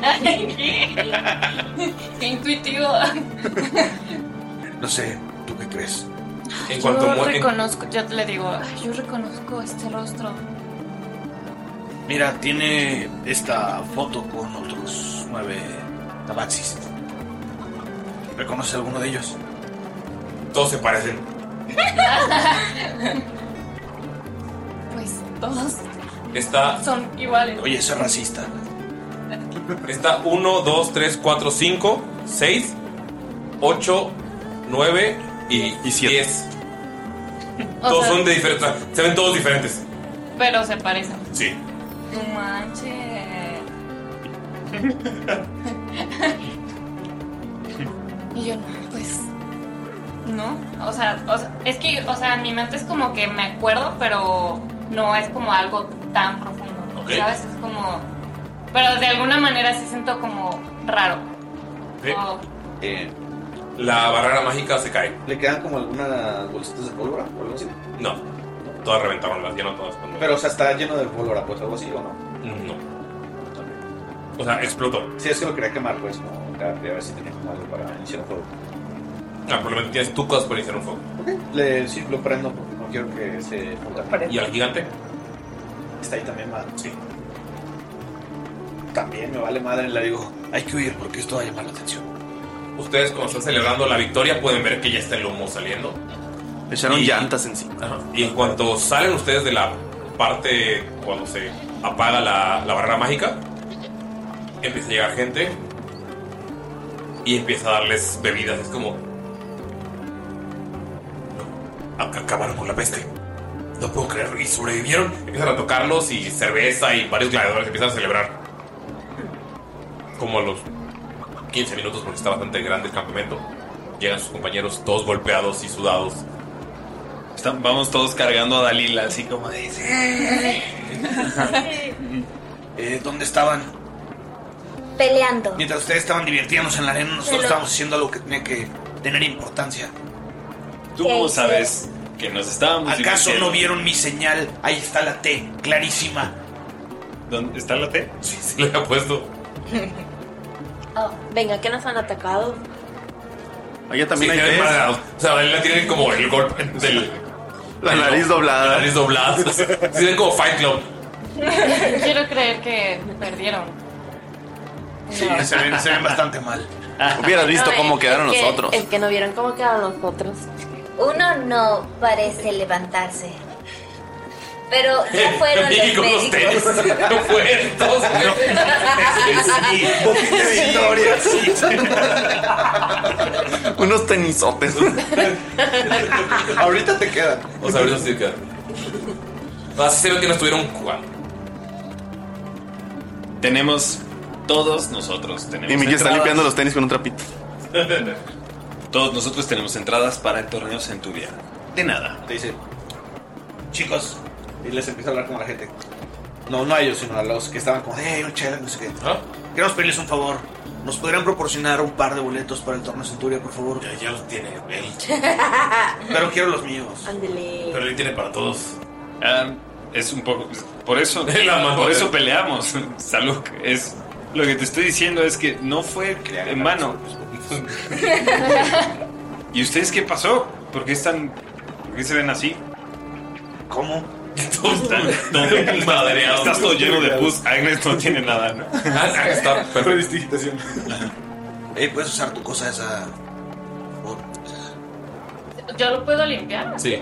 Ay, qué- Qué intuitivo. No sé, ¿tú qué crees? En Yo mu- en- reconozco, yo te le digo, "Ay, yo reconozco este rostro. Mira, tiene esta foto con otros nueve tabaxis. ¿Reconoce alguno de ellos? Todos se parecen. Pues todos Está. son iguales. Oye, eso es racista. Está 1, 2, 3, 4, 5, 6, 8, 9 y 10. O Todos sea, son de diferentes. o sea, Se ven todos diferentes. Pero se parecen. Sí. No manches. y yo, no, pues. No, o sea, o sea, es que, o sea, en mi mente es como que me acuerdo, pero no es como algo tan profundo. Ok. ¿Sabes? Es como. Pero de alguna manera sí siento como raro. O- Eh, La barrera mágica se cae. ¿Le quedan como algunas bolsitas de pólvora o algo así? No. Todas reventaron las, ya no todas. con- Pero, o sea, está lleno de pólvora, pues algo así o no. No. O sea, explotó. Sí, es que lo quería quemar, pues, como acá, a ver si tenía como algo para iniciar el fuego. Ah, probablemente tienes tú cosas para iniciar un fuego. Le, sí, lo prendo porque no quiero que se ponga. ¿Y al gigante? Está ahí también, madre. Sí. También me vale madre, le digo, hay que huir porque esto va a llamar la atención. Ustedes, cuando están celebrando la victoria, pueden ver que ya está el humo saliendo. Echaron Y- llantas encima. Y en cuanto salen ustedes de la parte cuando se apaga la, la barrera mágica, empieza a llegar gente y empieza a darles bebidas. Es como. "Ac- Acabaron con la peste. No puedo creerlo. Y sobrevivieron. Empiezan a tocarlos y cerveza y varios gladiadores empiezan a celebrar. Como a los 15 minutos, porque está bastante grande el campamento, llegan sus compañeros todos golpeados y sudados. Están- vamos todos cargando a Dalila, así como de. "Sí". Eh, ¿Dónde estaban? Peleando. Mientras ustedes estaban divirtiéndose en la arena, nosotros Pero- estábamos haciendo algo que tenía que tener importancia. ¿Tú cómo sabes que nos estábamos ¿Acaso divirtiendo? no vieron mi señal? Ahí está la T, clarísima. ¿Dónde está la T? Sí, se le ha puesto. Oh, venga, que nos han atacado. Allá también Sí, hay tienen tres. madreados. O sea, él la tiene como el golpe del. La nariz doblada. La nariz doblada. Sí, tienen como Fight Club. Quiero creer que perdieron. Sí, se ven, se ven bastante mal. Hubieras visto No, cómo es- quedaron es que- nosotros. Es que no vieron cómo quedaron nosotros. Uno no parece levantarse. Pero ya fueron los Y con los tenis. médicos. Muertos. Sí, boquita de victoria, Unos tenisotes. Ahorita te quedan. O sea, ahorita sí queda. Así se ve que no estuvieron jugando. Tenemos. Todos nosotros tenemos. Y Miki está entradas. limpiando los tenis con un trapito. Todos nosotros tenemos entradas para el torneo Centuria. De nada. Te dice, chicos, y les empieza a hablar como a la gente. No, no a ellos, sino a los que estaban como, eh, un chela, no sé qué. Queremos pedirles un favor. ¿Nos podrían proporcionar un par de boletos para el torneo Centuria, por favor? Ya, los tiene Pero quiero los míos. Ándele. él tiene para todos. Ah, es un poco. pues, Por eso. La mano por de- eso peleamos. Salud. Es, lo que te estoy diciendo es que no fue en vano. ¿Y ustedes qué pasó? ¿Por qué están. ¿Por qué se ven así? ¿Cómo? Estás madreado. todo lleno de pus. Agnes no tiene nada, ¿no? Ah, está Predistigitación. Eh, puedes usar tu cosa esa. ¿Yo lo puedo limpiar? Sí.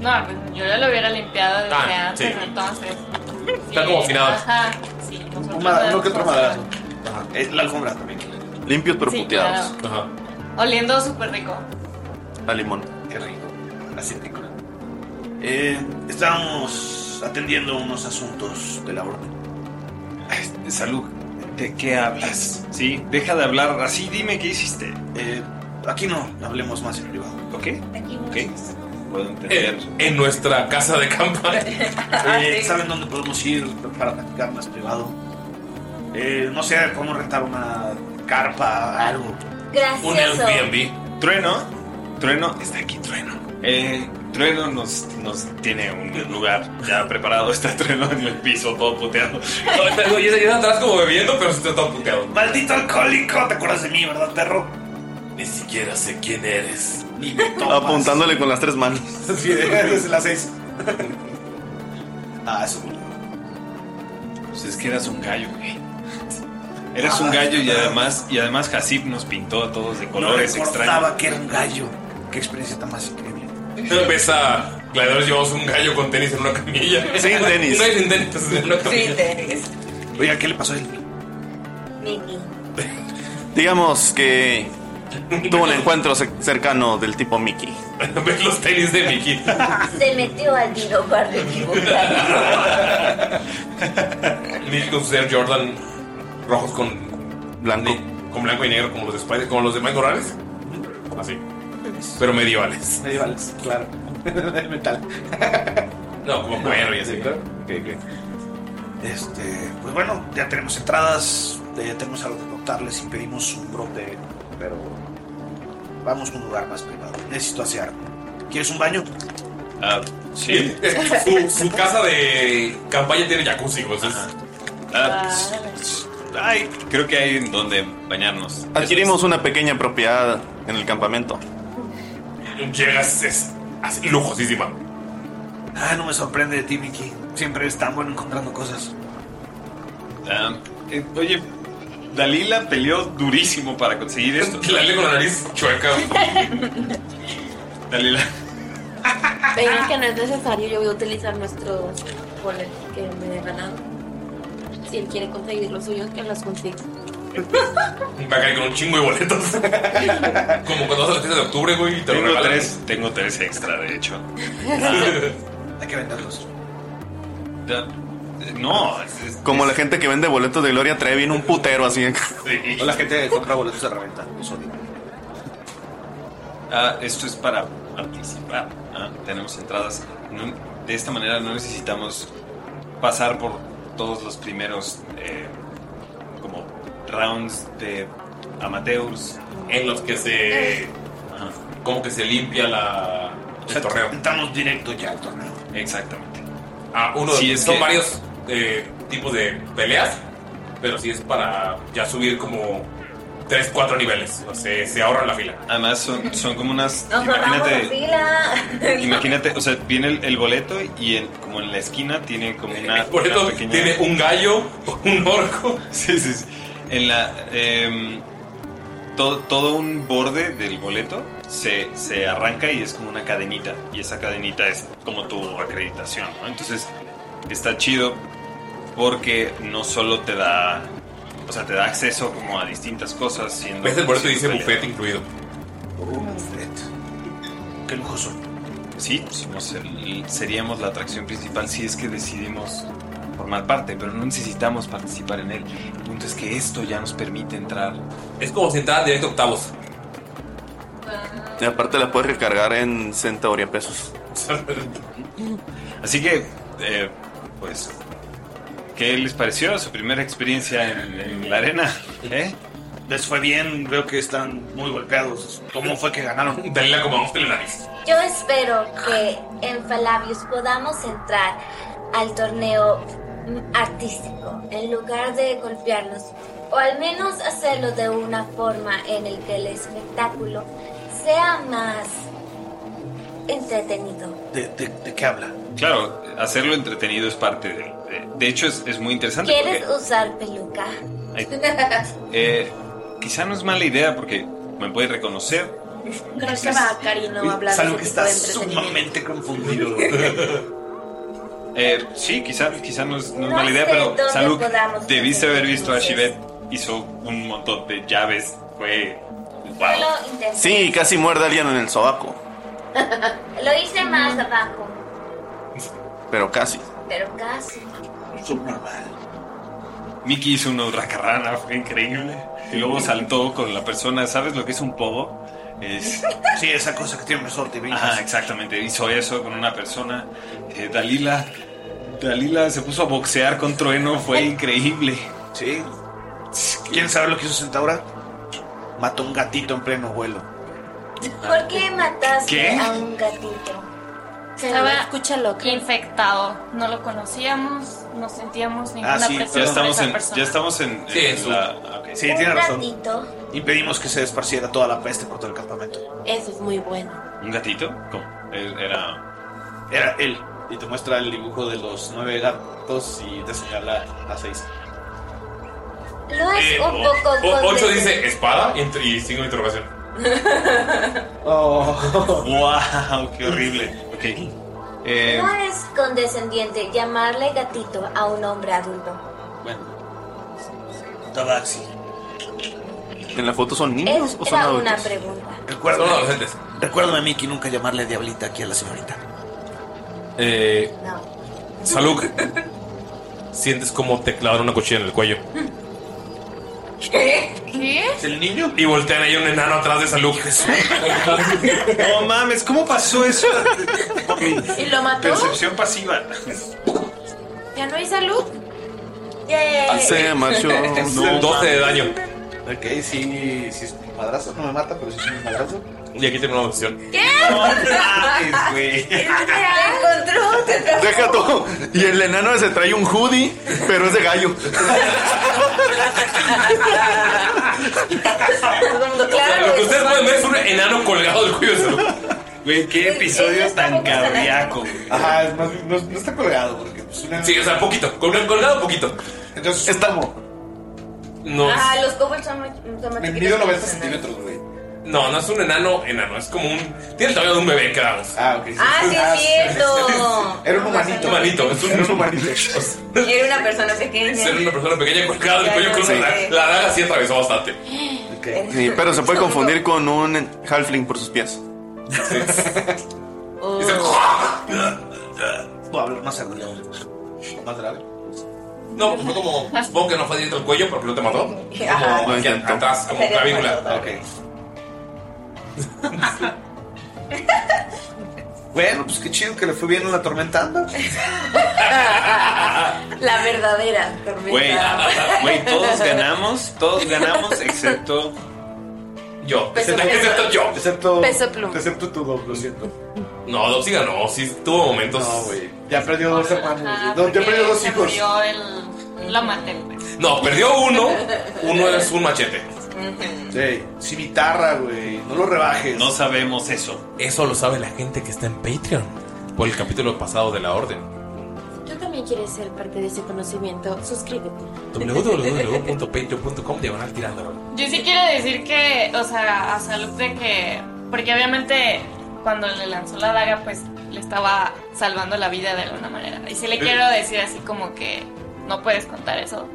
No, pues yo ya lo hubiera limpiado desde Ah, antes, sí. entonces. Está como afinado. Ajá, sí. nosotros Un mada- uno que otro podemos- madrazo. Eh, La alfombra también. Limpios pero Sí, puteados. Oliendo súper rico. A limón. Qué rico. Acético. Eh, estábamos atendiendo unos asuntos de la orden. Salud. ¿De qué hablas? Sí, deja de hablar así. Dime qué hiciste. Eh, aquí no, hablemos más en privado. ¿Ok? ¿Ok? Puedo En, en nuestra casa de campaña. Eh, ¿Saben dónde podemos ir para practicar más privado? Eh, no sé, podemos rentar una carpa, algo. Gracioso. Trueno. Trueno. Está aquí Trueno. Eh, Trueno nos, nos tiene un lugar ya preparado. Está Trueno en el piso, todo puteado. Y ese ya atrás como bebiendo, pero está todo puteado. ¡Maldito alcohólico! ¿Te acuerdas de mí, verdad, perro? Ni siquiera sé quién eres. Ni me Apuntándole con las tres manos. Sí, desde las seis. Ah, eso. Pues es que eras un gallo, güey. Eras un gallo y además, y además Hasib nos pintó a todos de colores no extraños. recordaba que era un gallo. Qué experiencia tan más increíble. Ves a gladiadores llevamos un gallo con tenis en una camilla. Sin tenis. Un gallo sin tenis en una camilla. Sí, tenis. Oiga, ¿qué le pasó a él? Mini. Digamos que tuvo un encuentro ce- cercano del tipo Mickey. Ves los tenis de Mickey. Se metió al Dino Bar de equivocado. Mickey con su ser Jordan rojos con blanco. con blanco y negro como los de Spider, como los de Mike Morales. Así. Pero medievales. Medievales, claro. El metal. No, como cuero y así. Este, pues bueno, ya tenemos entradas, ya tenemos algo que contarles y pedimos un brote, pero vamos a un lugar más privado. Necesito asear. ¿Quieres un baño? Ah, sí. su, su casa de campaña tiene jacuzzi, güey, entonces. Ah, ay, creo que hay en donde bañarnos. Adquirimos una pequeña propiedad en el campamento. Llegas, es así, lujosísima. Ah, no me sorprende de ti, Mickey. Siempre es tan bueno encontrando cosas. Ah, eh, oye, Dalila peleó durísimo para conseguir esto. Dalila con la nariz chueca. Dalila. Venga, que no es necesario, yo voy a utilizar nuestros boletos que me he ganado. Si él quiere conseguir los suyos, que los consiga. Va a caer con un chingo de boletos. como cuando vas a la fiesta de octubre, güey, y te lo Tengo regalan. tres, tengo tres extra, de hecho. Hay que venderlos. Ya, eh, Oh, No, es- es- Como la gente que vende boletos de Gloria Trevi en un putero así. O la gente que compra boletos de reventa, pues, los odio. Ah, esto es para participar. Ah, tenemos entradas. No- de esta manera no necesitamos pasar por todos los primeros eh, como rounds de amateurs en los que se como que se limpia la el torneo. Entramos directo ya al torneo. Exactamente. Ah, uno de- Sí, es son que- varios eh, tipos de peleas, pero sí es para ya subir como 3, 4 niveles. O sea, se ahorra la fila. Además son, son como unas Nos robamos la imagínate fila. imagínate, o sea, viene el, el boleto y en- como en la esquina tiene como una, Por eso una pequeña- tiene un gallo, un orco. Sí, sí, sí. En la. em, todo, todo un borde del boleto se, se arranca y es como una cadenita. Y esa cadenita es como tu acreditación, ¿no? Entonces, está chido porque no solo te da. O sea, te da acceso como a distintas cosas. Siendo, Ves el boleto y dice siendo buffet incluido. Qué lujoso. Sí, somos el- seríamos la atracción principal si es que decidimos formar parte, pero no necesitamos participar en él. El punto es que esto ya nos permite entrar. Es como si entraran directo octavos. Y aparte la puedes recargar en centauria pesos. Así que, eh, pues, ¿Qué les pareció su primera experiencia en, en la arena? ¿Eh? Les fue bien, veo que están muy golpeados. ¿Cómo fue que ganaron? Dalila como vamos la nariz. Yo espero que en Falabius podamos entrar al torneo mm, artístico en lugar de golpearnos o al menos hacerlo de una forma en el que el espectáculo sea más entretenido. ¿De, qué habla? Claro, hacerlo entretenido es parte de... de- de hecho, es, es muy interesante. ¿Quieres porque, usar peluca? Ay. eh, quizá no es mala idea porque me puede reconocer. Creo que este va Karino a hablar de Salvo ese que tipo de estás entretenimiento. sumamente confundido. Eh, sí, quizá, quizá no es, no es No mala idea, sé pero dónde Saluk, podamos debiste haber visto a hacer Shivet. Hizo un montón de llaves. Fue. wow. Lo intenté. Sí, casi muerde a alguien en el sobaco, Lo hice más Mm. abajo, pero casi. pero casi. Subnormal. Mickey hizo una hurracarrana, fue increíble. Y luego saltó con la persona, ¿sabes lo que es un pogo? Es... Sí, esa cosa que tiene un resorte. Ah, exactamente, hizo eso con una persona. Eh, Dalila, Dalila se puso a boxear con trueno, fue increíble. Sí. ¿Quién sabe lo que hizo Centaura? Mató un gatito en pleno vuelo. ¿Por qué mataste ¿Qué? a un gatito? Estaba infectado. No lo conocíamos, no sentíamos ninguna Ah, sí, ya presión por estamos esa en, persona. ya estamos en, Sí, en es un- la... ah, ok. Sí, tiene razón. Impedimos que se esparciera toda la peste por todo el campamento. Eso es muy bueno. ¿Un gatito? ¿Cómo? Él Era... Era él. Y te muestra el dibujo de los nueve gatos y te señala a seis. Lo es Eh, un o- poco o- Ocho condescendiente. dice espada y ent- y signo de interrogación. Oh. ¡Wow! ¡Qué horrible! Ok. Eh, No es condescendiente llamarle gatito a un hombre adulto. Tabaxi. ¿En la foto son Es, era una pregunta. Recuérdame, Son recuérdame, Mickey, nunca llamarle diablita aquí a la señorita. Eh, No. Saluk, sientes como te clavan una cuchilla en el cuello. ¿Qué? ¿Qué? ¿Es el niño? Y voltean ahí un enano atrás de Saluk. No mames, ¿cómo pasó eso? ¿Y lo mató? Percepción pasiva. ¿Ya no hay salud? Eh. Ah, Hace, macho, no. 12 de daño. Ok, sí, sí es un madrazo. No me mata, pero sí es un madrazo. Y aquí tengo una opción. ¿Qué? encontró? ¿Te Deja todo. Y el enano se trae un hoodie, pero es de gallo. Lo que ustedes pueden ver es un enano colgado del cuello de Saluk. Güey, qué episodio tan cardíaco. Ajá, es más, no, no está colgado porque pues una... Sí, o sea, poquito. Colgado, colgado poquito. Entonces, está No, es- Ah, los kobolds son muy, son más chiquitos. centímetros, güey. No, no es un enano enano, es como un. Tiene el tamaño de un bebé, quedamos. Ah, ok. Ah, sí es cierto. Era un humanito. Humanito, es un, humanito. Era una persona pequeña. Ser una persona pequeña colgada del Ya, cuello ya con sé. una daga. La daga sí atravesó bastante. Sí, pero se puede confundir con un halfling por sus pies. Oh. Puedo hablar más agudado. Más grave. No, pues fue como. Supongo que no fue directo al cuello porque no te mató. Ajá. Como aquí atrás, como Sería clavícula. muerto. Bueno, pues qué chido que le fue bien en la tormentando. La verdadera tormenta. Güey, güey, todos ganamos, todos ganamos, excepto yo. Pues, Peso Excepto- pluma. excepto yo. Excepto, Peso pluma. excepto tu Dob, lo siento. No, Dob sí ganó, sí tuvo momentos. No, güey. Ya perdió dos hermanos. Ah, güey. No, ya porque perdió dos se hijos. murió el- la pues. materna. No, perdió uno. Uno es un machete. Sí, cimitarra, güey. No lo rebajes. No sabemos eso. Eso lo sabe la gente que está en Patreon. Por el capítulo pasado de la orden. Tú también quieres ser parte de ese conocimiento. Suscríbete. www.patreon.com diagonal tirándolo. Yo sí quiero decir que, o sea, a Salud de que. Porque obviamente cuando le lanzó la daga, pues le estaba salvando la vida de alguna manera. Y sí le quiero decir así como que no puedes contar eso.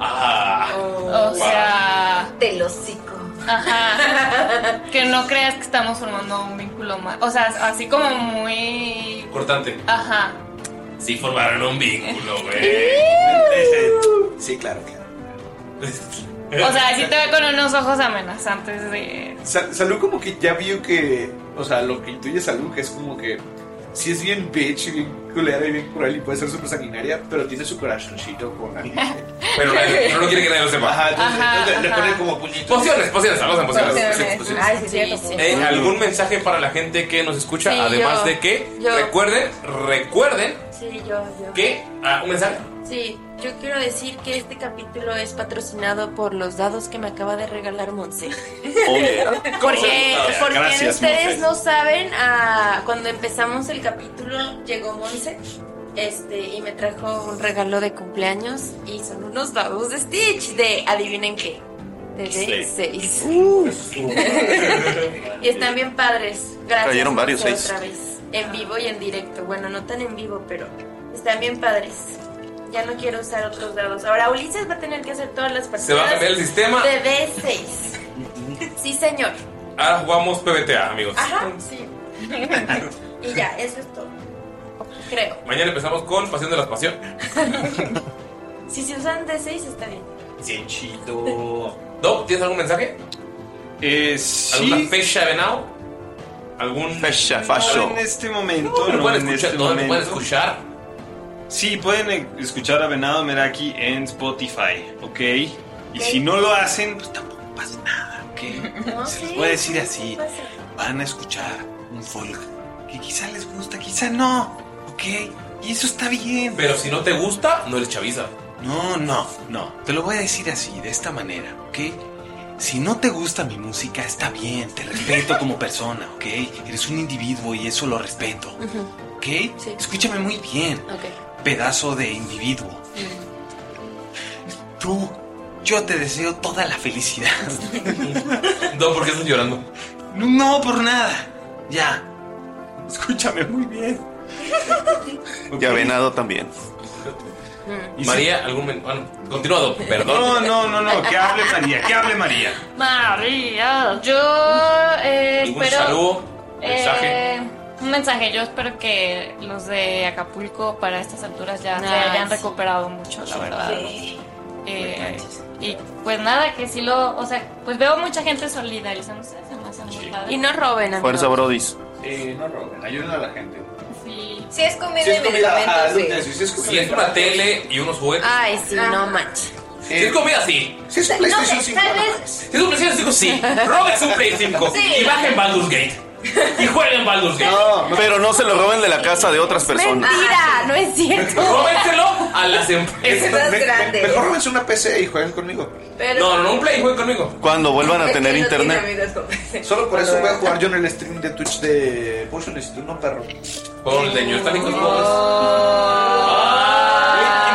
Ah. O sea. Del hocico. Ajá. Que no creas que estamos formando un vínculo más. O sea, así como muy. Cortante. Ajá. Sí formaron un vínculo, güey. o Sí, claro, claro. sea, sí te ve con unos ojos amenazantes de. Sa- Salud como que ya vio que, o sea, lo que intuye Salud que es como que sí es bien bitch, y bien culera y bien cruel y puede ser súper sanguinaria, pero tiene su corazoncito con la gente. Pero nadie- pero no quiere que nadie lo sepa. Ajá, entonces, Ajá, entonces le ajá. pone como puñitos. Pociones, pociones, hablamos de pociones. Pociones. Pociones. Ay, sí, cierto, pociones. Eh, ¿Algún mensaje para la gente que nos escucha? Sí, Además yo- de que yo. recuerden, recuerden Sí, yo, yo. que ah, un mensaje. Sí, yo quiero decir que este capítulo es patrocinado por los dados que me acaba de regalar Monse. Oh, yeah. Porque, porque Gracias, ustedes Monse. no saben, ah, cuando empezamos el capítulo llegó Monse este, y me trajo un regalo de cumpleaños y son unos dados de Stitch de adivinen qué, de D6. y están bien padres. Gracias. Cayeron varios Monse, seis. Otra vez, en vivo y en directo. Bueno, no tan en vivo, pero están bien padres. Ya no quiero usar otros dados. Ahora Ulises va a tener que hacer todas las partidas. Se va a cambiar el sistema. De D6. Sí, señor. Ahora Ah, jugamos PBTA, amigos. Ajá, sí. Ah, y ya, eso es todo. Creo. Mañana empezamos con Pasión de las Pasiones. Si se usan D6 está bien. Bien chido. Doc, ¿tienes algún mensaje? sí. Eh, ¿Alguna fecha de venado? ¿Algún fecha, No, en este momento. pero no, pueden en escuchar, este ¿dónde pueden momento. escuchar? Sí, pueden eh, escuchar a Venado Meraki en Spotify, ¿ok? Y si no lo hacen, pues tampoco pasa nada, ¿ok? Se los voy a decir así. Van a escuchar un folk que quizá les gusta, quizá no, ¿ok? Y eso está bien. Pero si no te gusta, no eres chaviza. No, no, no. Te lo voy a decir así, de esta manera, ¿ok? Si no te gusta mi música, está bien. Te respeto como persona, ¿ok? Eres un individuo y eso lo respeto, ¿ok? Escúchame muy bien Ok. pedazo de individuo. Tú, yo te deseo toda la felicidad. No, ¿por qué estás llorando? No, no, por nada. Ya. Escúchame muy bien. Y a Venado también. Mm. María, algún men- Bueno, continuado, No, perdón. no, no, no. Que hable María, que hable María. María. Yo eh, ¿Algún espero. saludo? eh, ¿Mensaje? un mensaje. Yo espero que los de Acapulco para estas alturas ya se Ah, hayan sí. recuperado mucho, la verdad. Sí. Eh, y pues nada, que si lo. O sea, pues veo mucha gente solidarizándose. Se me hace muy padre. Y no roben a Fuerza Brodis. Eh, no roben, ayuden a la gente. Sí. Si es comida Si y es comida, ajá, es medicamentos, lo sí. que te decía, si es Si es una tele y unos juguetes. Ay, sí, Ah. no manches. Si es comida, sí. Si es un PlayStation No, 5, tal no vez- Si es un PlayStation 5, sí. Robes un PlayStation 5 Sí. y bajen Baldur's Gate. Y jueguen Baldur's Gate. Pero no se lo roben de la casa de otras personas. ah. Mentira, no es cierto. Róbenselo a las empresas. Esas grandes. Mejor robense una PC y jueguen conmigo. Pero- No, no, no, un Play, jueguen conmigo. Cuando vuelvan a tener internet. Solo por eso voy a jugar yo en el stream de Twitch de Potions y tú no, perro. Por el de New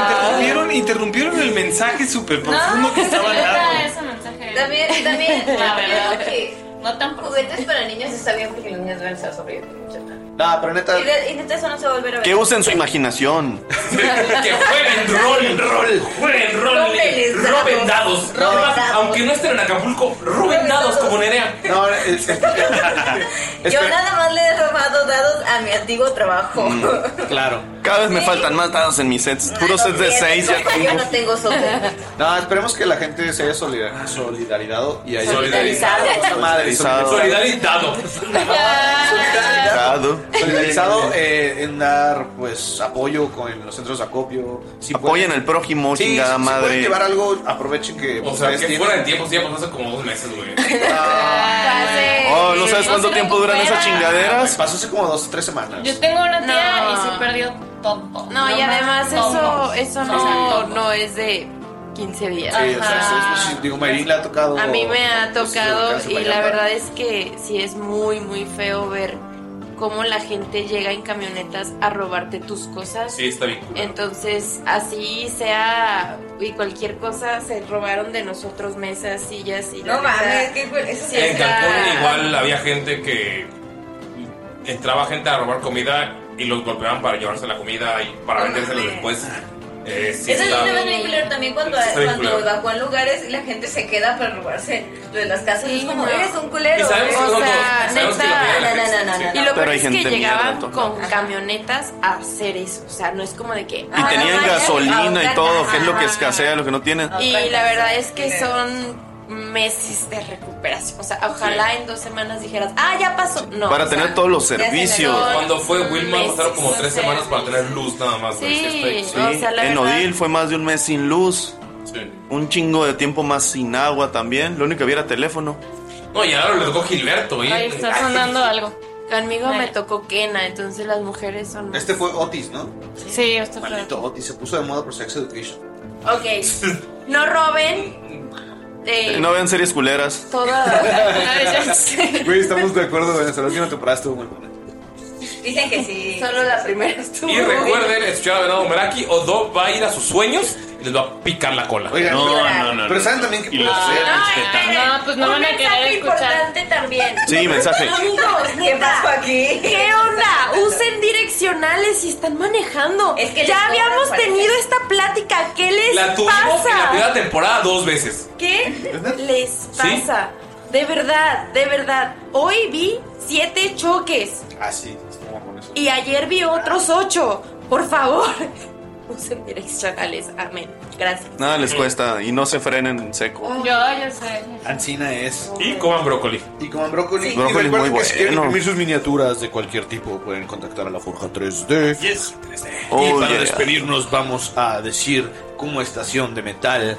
Interrumpieron, interrumpieron el mensaje súper profundo que estaba dando. ese mensaje. También, también, La yo verdad. creo que No tan juguetes para niños está bien porque los niños deben estar sobreviviendo mucho. No, pero neta. Y de, y neta eso no se va a volver a ver. Que usen su imaginación. que jueguen rol, rol, jueguen rol, Róbenles dados. roben dados. Roben Además, dados. Aunque no estén en Acapulco, roben dados como Nerea. No, es, Yo nada más le he robado dados a mi antiguo trabajo. Mm. Mm, Claro. Cada vez me faltan más dados en mis sets. Ah, Puro set de 6 ya Yo tengo. no tengo sombra. No, esperemos que la gente se haya Ah. solidar- solidaridado y haya Solidarizado. Puta madre, Solidarizado. Solidaridad. Solidarizado. Solidarizado eh, en dar pues apoyo con en los centros de acopio. Si Apoyen al prójimo, Sí, chingada si pueden madre. llevar algo, aprovechen que O sea, ustedes que tienen. fuera de tiempo, sí, ya pasó hace como dos meses, güey. Oh, ¿no sabes cuánto tiempo duran esas chingaderas? Ah, pues, Pasó hace como dos o tres semanas. Yo tengo una tía No. y se perdió todo. No, y además eso, eso no, no es de 15 días. Sí, o sea, sí, sí, digo, Mayrin le ha tocado. A mí me ha pues, tocado alcance y la Vallarta. verdad es que sí es muy, muy feo ver cómo la gente llega en camionetas a robarte tus cosas. Sí, está bien. Entonces, así sea y cualquier cosa, se robaron de nosotros mesas, sillas y... No mames, qué cul- eso sí En está- Ah. Cancún igual había gente que entraba gente a robar comida y los golpeaban para llevarse la comida y para vendérsela después. Ah. Eh, sí, Eso es está- una vez bien culero también cuando, Está bien cuando culero. evacúan lugares y la gente se queda para robarse lo de las casas. es como, no. eres un culero. Y sabemos que o son sea, todos, sabemos que la mayoría de la neta, gente no, no, no, no, no. Y lo Pero peor hay es que gente mierda, llegaban tonta. con camionetas a hacer eso. O sea, no es como de que... Y Ah, Ah, tenían gasolina y todo, que es lo que escasea, lo que no tienen. Y la verdad es que son meses de recuperación. O sea, ojalá en dos semanas dijeras, ah, ya pasó. No. Para o tener sea, todos los ya se me servicios. dio- Cuando fue Wilma meses, pasaron como no tres sé. semanas para tener luz nada más. güey. Sí, Este- o sea, la en verdad- Odil fue más de un mes sin luz. Un chingo de tiempo más sin agua también. Lo único que había era teléfono. No, y ahora le tocó Gilberto, ¿eh? Ahí Ay, está sonando algo. Conmigo me tocó Kena, entonces las mujeres son. Este fue Otis, ¿no? Sí, esto fue. Maldito Otis, se puso de moda por Sex Education. Ok. No roben. Eh, Eh, No vean series culeras. Toda. Güey, estamos de acuerdo en eso. La última temporada estuvo muy buena. Dicen que sí. Solo la primera estuvo. Y recuerden escuchar a Venado Meraki, o Doc va a ir a sus sueños y les va a picar la cola. No, no, no, Pero no. saben también que Y puede los ser. Ah, No, pues no Un van a querer mensaje escuchar. importante también. Sí, mensaje. Amigos, ¿Qué neta, pasó aquí? ¿Qué onda? Usen direccionales si están manejando. Es que les ya habíamos cobran, tenido esta plática. ¿Qué les La tuvimos en la pasa? primera temporada dos veces. ¿Qué les pasa? De verdad, de verdad. Hoy vi siete choques Ah, sí, estamos con eso. y ayer vi otros ocho. Por favor, usen direccionales. Amén. Gracias. Nada les cuesta y no se frenen en seco. Yo, yo sé. Ancina es. Y coman brócoli. Y coman brócoli. Brócoli y recuerden muy que si quieren bueno. imprimir sus miniaturas de cualquier tipo, pueden contactar a la Forja 3D. Yes. y Oh, para yeah. despedirnos, vamos a decir como estación de metal.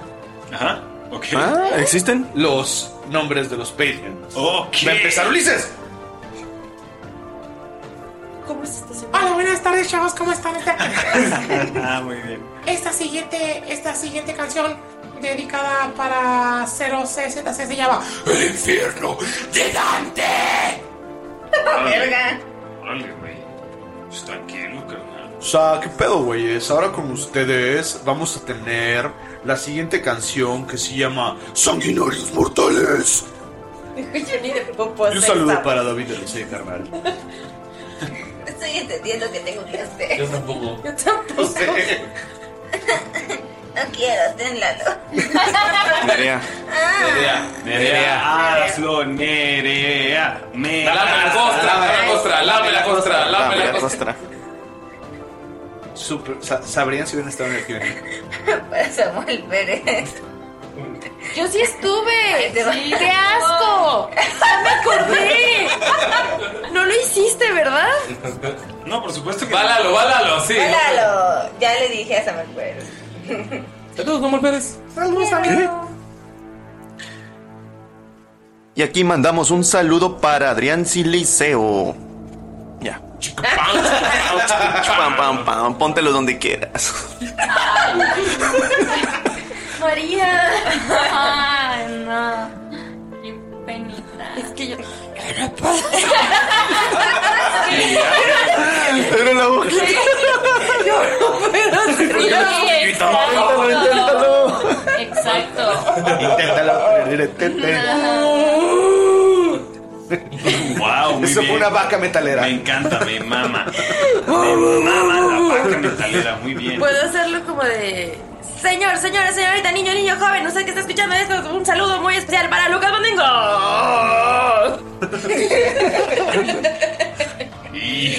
Ajá. Ok. Ah, ¿existen? Los nombres de los Patreons. Ok. Va a empezar Ulises. ¿Cómo es esta Hola, buenas tardes, chavos, ¿cómo están? ah, muy bien. Esta siguiente, esta siguiente canción dedicada para 0CZC se llama El infierno de Dante. Verga. Órale, güey. Pues tranquilo, carnal. O sea, ¿qué pedo, güeyes? Ahora con ustedes vamos a tener la siguiente canción que se llama Sanguinarios Mortales. Yo ni de Pues Y un saludo para David Elisei, carnal. Estoy entendiendo que tengo que hacer. Yo tampoco. Yo tampoco. No quiero, tenlalo. Nerea. Nerea. Nerea. Hazlo, Nerea. Me Lame la costra, lame la costra, lame la costra, lame la costra. Super- sa- sabrían si hubieran estado en el Q&A. Para Samuel Pérez. Yo sí estuve. te va. Sí, ¡Qué asco! ¡Ya me acordé! No lo hiciste, ¿verdad? No, por supuesto que. Bálalo, bálalo, sí. Hola, ya le dije a Samuel Pérez. Saludos, Samuel Pérez. Saludos, amigo. Y aquí mandamos un saludo para Adrián Siliceo. Ya. Pam, pam, pam. Póntelo donde quieras. María. Ay, no. Qué penita. Es que yo. Era la boquita. Yo no puedo Sí, Inténtalo, exacto. Exacto. Ah. Wow, Eso fue una vaca metalera. Me encanta, me mama. Me mama la vaca metalera, muy bien. Puedo hacerlo como de. Señor, señora, señorita, niño, niño, joven, usted que está escuchando esto, un saludo muy especial para Lucas Domingo. Y,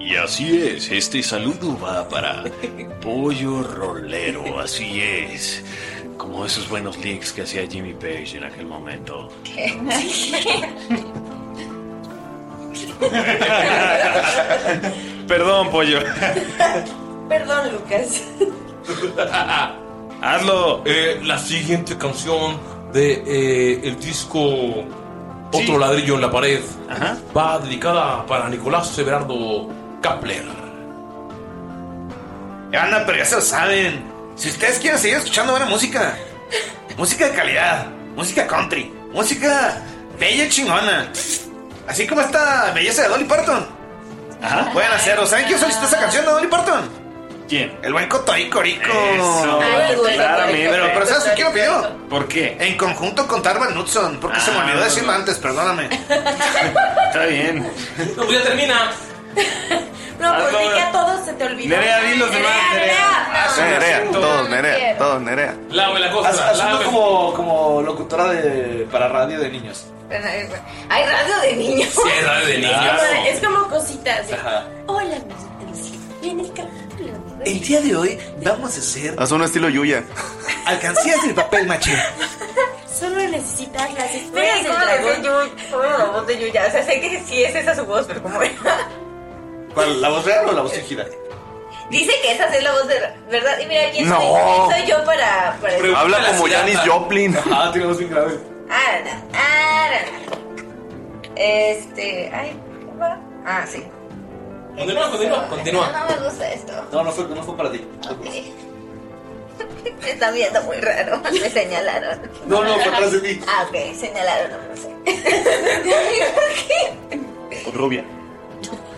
y así es, este saludo va para Pollo Rolero, así es. Como esos buenos leaks que hacía Jimmy Page en aquel momento. Perdón, pollo. Perdón, Lucas. Hazlo. Eh, la siguiente canción de eh, el disco Otro ladrillo en la pared va dedicada para Nicolás Severardo Kapler. Ana, pero ya se lo saben. Si ustedes quieren seguir escuchando buena música, música de calidad, música country, música bella y chingona, así como esta belleza de Dolly Parton, Ajá. pueden hacerlo. ¿Saben quién solicitó esa canción de Dolly Parton? ¿Quién? El buen Cotoico Rico. Eso, Ay, güey, claramente. Pero, pero ¿sabes quién lo pidió? ¿Por qué? Ah, En conjunto con Tarvan Knudson, porque se me olvidó decirlo antes, perdóname. Está bien. No, ya termina. No, Hazlo. pues di que a todos se te olvidó. Nerea, Ah, di los demás, Ah, Nerea. Nerea, todos, Nerea, todos, Nerea. Lame la Haz- Hazlo como, como locutora de, para radio de niños. Hay radio de niños. Sí, hay radio de niños. Como- Es como cositas. de, Ajá. Hola, amiguitos. En el capítulo. de hoy". El día de hoy vamos a hacer Haz un estilo Yuya. alcancías del papel maché. Solo necesitas las Mira esferas del cómo decía dragón. Yu, cómo la voz de Yuya. O sea, sé que sí es esa su voz, pero como era. ¿Cuál? ¿La voz real o la voz fingida? Dice que esa sí es la voz de. ¿Verdad? Y mira, ¿quién, No. soy, quién soy yo para. para decir- Habla como Janis Joplin. Ah, tiene voz bien grave. Ah, na, ah, na. Este. Ay, ¿cómo va? Ah, sí. Continúa, continúa, continúa. No, no me gusta esto. No, no fue, no fue para ti. Me están viendo muy raro. Me señalaron. No, no, fue atrás de ti. Ah, ok, señalaron, no, no sé. Rubia.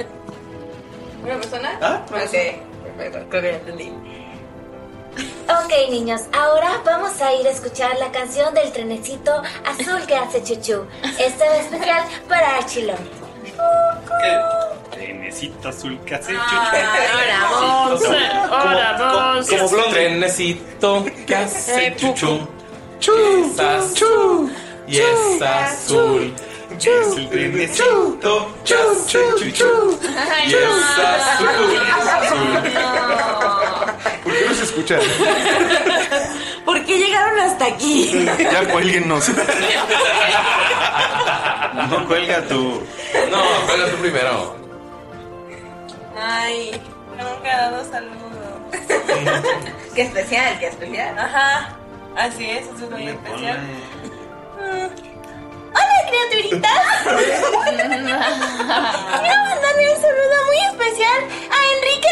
¿Una persona? Ah, ok. Perfecto, creo que ya entendí. Ok, niños, ahora vamos a ir a escuchar la canción del trenecito azul que hace Chuchu. Esta es especial para Archilón. Necesito azul que hace Ah, ahora chuchu. vamos, ahora Como- como- vamos. Como blonde. Trenecito que hace Eh, chuchu. Es azul y es azul. Es el trenecito que hace chuchu. Ay, Y es azul. ¿Por qué no se escucha? ¿Por qué llegaron hasta aquí? ya cuélguenos. No cuelga tú. No, cuelga tú primero. Ay, no me ha dado saludo. qué especial, qué especial. Ajá, así es, eso es muy especial. Mm. ¡Hola, criaturitas! Quiero mandarle un saludo muy especial a Enrique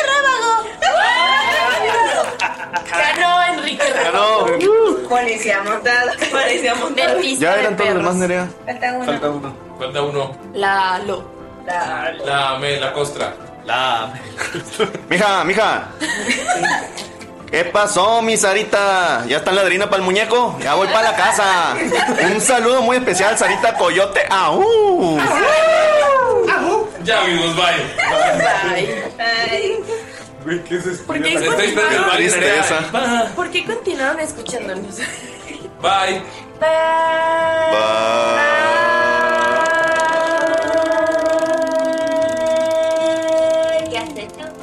Rábago. Ganó Enrique Ganó. Policía montada, policía montada. Ya eran todos los más Nerea. Falta uno. uno. Falta uno. La lo. La. La me, la costra. La. Mija, mija. ¿Qué pasó, mi Sarita? ¿Ya está en ladrina para el muñeco? Ya voy para la casa. Un saludo muy especial, Sarita Coyote. ¡Aú! Ya, amigos, bye. Ay. Güey, ¿qué es esto? ¿Por qué Estoy esperando el continuaron? baile, Nerea. ¿Por qué continuaron escuchándonos? Bye. ¿Qué hace Chuchu?